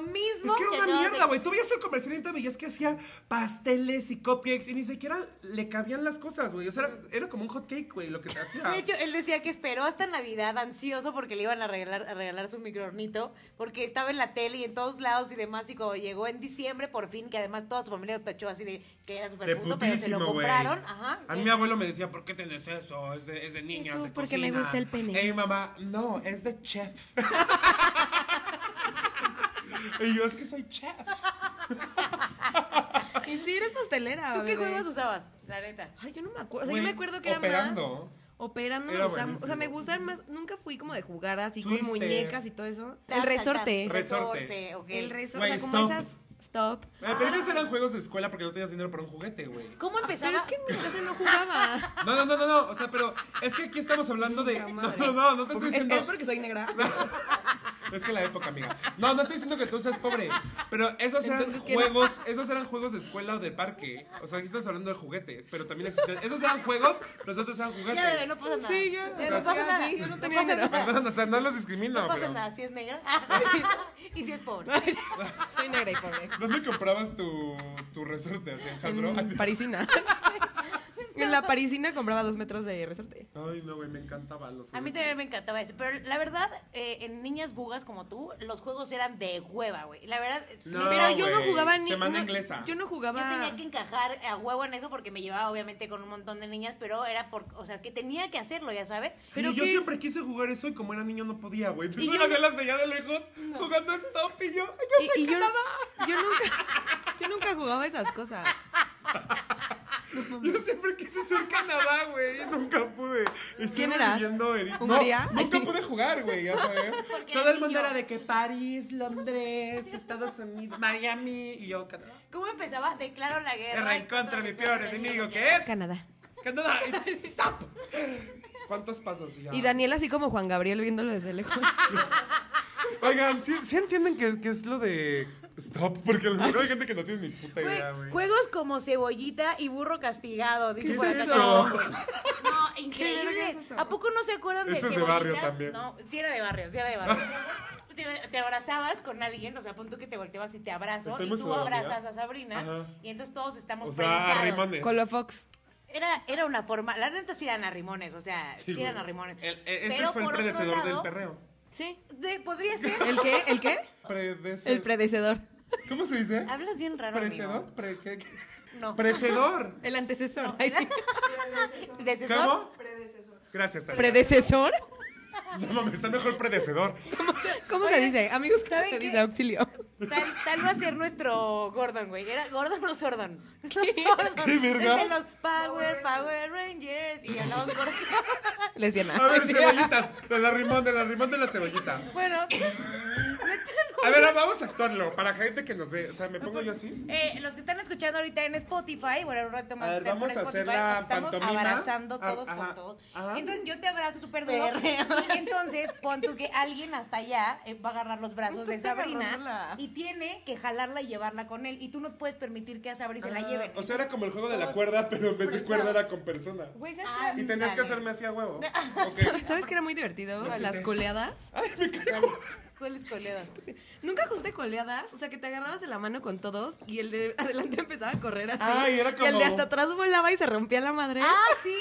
[SPEAKER 1] Es
[SPEAKER 3] mismo.
[SPEAKER 1] que era una
[SPEAKER 3] acabas de-
[SPEAKER 1] mierda, güey. Tú veías el comercial y te veías que hacía pasteles y cupcakes y ni siquiera le cabían las cosas, güey. O sea, era, era como un hot cake, güey, lo que te hacía.
[SPEAKER 3] De hecho, él decía que esperó hasta Navidad ansioso porque le iban a regalar, a regalar su microornito, porque estaba en la tele y en todos lados y demás, y cuando llegó en diciembre, por fin, que además toda su familia lo tachó así de que era súper
[SPEAKER 1] De
[SPEAKER 3] puto, pero se lo
[SPEAKER 1] putísimo, güey.
[SPEAKER 3] compraron. Ajá.
[SPEAKER 1] A mí mi abuelo me decía, ¿por qué tienes eso? Es de, es de niñas,
[SPEAKER 2] tú,
[SPEAKER 1] de
[SPEAKER 2] porque me
[SPEAKER 1] cocina".
[SPEAKER 2] gusta el pene.
[SPEAKER 1] Ey, mamá, no, es de chef. y yo, es que soy chef.
[SPEAKER 2] Y sí, eres pastelera.
[SPEAKER 3] ¿Tú qué
[SPEAKER 2] bebé.
[SPEAKER 3] juegos usabas? La neta.
[SPEAKER 2] Ay, yo no me acuerdo. O sea,
[SPEAKER 1] Güey,
[SPEAKER 2] yo me acuerdo que era
[SPEAKER 1] operando.
[SPEAKER 2] más. Operando. me
[SPEAKER 1] Era
[SPEAKER 2] gustaba- o sea,
[SPEAKER 1] buenísimo.
[SPEAKER 2] me gustan más. Nunca fui como de jugar así
[SPEAKER 1] Twister.
[SPEAKER 2] con muñecas y todo eso.
[SPEAKER 3] Tap,
[SPEAKER 2] El
[SPEAKER 3] tap,
[SPEAKER 2] resorte.
[SPEAKER 3] tap.
[SPEAKER 1] Resorte.
[SPEAKER 3] Resorte, ok.
[SPEAKER 2] El resorte.
[SPEAKER 1] Güey,
[SPEAKER 2] o sea, como
[SPEAKER 1] stop.
[SPEAKER 2] esas. Stop.
[SPEAKER 1] Güey, Ah, Pero esos eran juegos de escuela porque no tenías dinero para un juguete, güey.
[SPEAKER 3] ¿Cómo
[SPEAKER 2] Pero
[SPEAKER 3] empezaba?
[SPEAKER 2] es que en mi clase no jugaba.
[SPEAKER 1] No, no, no, no, no. O sea, pero es que aquí estamos hablando de. No,
[SPEAKER 2] madre.
[SPEAKER 1] no, no, no te estoy
[SPEAKER 2] Es,
[SPEAKER 1] diciendo.
[SPEAKER 2] es porque soy negra.
[SPEAKER 1] Es que la época, amiga. No, no estoy diciendo que tú seas pobre, pero esos eran
[SPEAKER 2] Entonces, ¿qué?
[SPEAKER 1] juegos, esos eran juegos de escuela o de parque. O sea, aquí estás hablando de juguetes, pero también existen. Esos eran juegos, los otros eran juguetes.
[SPEAKER 3] Ya, bebé, no pasa nada.
[SPEAKER 2] Sí, ya.
[SPEAKER 3] Ya, no pasa
[SPEAKER 2] Ya,
[SPEAKER 3] nada.
[SPEAKER 2] sí, yo no
[SPEAKER 3] No
[SPEAKER 2] tenía
[SPEAKER 3] pasa
[SPEAKER 2] dinero.
[SPEAKER 3] nada.
[SPEAKER 1] Perdón, o sea, no los discrimino,
[SPEAKER 3] No pasa
[SPEAKER 1] pero.
[SPEAKER 3] nada, si es negra y si es pobre.
[SPEAKER 2] soy negra y pobre.
[SPEAKER 1] ¿Dónde comprabas tu, tu resorte? O sea, en Hasbro. Ay, sí.
[SPEAKER 2] En Parisina. en la Parisina compraba dos metros de resorte.
[SPEAKER 1] Ay, no, güey, me encantaban los
[SPEAKER 3] A mí
[SPEAKER 1] juguetes.
[SPEAKER 3] también me encantaba eso, pero la verdad, eh, en niñas bugas como tú, los juegos eran de hueva, güey. La verdad,
[SPEAKER 1] No,
[SPEAKER 3] literal,
[SPEAKER 2] Pero yo no
[SPEAKER 1] güey,
[SPEAKER 2] jugaba ni.
[SPEAKER 1] semana
[SPEAKER 2] no-
[SPEAKER 1] inglesa.
[SPEAKER 2] Yo no
[SPEAKER 3] yo
[SPEAKER 2] jugaba.
[SPEAKER 3] tenía que encajar a huevo en eso porque me llevaba obviamente con un montón de niñas, pero era por, o sea, que tenía que hacerlo, ya sabes.
[SPEAKER 1] Pero
[SPEAKER 2] Pero
[SPEAKER 1] yo
[SPEAKER 2] qué-
[SPEAKER 1] siempre quise jugar eso y como era niño no podía, güey. Entonces
[SPEAKER 2] Y
[SPEAKER 1] yo
[SPEAKER 2] yo-
[SPEAKER 1] las veía de lejos jugando stop y yo, ay, yo
[SPEAKER 2] Y- y yo, yo nunca, yo nunca jugaba esas cosas.
[SPEAKER 1] Yo siempre quise ser Canadá, güey. y Nunca pude. Estoy
[SPEAKER 2] ¿Quién eras?
[SPEAKER 1] reviviendo el- No,
[SPEAKER 2] ¿Hungría?
[SPEAKER 1] nunca pude jugar, güey. ya sabes.
[SPEAKER 3] Porque
[SPEAKER 1] Todo
[SPEAKER 3] era
[SPEAKER 1] el mundo
[SPEAKER 3] niño.
[SPEAKER 1] era de que París, Londres, Estados Unidos, Miami y yo, Canadá.
[SPEAKER 3] ¿Cómo empezaba? Declaro la guerra.
[SPEAKER 1] Guerra en contra de mi peor enemigo, que es
[SPEAKER 2] Canadá.
[SPEAKER 1] Canadá. Y- ¡Stop! ¿Cuántos pasos? Y ya.
[SPEAKER 2] Y Daniel así como Juan Gabriel viéndolo desde lejos.
[SPEAKER 1] Oigan, ¿sí, sí entienden que, que es lo de stop? Porque les juro hay gente que no tiene ni puta
[SPEAKER 3] Güey,
[SPEAKER 1] idea, güey.
[SPEAKER 3] juegos como cebollita y burro castigado. Dice
[SPEAKER 1] ¿Qué
[SPEAKER 3] por
[SPEAKER 1] es
[SPEAKER 3] acá
[SPEAKER 1] eso?
[SPEAKER 3] que- No, increíble.
[SPEAKER 2] verga es eso?
[SPEAKER 3] ¿A poco no se acuerdan
[SPEAKER 1] Eso
[SPEAKER 3] de
[SPEAKER 1] es de
[SPEAKER 3] cebollita?
[SPEAKER 1] barrio también.
[SPEAKER 3] No, sí era de barrio, sí era de barrio. Te- Te abrazabas con alguien, o sea, pon tú que te volteabas y te abrazo,
[SPEAKER 1] Estoy
[SPEAKER 3] y
[SPEAKER 1] muy
[SPEAKER 3] tú
[SPEAKER 1] sudada,
[SPEAKER 3] abrazas
[SPEAKER 1] ¿verdad?
[SPEAKER 3] a Sabrina,
[SPEAKER 1] Ajá.
[SPEAKER 3] y entonces todos estamos
[SPEAKER 1] O sea,
[SPEAKER 3] prensados.
[SPEAKER 1] Rimones.
[SPEAKER 2] Colo Fox.
[SPEAKER 3] Era, era una forma, la neta sí eran arrimones, o sea, sí,
[SPEAKER 1] Sí, güey.
[SPEAKER 3] eran arrimones.
[SPEAKER 1] El- e- ese
[SPEAKER 3] Pero
[SPEAKER 1] fue el
[SPEAKER 3] por otro
[SPEAKER 1] predecedor del
[SPEAKER 3] lado,
[SPEAKER 1] perreo.
[SPEAKER 2] Sí.
[SPEAKER 3] de- podría ser.
[SPEAKER 2] ¿El qué? ¿El qué?
[SPEAKER 1] Predecedor.
[SPEAKER 2] El predecedor.
[SPEAKER 1] ¿Cómo se dice?
[SPEAKER 3] Hablas bien raro,
[SPEAKER 1] ¿Precedor?
[SPEAKER 3] amigo.
[SPEAKER 1] Pre- ¿qué- qué?
[SPEAKER 3] No.
[SPEAKER 1] Precedor.
[SPEAKER 2] El antecesor. Ay, sí.
[SPEAKER 3] ¿Decesor?
[SPEAKER 1] ¿Cómo? Predecesor. Gracias, Tania.
[SPEAKER 2] ¿Predecesor?
[SPEAKER 1] No mames, está mejor predecedor.
[SPEAKER 2] ¿Cómo se
[SPEAKER 3] Oigan,
[SPEAKER 2] dice? Amigos, ¿cómo
[SPEAKER 3] ¿saben
[SPEAKER 2] se
[SPEAKER 3] qué?
[SPEAKER 2] dice? Auxilio.
[SPEAKER 3] Tal, tal va a ser nuestro Gordon, güey. ¿Era Gordon o Sordon? No, Sordon.
[SPEAKER 1] ¿Qué, verga?
[SPEAKER 3] Es de los Power, Power Rangers. Y hablamos con
[SPEAKER 2] Lesbiana.
[SPEAKER 1] A ver, cebollitas. De la rimón, de la rimón de la cebollita.
[SPEAKER 3] Bueno, neta, no.
[SPEAKER 1] A ver, vamos a actuarlo. Para gente que nos ve. O sea, me pongo yo así.
[SPEAKER 3] Eh, los que están escuchando ahorita en Spotify, bueno, un rato más.
[SPEAKER 1] A ver,
[SPEAKER 3] están
[SPEAKER 1] vamos
[SPEAKER 3] por
[SPEAKER 1] a hacer
[SPEAKER 3] Spotify,
[SPEAKER 1] la
[SPEAKER 3] nos estamos
[SPEAKER 1] pantomima.
[SPEAKER 3] abrazando
[SPEAKER 1] Ah,
[SPEAKER 3] todos
[SPEAKER 1] ajá,
[SPEAKER 3] con todos.
[SPEAKER 1] ajá.
[SPEAKER 3] Entonces yo te abrazo súper duro. Entonces, pon tú que alguien hasta allá eh, va a agarrar los brazos de
[SPEAKER 2] estás
[SPEAKER 3] Sabrina
[SPEAKER 2] agarrándola.
[SPEAKER 3] y tiene que jalarla y llevarla con él. Y tú no puedes permitir que a Sabri se la
[SPEAKER 1] Ah,
[SPEAKER 3] lleven.
[SPEAKER 1] O sea, era como el juego de la
[SPEAKER 3] Todos
[SPEAKER 1] cuerda, pero en vez de
[SPEAKER 3] prensados.
[SPEAKER 1] cuerda era con personas.
[SPEAKER 3] Güey, ¿sabes qué?
[SPEAKER 1] Y tenías que
[SPEAKER 3] Ándale.
[SPEAKER 1] hacerme así a huevo.
[SPEAKER 2] ¿Sabes-
[SPEAKER 1] Ok.
[SPEAKER 2] ¿Sabes que era muy divertido?
[SPEAKER 1] No sé
[SPEAKER 2] Las
[SPEAKER 1] qué.
[SPEAKER 2] coleadas.
[SPEAKER 3] ¿Cuál es coledas?
[SPEAKER 2] Nunca jugaste coleadas, o sea, que te agarrabas de la mano con todos y el de adelante empezaba a correr así.
[SPEAKER 1] Ah, y era
[SPEAKER 2] Y el
[SPEAKER 1] como-
[SPEAKER 2] de hasta atrás volaba y se rompía la madre.
[SPEAKER 3] Ah, sí.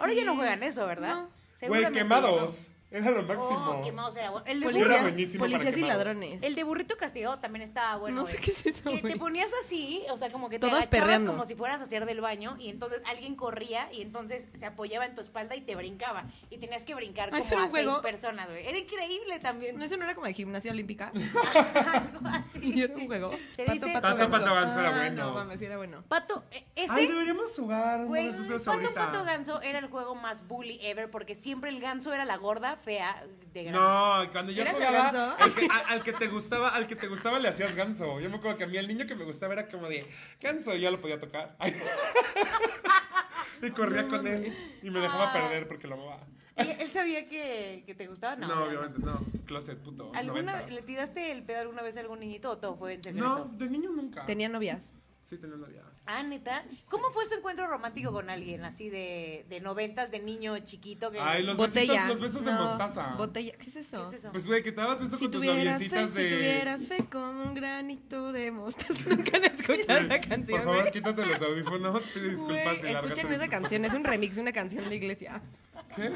[SPEAKER 3] Ahora ya no juegan eso, ¿verdad?
[SPEAKER 2] No.
[SPEAKER 1] Güey,
[SPEAKER 3] Seguramente
[SPEAKER 1] quemados. Era lo máximo.
[SPEAKER 3] Oh, quemados era bueno. El de
[SPEAKER 1] Yo era
[SPEAKER 2] Policías,
[SPEAKER 3] burritos.
[SPEAKER 1] buenísimo para
[SPEAKER 2] policías y
[SPEAKER 1] quemados.
[SPEAKER 2] ladrones.
[SPEAKER 3] El de burrito castigado también estaba bueno.
[SPEAKER 2] No sé
[SPEAKER 3] eh.
[SPEAKER 2] qué es eso,
[SPEAKER 3] Que te
[SPEAKER 2] güey.
[SPEAKER 3] ponías así, o sea, como que te
[SPEAKER 2] Todos
[SPEAKER 3] agachabas
[SPEAKER 2] perreando.
[SPEAKER 3] como si fueras a hacer del baño y entonces alguien corría y entonces se apoyaba en tu espalda y te brincaba y tenías que brincar
[SPEAKER 2] Ah,
[SPEAKER 3] como
[SPEAKER 2] ¿eso era
[SPEAKER 3] a
[SPEAKER 2] un juego?
[SPEAKER 3] seis personas, güey. Era increíble también.
[SPEAKER 2] ¿No eso no era como de gimnasia olímpica?
[SPEAKER 3] Algo así,
[SPEAKER 2] ¿Y era
[SPEAKER 3] sí.
[SPEAKER 2] un juego?
[SPEAKER 3] Se dice-
[SPEAKER 1] Pato, pato, ganso era
[SPEAKER 2] Ah,
[SPEAKER 1] bueno.
[SPEAKER 2] No, mames, sí era bueno.
[SPEAKER 3] Pato, eh, ese
[SPEAKER 1] Ay, deberíamos jugar. uno
[SPEAKER 3] Güey,
[SPEAKER 1] de esos
[SPEAKER 3] Pato
[SPEAKER 1] ahorita.
[SPEAKER 3] Pato Ganso era el juego más bully ever porque siempre el ganso era la gorda fea de grande.
[SPEAKER 1] No, cuando yo
[SPEAKER 2] ¿Eras el
[SPEAKER 1] jugaba,
[SPEAKER 2] ganso?
[SPEAKER 1] al que, a- al que te gustaba, al que te gustaba le hacías ganso. Yo me acuerdo que a mí el niño que me gustaba era como de ganso, y yo lo podía tocar. Ay. y corría con él y me dejaba
[SPEAKER 3] Ah.
[SPEAKER 1] perder porque lo amaba.
[SPEAKER 3] ¿Y él sabía que, que te gustaba? No,
[SPEAKER 1] No,
[SPEAKER 3] ¿verdad?
[SPEAKER 1] obviamente no. Closet puto.
[SPEAKER 3] ¿Alguna
[SPEAKER 1] noventas.
[SPEAKER 3] vez- ¿Le tiraste el pedo alguna vez a algún niñito o todo fue en
[SPEAKER 1] No,
[SPEAKER 3] secreto?
[SPEAKER 1] de niño nunca.
[SPEAKER 2] Tenía novias.
[SPEAKER 1] Sí, tenía novias.
[SPEAKER 3] Ah, neta. ¿Cómo fue su encuentro romántico con alguien así de, de noventas, de niño chiquito? Que...
[SPEAKER 1] Ay, Los
[SPEAKER 2] Botella.
[SPEAKER 1] besitos- los besos de mostaza.
[SPEAKER 2] Botella. ¿Qué es
[SPEAKER 3] ¿Qué
[SPEAKER 2] eso?
[SPEAKER 3] es eso?
[SPEAKER 1] Pues güey, que te dabas besos
[SPEAKER 2] Si
[SPEAKER 1] con tus
[SPEAKER 2] tuvieras, fe,
[SPEAKER 1] noviecitas de.
[SPEAKER 2] si tuvieras fe como un granito de mostaza. Nunca han escuchado esa canción.
[SPEAKER 1] Por favor,
[SPEAKER 2] güey.
[SPEAKER 1] quítate los audífonos, pide disculpas y
[SPEAKER 2] Güey,
[SPEAKER 1] lárgate
[SPEAKER 2] escuchen
[SPEAKER 1] de
[SPEAKER 2] esa
[SPEAKER 1] sus-
[SPEAKER 2] canción, es un remix de una canción de iglesia.
[SPEAKER 1] ¿Qué?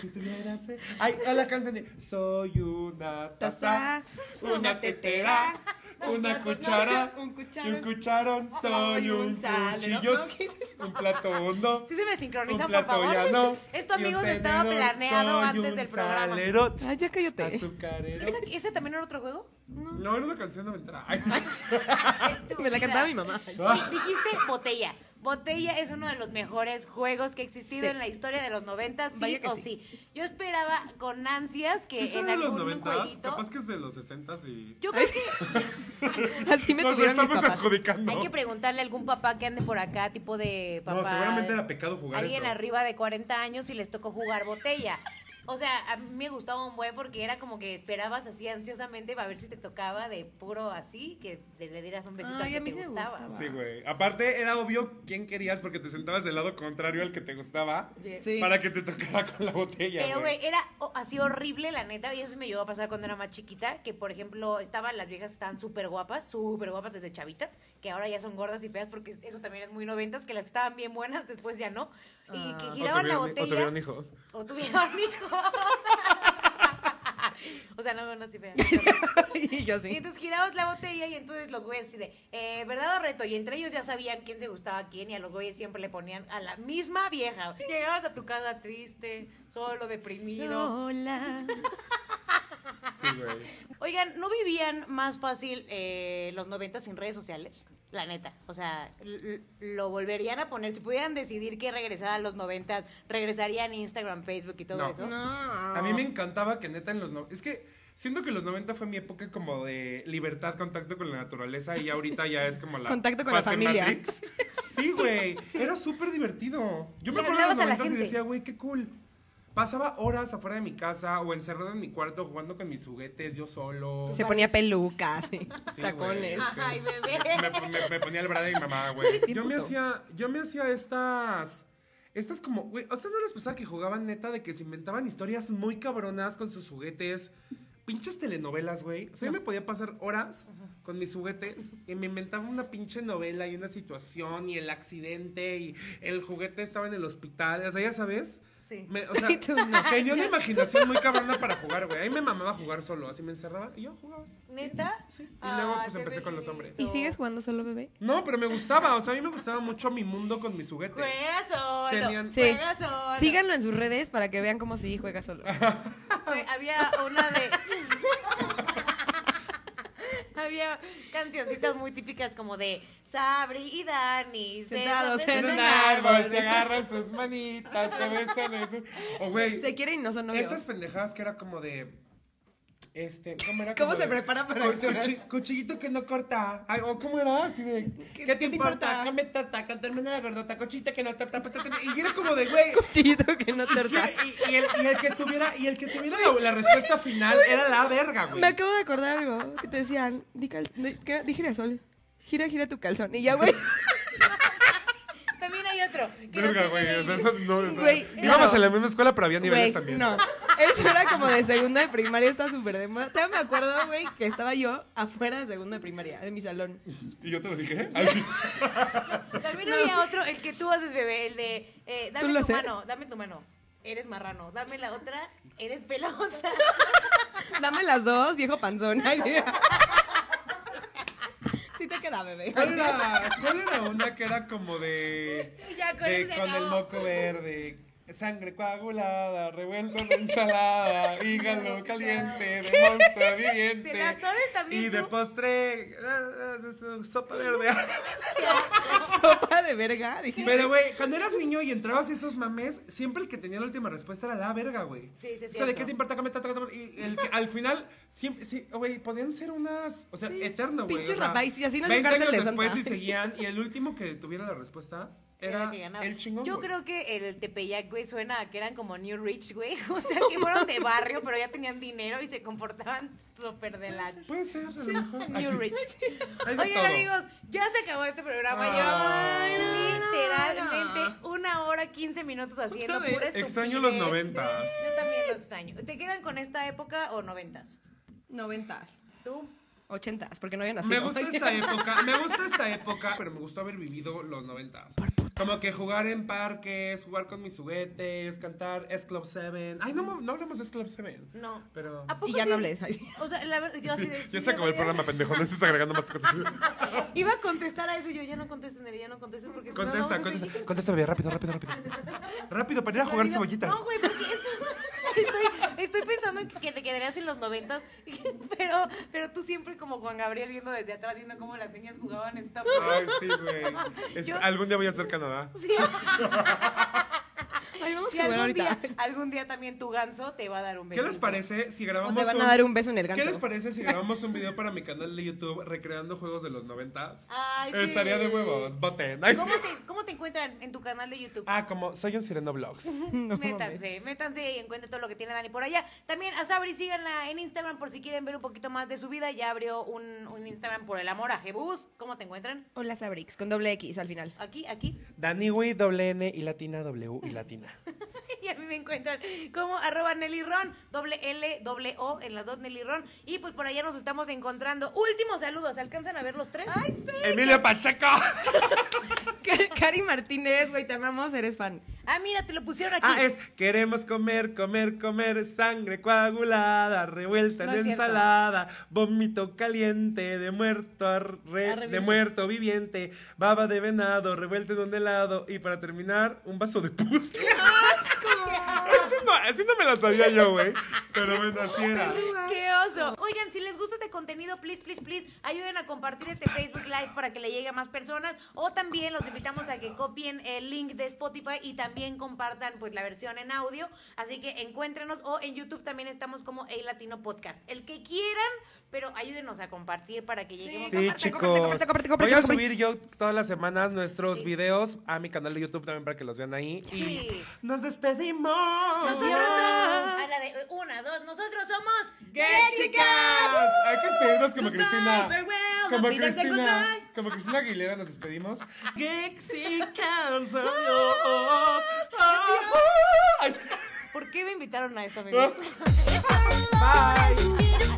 [SPEAKER 1] Si tuvieras fe- Ay, a la canción de Soy una taza,
[SPEAKER 2] Taza,
[SPEAKER 1] una
[SPEAKER 2] una
[SPEAKER 1] tetera, una cuchara,
[SPEAKER 2] un cucharón,
[SPEAKER 1] y un cucharón, soy
[SPEAKER 2] y un
[SPEAKER 1] un
[SPEAKER 2] salero.
[SPEAKER 1] cuchillo,
[SPEAKER 2] No, ¿qué es
[SPEAKER 1] un plato hondo.
[SPEAKER 3] Sí se me
[SPEAKER 1] Un
[SPEAKER 3] sincronizan, por
[SPEAKER 1] plato
[SPEAKER 3] favor.
[SPEAKER 1] llano.
[SPEAKER 3] Esto,
[SPEAKER 1] y un
[SPEAKER 3] amigos, estaba
[SPEAKER 1] tenedor,
[SPEAKER 3] planeado
[SPEAKER 1] soy
[SPEAKER 3] antes
[SPEAKER 1] un
[SPEAKER 3] del programa.
[SPEAKER 1] salero,
[SPEAKER 2] Ay, ya cállate.
[SPEAKER 1] Azucarero.
[SPEAKER 3] ¿Ese, ese también era otro juego?
[SPEAKER 1] No, era una canción de mentira. Ay,
[SPEAKER 3] De tu
[SPEAKER 2] Me la
[SPEAKER 3] vida.
[SPEAKER 2] cantaba mi mamá.
[SPEAKER 3] Di- Dijiste botella. Botella es uno de los mejores juegos que ha existido
[SPEAKER 2] Sí.
[SPEAKER 3] en la historia de los 90, sí
[SPEAKER 2] Vaya que
[SPEAKER 3] o sí.
[SPEAKER 2] sí.
[SPEAKER 3] Yo esperaba con ansias que
[SPEAKER 1] sí, son
[SPEAKER 3] en
[SPEAKER 1] de
[SPEAKER 3] algún
[SPEAKER 1] los noventas,
[SPEAKER 3] jueguito-
[SPEAKER 1] capaz que es de los sesentas y...
[SPEAKER 3] Yo creo que
[SPEAKER 2] Así me
[SPEAKER 1] Nos lo
[SPEAKER 2] tuvieron mis
[SPEAKER 1] estamos
[SPEAKER 2] papás.
[SPEAKER 1] adjudicando.
[SPEAKER 3] hay que preguntarle a algún papá que ande por acá, tipo de papá.
[SPEAKER 1] No, seguramente era pecado jugar
[SPEAKER 3] Alguien
[SPEAKER 1] eso.
[SPEAKER 3] arriba de 40 años y les tocó jugar botella. O sea, a mí me gustaba un buen porque era como que esperabas así ansiosamente para ver si te tocaba de puro así, que te- le dieras un besito
[SPEAKER 2] Ay,
[SPEAKER 3] al que
[SPEAKER 2] a mí
[SPEAKER 3] te
[SPEAKER 2] sí me
[SPEAKER 3] gustaba.
[SPEAKER 2] gustaba.
[SPEAKER 1] Sí, güey. Aparte, era obvio quién querías porque te sentabas del lado contrario al que te gustaba
[SPEAKER 3] Bien.
[SPEAKER 2] Sí.
[SPEAKER 1] para que te tocara con la botella.
[SPEAKER 3] Pero, güey, era o- así horrible, la neta. Y eso sí me llevó a pasar cuando era más chiquita. Que, por ejemplo, estaban las viejas, estaban súper guapas, súper guapas desde chavitas. Que ahora ya son gordas y feas, porque eso también es muy noventas. Que las que estaban bien buenas, después ya no. Y que
[SPEAKER 2] Ah.
[SPEAKER 3] giraban la
[SPEAKER 1] O tuvieron
[SPEAKER 3] botella.
[SPEAKER 1] hijos.
[SPEAKER 3] O tuvieron hijos. o sea, no buenas y feas.
[SPEAKER 2] y yo
[SPEAKER 3] Y
[SPEAKER 2] así.
[SPEAKER 3] entonces girabas la botella y entonces los güeyes así de, eh, ¿verdad o reto? Y entre ellos ya sabían quién se gustaba a quién y a los güeyes siempre le ponían a la misma vieja. Llegabas a tu casa triste, solo, deprimido.
[SPEAKER 2] Sola.
[SPEAKER 1] Sí, güey.
[SPEAKER 3] Oigan, ¿no vivían más fácil eh, los 90 sin redes sociales? La neta, o sea, l- l- lo volverían a poner. Si pudieran decidir que regresar a los 90, regresarían Instagram, Facebook y todo
[SPEAKER 1] No.
[SPEAKER 3] eso.
[SPEAKER 2] No.
[SPEAKER 1] A mí me encantaba que neta en los 90... Es que siento que los 90 fue mi época como de libertad, contacto con la naturaleza y ya ahorita ya es como la...
[SPEAKER 2] Contacto con la
[SPEAKER 1] fase
[SPEAKER 2] familia.
[SPEAKER 1] Matrix. Sí, güey. Era súper divertido. Yo
[SPEAKER 3] Le
[SPEAKER 1] me acuerdo de los
[SPEAKER 3] hablabas a la
[SPEAKER 1] 90 y
[SPEAKER 3] gente.
[SPEAKER 1] decía, güey, qué cool. Pasaba horas afuera de mi casa o encerrado en mi cuarto jugando con mis juguetes yo solo.
[SPEAKER 2] Se ponía pelucas, sí,
[SPEAKER 1] Sí,
[SPEAKER 2] tacones.
[SPEAKER 1] güey, sí.
[SPEAKER 3] Ay, bebé.
[SPEAKER 1] Me, me- me ponía el bra de mi mamá, güey.
[SPEAKER 2] Bien
[SPEAKER 1] Yo me
[SPEAKER 2] puto.
[SPEAKER 1] hacía, yo me hacía estas. Estas como, güey, ¿a ustedes no les pasaba que jugaban neta de que se inventaban historias muy cabronas con sus juguetes? Pinches telenovelas, güey. O sea, yo me podía pasar horas con mis juguetes y me inventaba una pinche novela y una situación y el accidente y el juguete estaba en el hospital. O sea, ya sabes,
[SPEAKER 3] Sí.
[SPEAKER 1] Me- o sea, tenía una imaginación muy cabrona para jugar, güey. A mí me mamaba jugar solo, así me encerraba y yo jugaba.
[SPEAKER 3] ¿Neta?
[SPEAKER 1] Sí. Y
[SPEAKER 3] Ay,
[SPEAKER 1] luego pues
[SPEAKER 3] qué
[SPEAKER 1] empecé con los
[SPEAKER 3] bebecito.
[SPEAKER 1] hombres.
[SPEAKER 2] ¿Y sigues jugando solo, bebé?
[SPEAKER 1] No, pero me gustaba, o sea, a mí me gustaba mucho mi mundo con mis juguetes.
[SPEAKER 3] Juega solo.
[SPEAKER 1] Tenían-
[SPEAKER 2] Sí.
[SPEAKER 3] Juega solo.
[SPEAKER 2] Síganlo en sus redes para que vean cómo sí juega solo.
[SPEAKER 3] Fue- había una de. había cancioncitas muy típicas como de Sabri y Dani. se
[SPEAKER 2] Sentados
[SPEAKER 3] besan
[SPEAKER 1] En un árbol, se agarran sus manitas, se besan. eso. O, güey,
[SPEAKER 2] Se quieren y no son novios.
[SPEAKER 1] estas pendejadas que era como de. Este, ¿cómo era?
[SPEAKER 2] ¿Cómo
[SPEAKER 1] Como
[SPEAKER 2] se
[SPEAKER 1] de-
[SPEAKER 2] prepara para
[SPEAKER 1] cu-
[SPEAKER 2] accionar?
[SPEAKER 1] cuchi- Cuchillito que no corta. Ay, o ¿cómo era? Así de. ¿Qué, te, importa? ¿Qué me trata? Con termina la gordota, cochita que no trata. Y era como de, güey.
[SPEAKER 2] Cuchillito que no te
[SPEAKER 1] Ah, Sí, y, y el, y el que tuviera, y el que tuviera la, la respuesta final era la verga, güey.
[SPEAKER 2] Me acabo de acordar algo que te decían, di, cal- di- ¿qué? Di girasol, gira, gira tu calzón. Y ya, güey,
[SPEAKER 3] También hay otro. que
[SPEAKER 1] Verga,
[SPEAKER 3] no
[SPEAKER 1] güey.
[SPEAKER 3] tiene-
[SPEAKER 1] O sea, eso no. no.
[SPEAKER 2] Güey,
[SPEAKER 1] Íbamos
[SPEAKER 2] claro.
[SPEAKER 1] en la misma escuela, pero había niveles
[SPEAKER 2] Güey,
[SPEAKER 1] también.
[SPEAKER 2] No, eso era como de segunda de primaria, está súper de moda. Todavía me acuerdo, güey, que estaba yo afuera de segunda de primaria, de mi salón.
[SPEAKER 1] Y yo te lo dije. ¿eh? Ay.
[SPEAKER 3] También había otro, el que tú haces, bebé, el de eh,
[SPEAKER 2] ¿Tú lo
[SPEAKER 3] dame tu
[SPEAKER 2] haces?
[SPEAKER 3] mano, dame tu mano. Eres marrano. Dame la otra, eres pelota.
[SPEAKER 2] Dame las dos, viejo panzón. Ay, sí. Sí te queda, bebé.
[SPEAKER 1] ¿Cuál era, cuál era una que era como de.
[SPEAKER 3] Y ya con
[SPEAKER 1] de-
[SPEAKER 3] eso se
[SPEAKER 1] con el
[SPEAKER 3] acabó.
[SPEAKER 1] moco verde? Sangre coagulada, revuelto en ensalada, hígado caliente, de monstruo viviente.
[SPEAKER 3] ¿Te la sabes también
[SPEAKER 1] Y de
[SPEAKER 3] tú?
[SPEAKER 1] postre, ah, ah, de su- sopa verde.
[SPEAKER 2] Sopa de verga. Dije,
[SPEAKER 1] Pero, güey, cuando eras niño y entrabas a esos mames, siempre el que tenía la última respuesta era la verga, güey.
[SPEAKER 3] Sí, sí,
[SPEAKER 1] O sea, ¿de
[SPEAKER 3] cierto.
[SPEAKER 1] qué te importa que me tra- tra- tra- Y el que- al final, siempre, sí, güey, podían ser unas, o sea,
[SPEAKER 2] Sí,
[SPEAKER 1] eterno, güey.
[SPEAKER 2] pinches
[SPEAKER 1] o sea,
[SPEAKER 2] rapais, y así nació
[SPEAKER 1] 20
[SPEAKER 2] el
[SPEAKER 1] años
[SPEAKER 2] cártel de
[SPEAKER 1] después
[SPEAKER 2] Santa.
[SPEAKER 1] y seguían, y el último que tuviera la respuesta
[SPEAKER 3] Era
[SPEAKER 1] era
[SPEAKER 3] que ganaba.
[SPEAKER 1] el chingón,
[SPEAKER 3] Yo
[SPEAKER 1] güey.
[SPEAKER 3] creo que el Tepeyac, güey, suena a que eran como New Rich, güey. O sea, que fueron de barrio, pero ya tenían dinero y se comportaban súper de la...
[SPEAKER 1] Puede ser, a lo mejor.
[SPEAKER 3] New
[SPEAKER 1] Así.
[SPEAKER 3] Rich.
[SPEAKER 1] Hay de
[SPEAKER 3] Oigan,
[SPEAKER 1] todo.
[SPEAKER 3] amigos, ya se acabó este programa.
[SPEAKER 1] Ah.
[SPEAKER 3] Llevamos
[SPEAKER 2] Ay, no,
[SPEAKER 3] literalmente una hora, 15 minutos haciendo
[SPEAKER 2] Otra vez.
[SPEAKER 3] pura estupidez.
[SPEAKER 1] Extraño los noventas.
[SPEAKER 3] Yo también lo extraño. ¿Te quedan con esta época o noventas?
[SPEAKER 2] Noventas,
[SPEAKER 3] ¿Tú?
[SPEAKER 2] ochentas, porque no había nacido.
[SPEAKER 1] Me gusta esta época, me gusta esta época, pero me gustó haber vivido los noventas. Como que jugar en parques, jugar con mis juguetes, cantar S Club 7. Ay, no, no hablamos de S Club 7.
[SPEAKER 3] No.
[SPEAKER 1] Pero.
[SPEAKER 3] ¿A poco
[SPEAKER 2] Y ya
[SPEAKER 3] sí?
[SPEAKER 2] no hables. Ay, sí.
[SPEAKER 3] O sea, la verdad, yo así de...
[SPEAKER 1] Ya
[SPEAKER 3] sí,
[SPEAKER 1] se acabó el
[SPEAKER 3] la verdad,
[SPEAKER 1] programa, pendejo. No estás agregando más cosas.
[SPEAKER 3] Iba a contestar a eso y yo, ya no contesten, Nelly, ya no contesten porque... si no, vamos
[SPEAKER 1] Contesta,
[SPEAKER 3] a seguir.
[SPEAKER 1] contesta. Contesta, bebé, rápido, rápido, rápido. Rápido, para ir a jugar
[SPEAKER 3] Rápido.
[SPEAKER 1] cebollitas.
[SPEAKER 3] No, güey, porque esto- estoy, estoy pensando en que, que te quedarías en los noventas, pero, pero tú siempre como Juan Gabriel viendo desde atrás, viendo cómo las niñas jugaban stop.
[SPEAKER 1] Ay, sí, güey. Es-
[SPEAKER 3] Yo-
[SPEAKER 1] Algún día voy a hacer Canadá.
[SPEAKER 3] Sí,
[SPEAKER 2] Ay, vamos
[SPEAKER 3] sí,
[SPEAKER 2] a jugar
[SPEAKER 3] algún,
[SPEAKER 2] ahorita.
[SPEAKER 3] día, algún día también tu ganso te va a dar un beso.
[SPEAKER 1] ¿Qué les parece si
[SPEAKER 2] O
[SPEAKER 1] grabamos
[SPEAKER 2] te van a dar un beso en el ganso.
[SPEAKER 1] ¿Qué les parece si grabamos un video para mi canal de YouTube recreando juegos de los noventas?
[SPEAKER 3] Ay, sí.
[SPEAKER 1] Estaría de huevos, voten.
[SPEAKER 3] ¿Cómo te, cómo te encuentran en tu canal de YouTube?
[SPEAKER 1] Ah, como soy un sireno blogs.
[SPEAKER 3] métanse, métanse y encuentren todo lo que tiene Dani por allá. También a Sabri síganla en Instagram por si quieren ver un poquito más de su vida. Ya abrió un, un Instagram por el amor a Jebus. ¿Cómo te encuentran?
[SPEAKER 2] Hola, Sabrix, con doble X al final.
[SPEAKER 3] Aquí, aquí.
[SPEAKER 1] Dani Wi, doble N y latina, W y latina.
[SPEAKER 3] Y a mí me encuentran como arroba Nelly Ron, doble L, doble O en las dos Nelly Ron. Y pues por allá nos estamos encontrando. Últimos saludos, ¿alcanzan a ver los tres? ¡Ay, sí!
[SPEAKER 1] ¡Emilio Pacheco!
[SPEAKER 2] Cari Martínez, güey, te amamos, eres fan.
[SPEAKER 3] Ah, mira, te lo pusieron aquí.
[SPEAKER 1] Ah, es queremos comer, comer, comer sangre coagulada, revuelta
[SPEAKER 3] No es
[SPEAKER 1] en
[SPEAKER 3] cierto.
[SPEAKER 1] ensalada, vómito caliente, de muerto a re- de
[SPEAKER 3] reviente.
[SPEAKER 1] muerto viviente, baba de venado, revuelta en un helado y para terminar, un vaso de pus. Eso no, así no me lo sabía yo, güey. Pero bueno, así era.
[SPEAKER 3] ¡Qué oso! Oigan, si les gusta este contenido, please, please, please, ayuden a compartir este Facebook Live para que le llegue a más personas. O también los invitamos a que copien el link de Spotify y también compartan pues la versión en audio. Así que encuéntrenos. O en YouTube también estamos como El Latino Podcast. El que quieran, pero ayúdenos a compartir para que lleguemos a
[SPEAKER 1] Sí,
[SPEAKER 3] más
[SPEAKER 1] chicos.
[SPEAKER 2] comparte, comparte, comparte,
[SPEAKER 1] Voy a
[SPEAKER 2] comparte.
[SPEAKER 1] subir yo todas las semanas nuestros
[SPEAKER 3] Sí.
[SPEAKER 1] videos a mi canal de YouTube también para que los vean ahí.
[SPEAKER 3] Sí.
[SPEAKER 1] Y nos despedimos.
[SPEAKER 3] Nosotros somos. A la de una, dos. Nosotros somos.
[SPEAKER 1] ¡Géxicas! Hay que despedirnos como
[SPEAKER 3] Goodbye,
[SPEAKER 1] Cristina.
[SPEAKER 3] farewell,
[SPEAKER 1] Como
[SPEAKER 3] happy days and
[SPEAKER 1] Cristina.
[SPEAKER 3] goodbye.
[SPEAKER 1] Como Cristina Aguilera nos despedimos. ¡Géxicas! adiós. Ay,
[SPEAKER 3] ¿Por qué me invitaron a esto, amigos?
[SPEAKER 1] Bye.
[SPEAKER 4] Beautiful.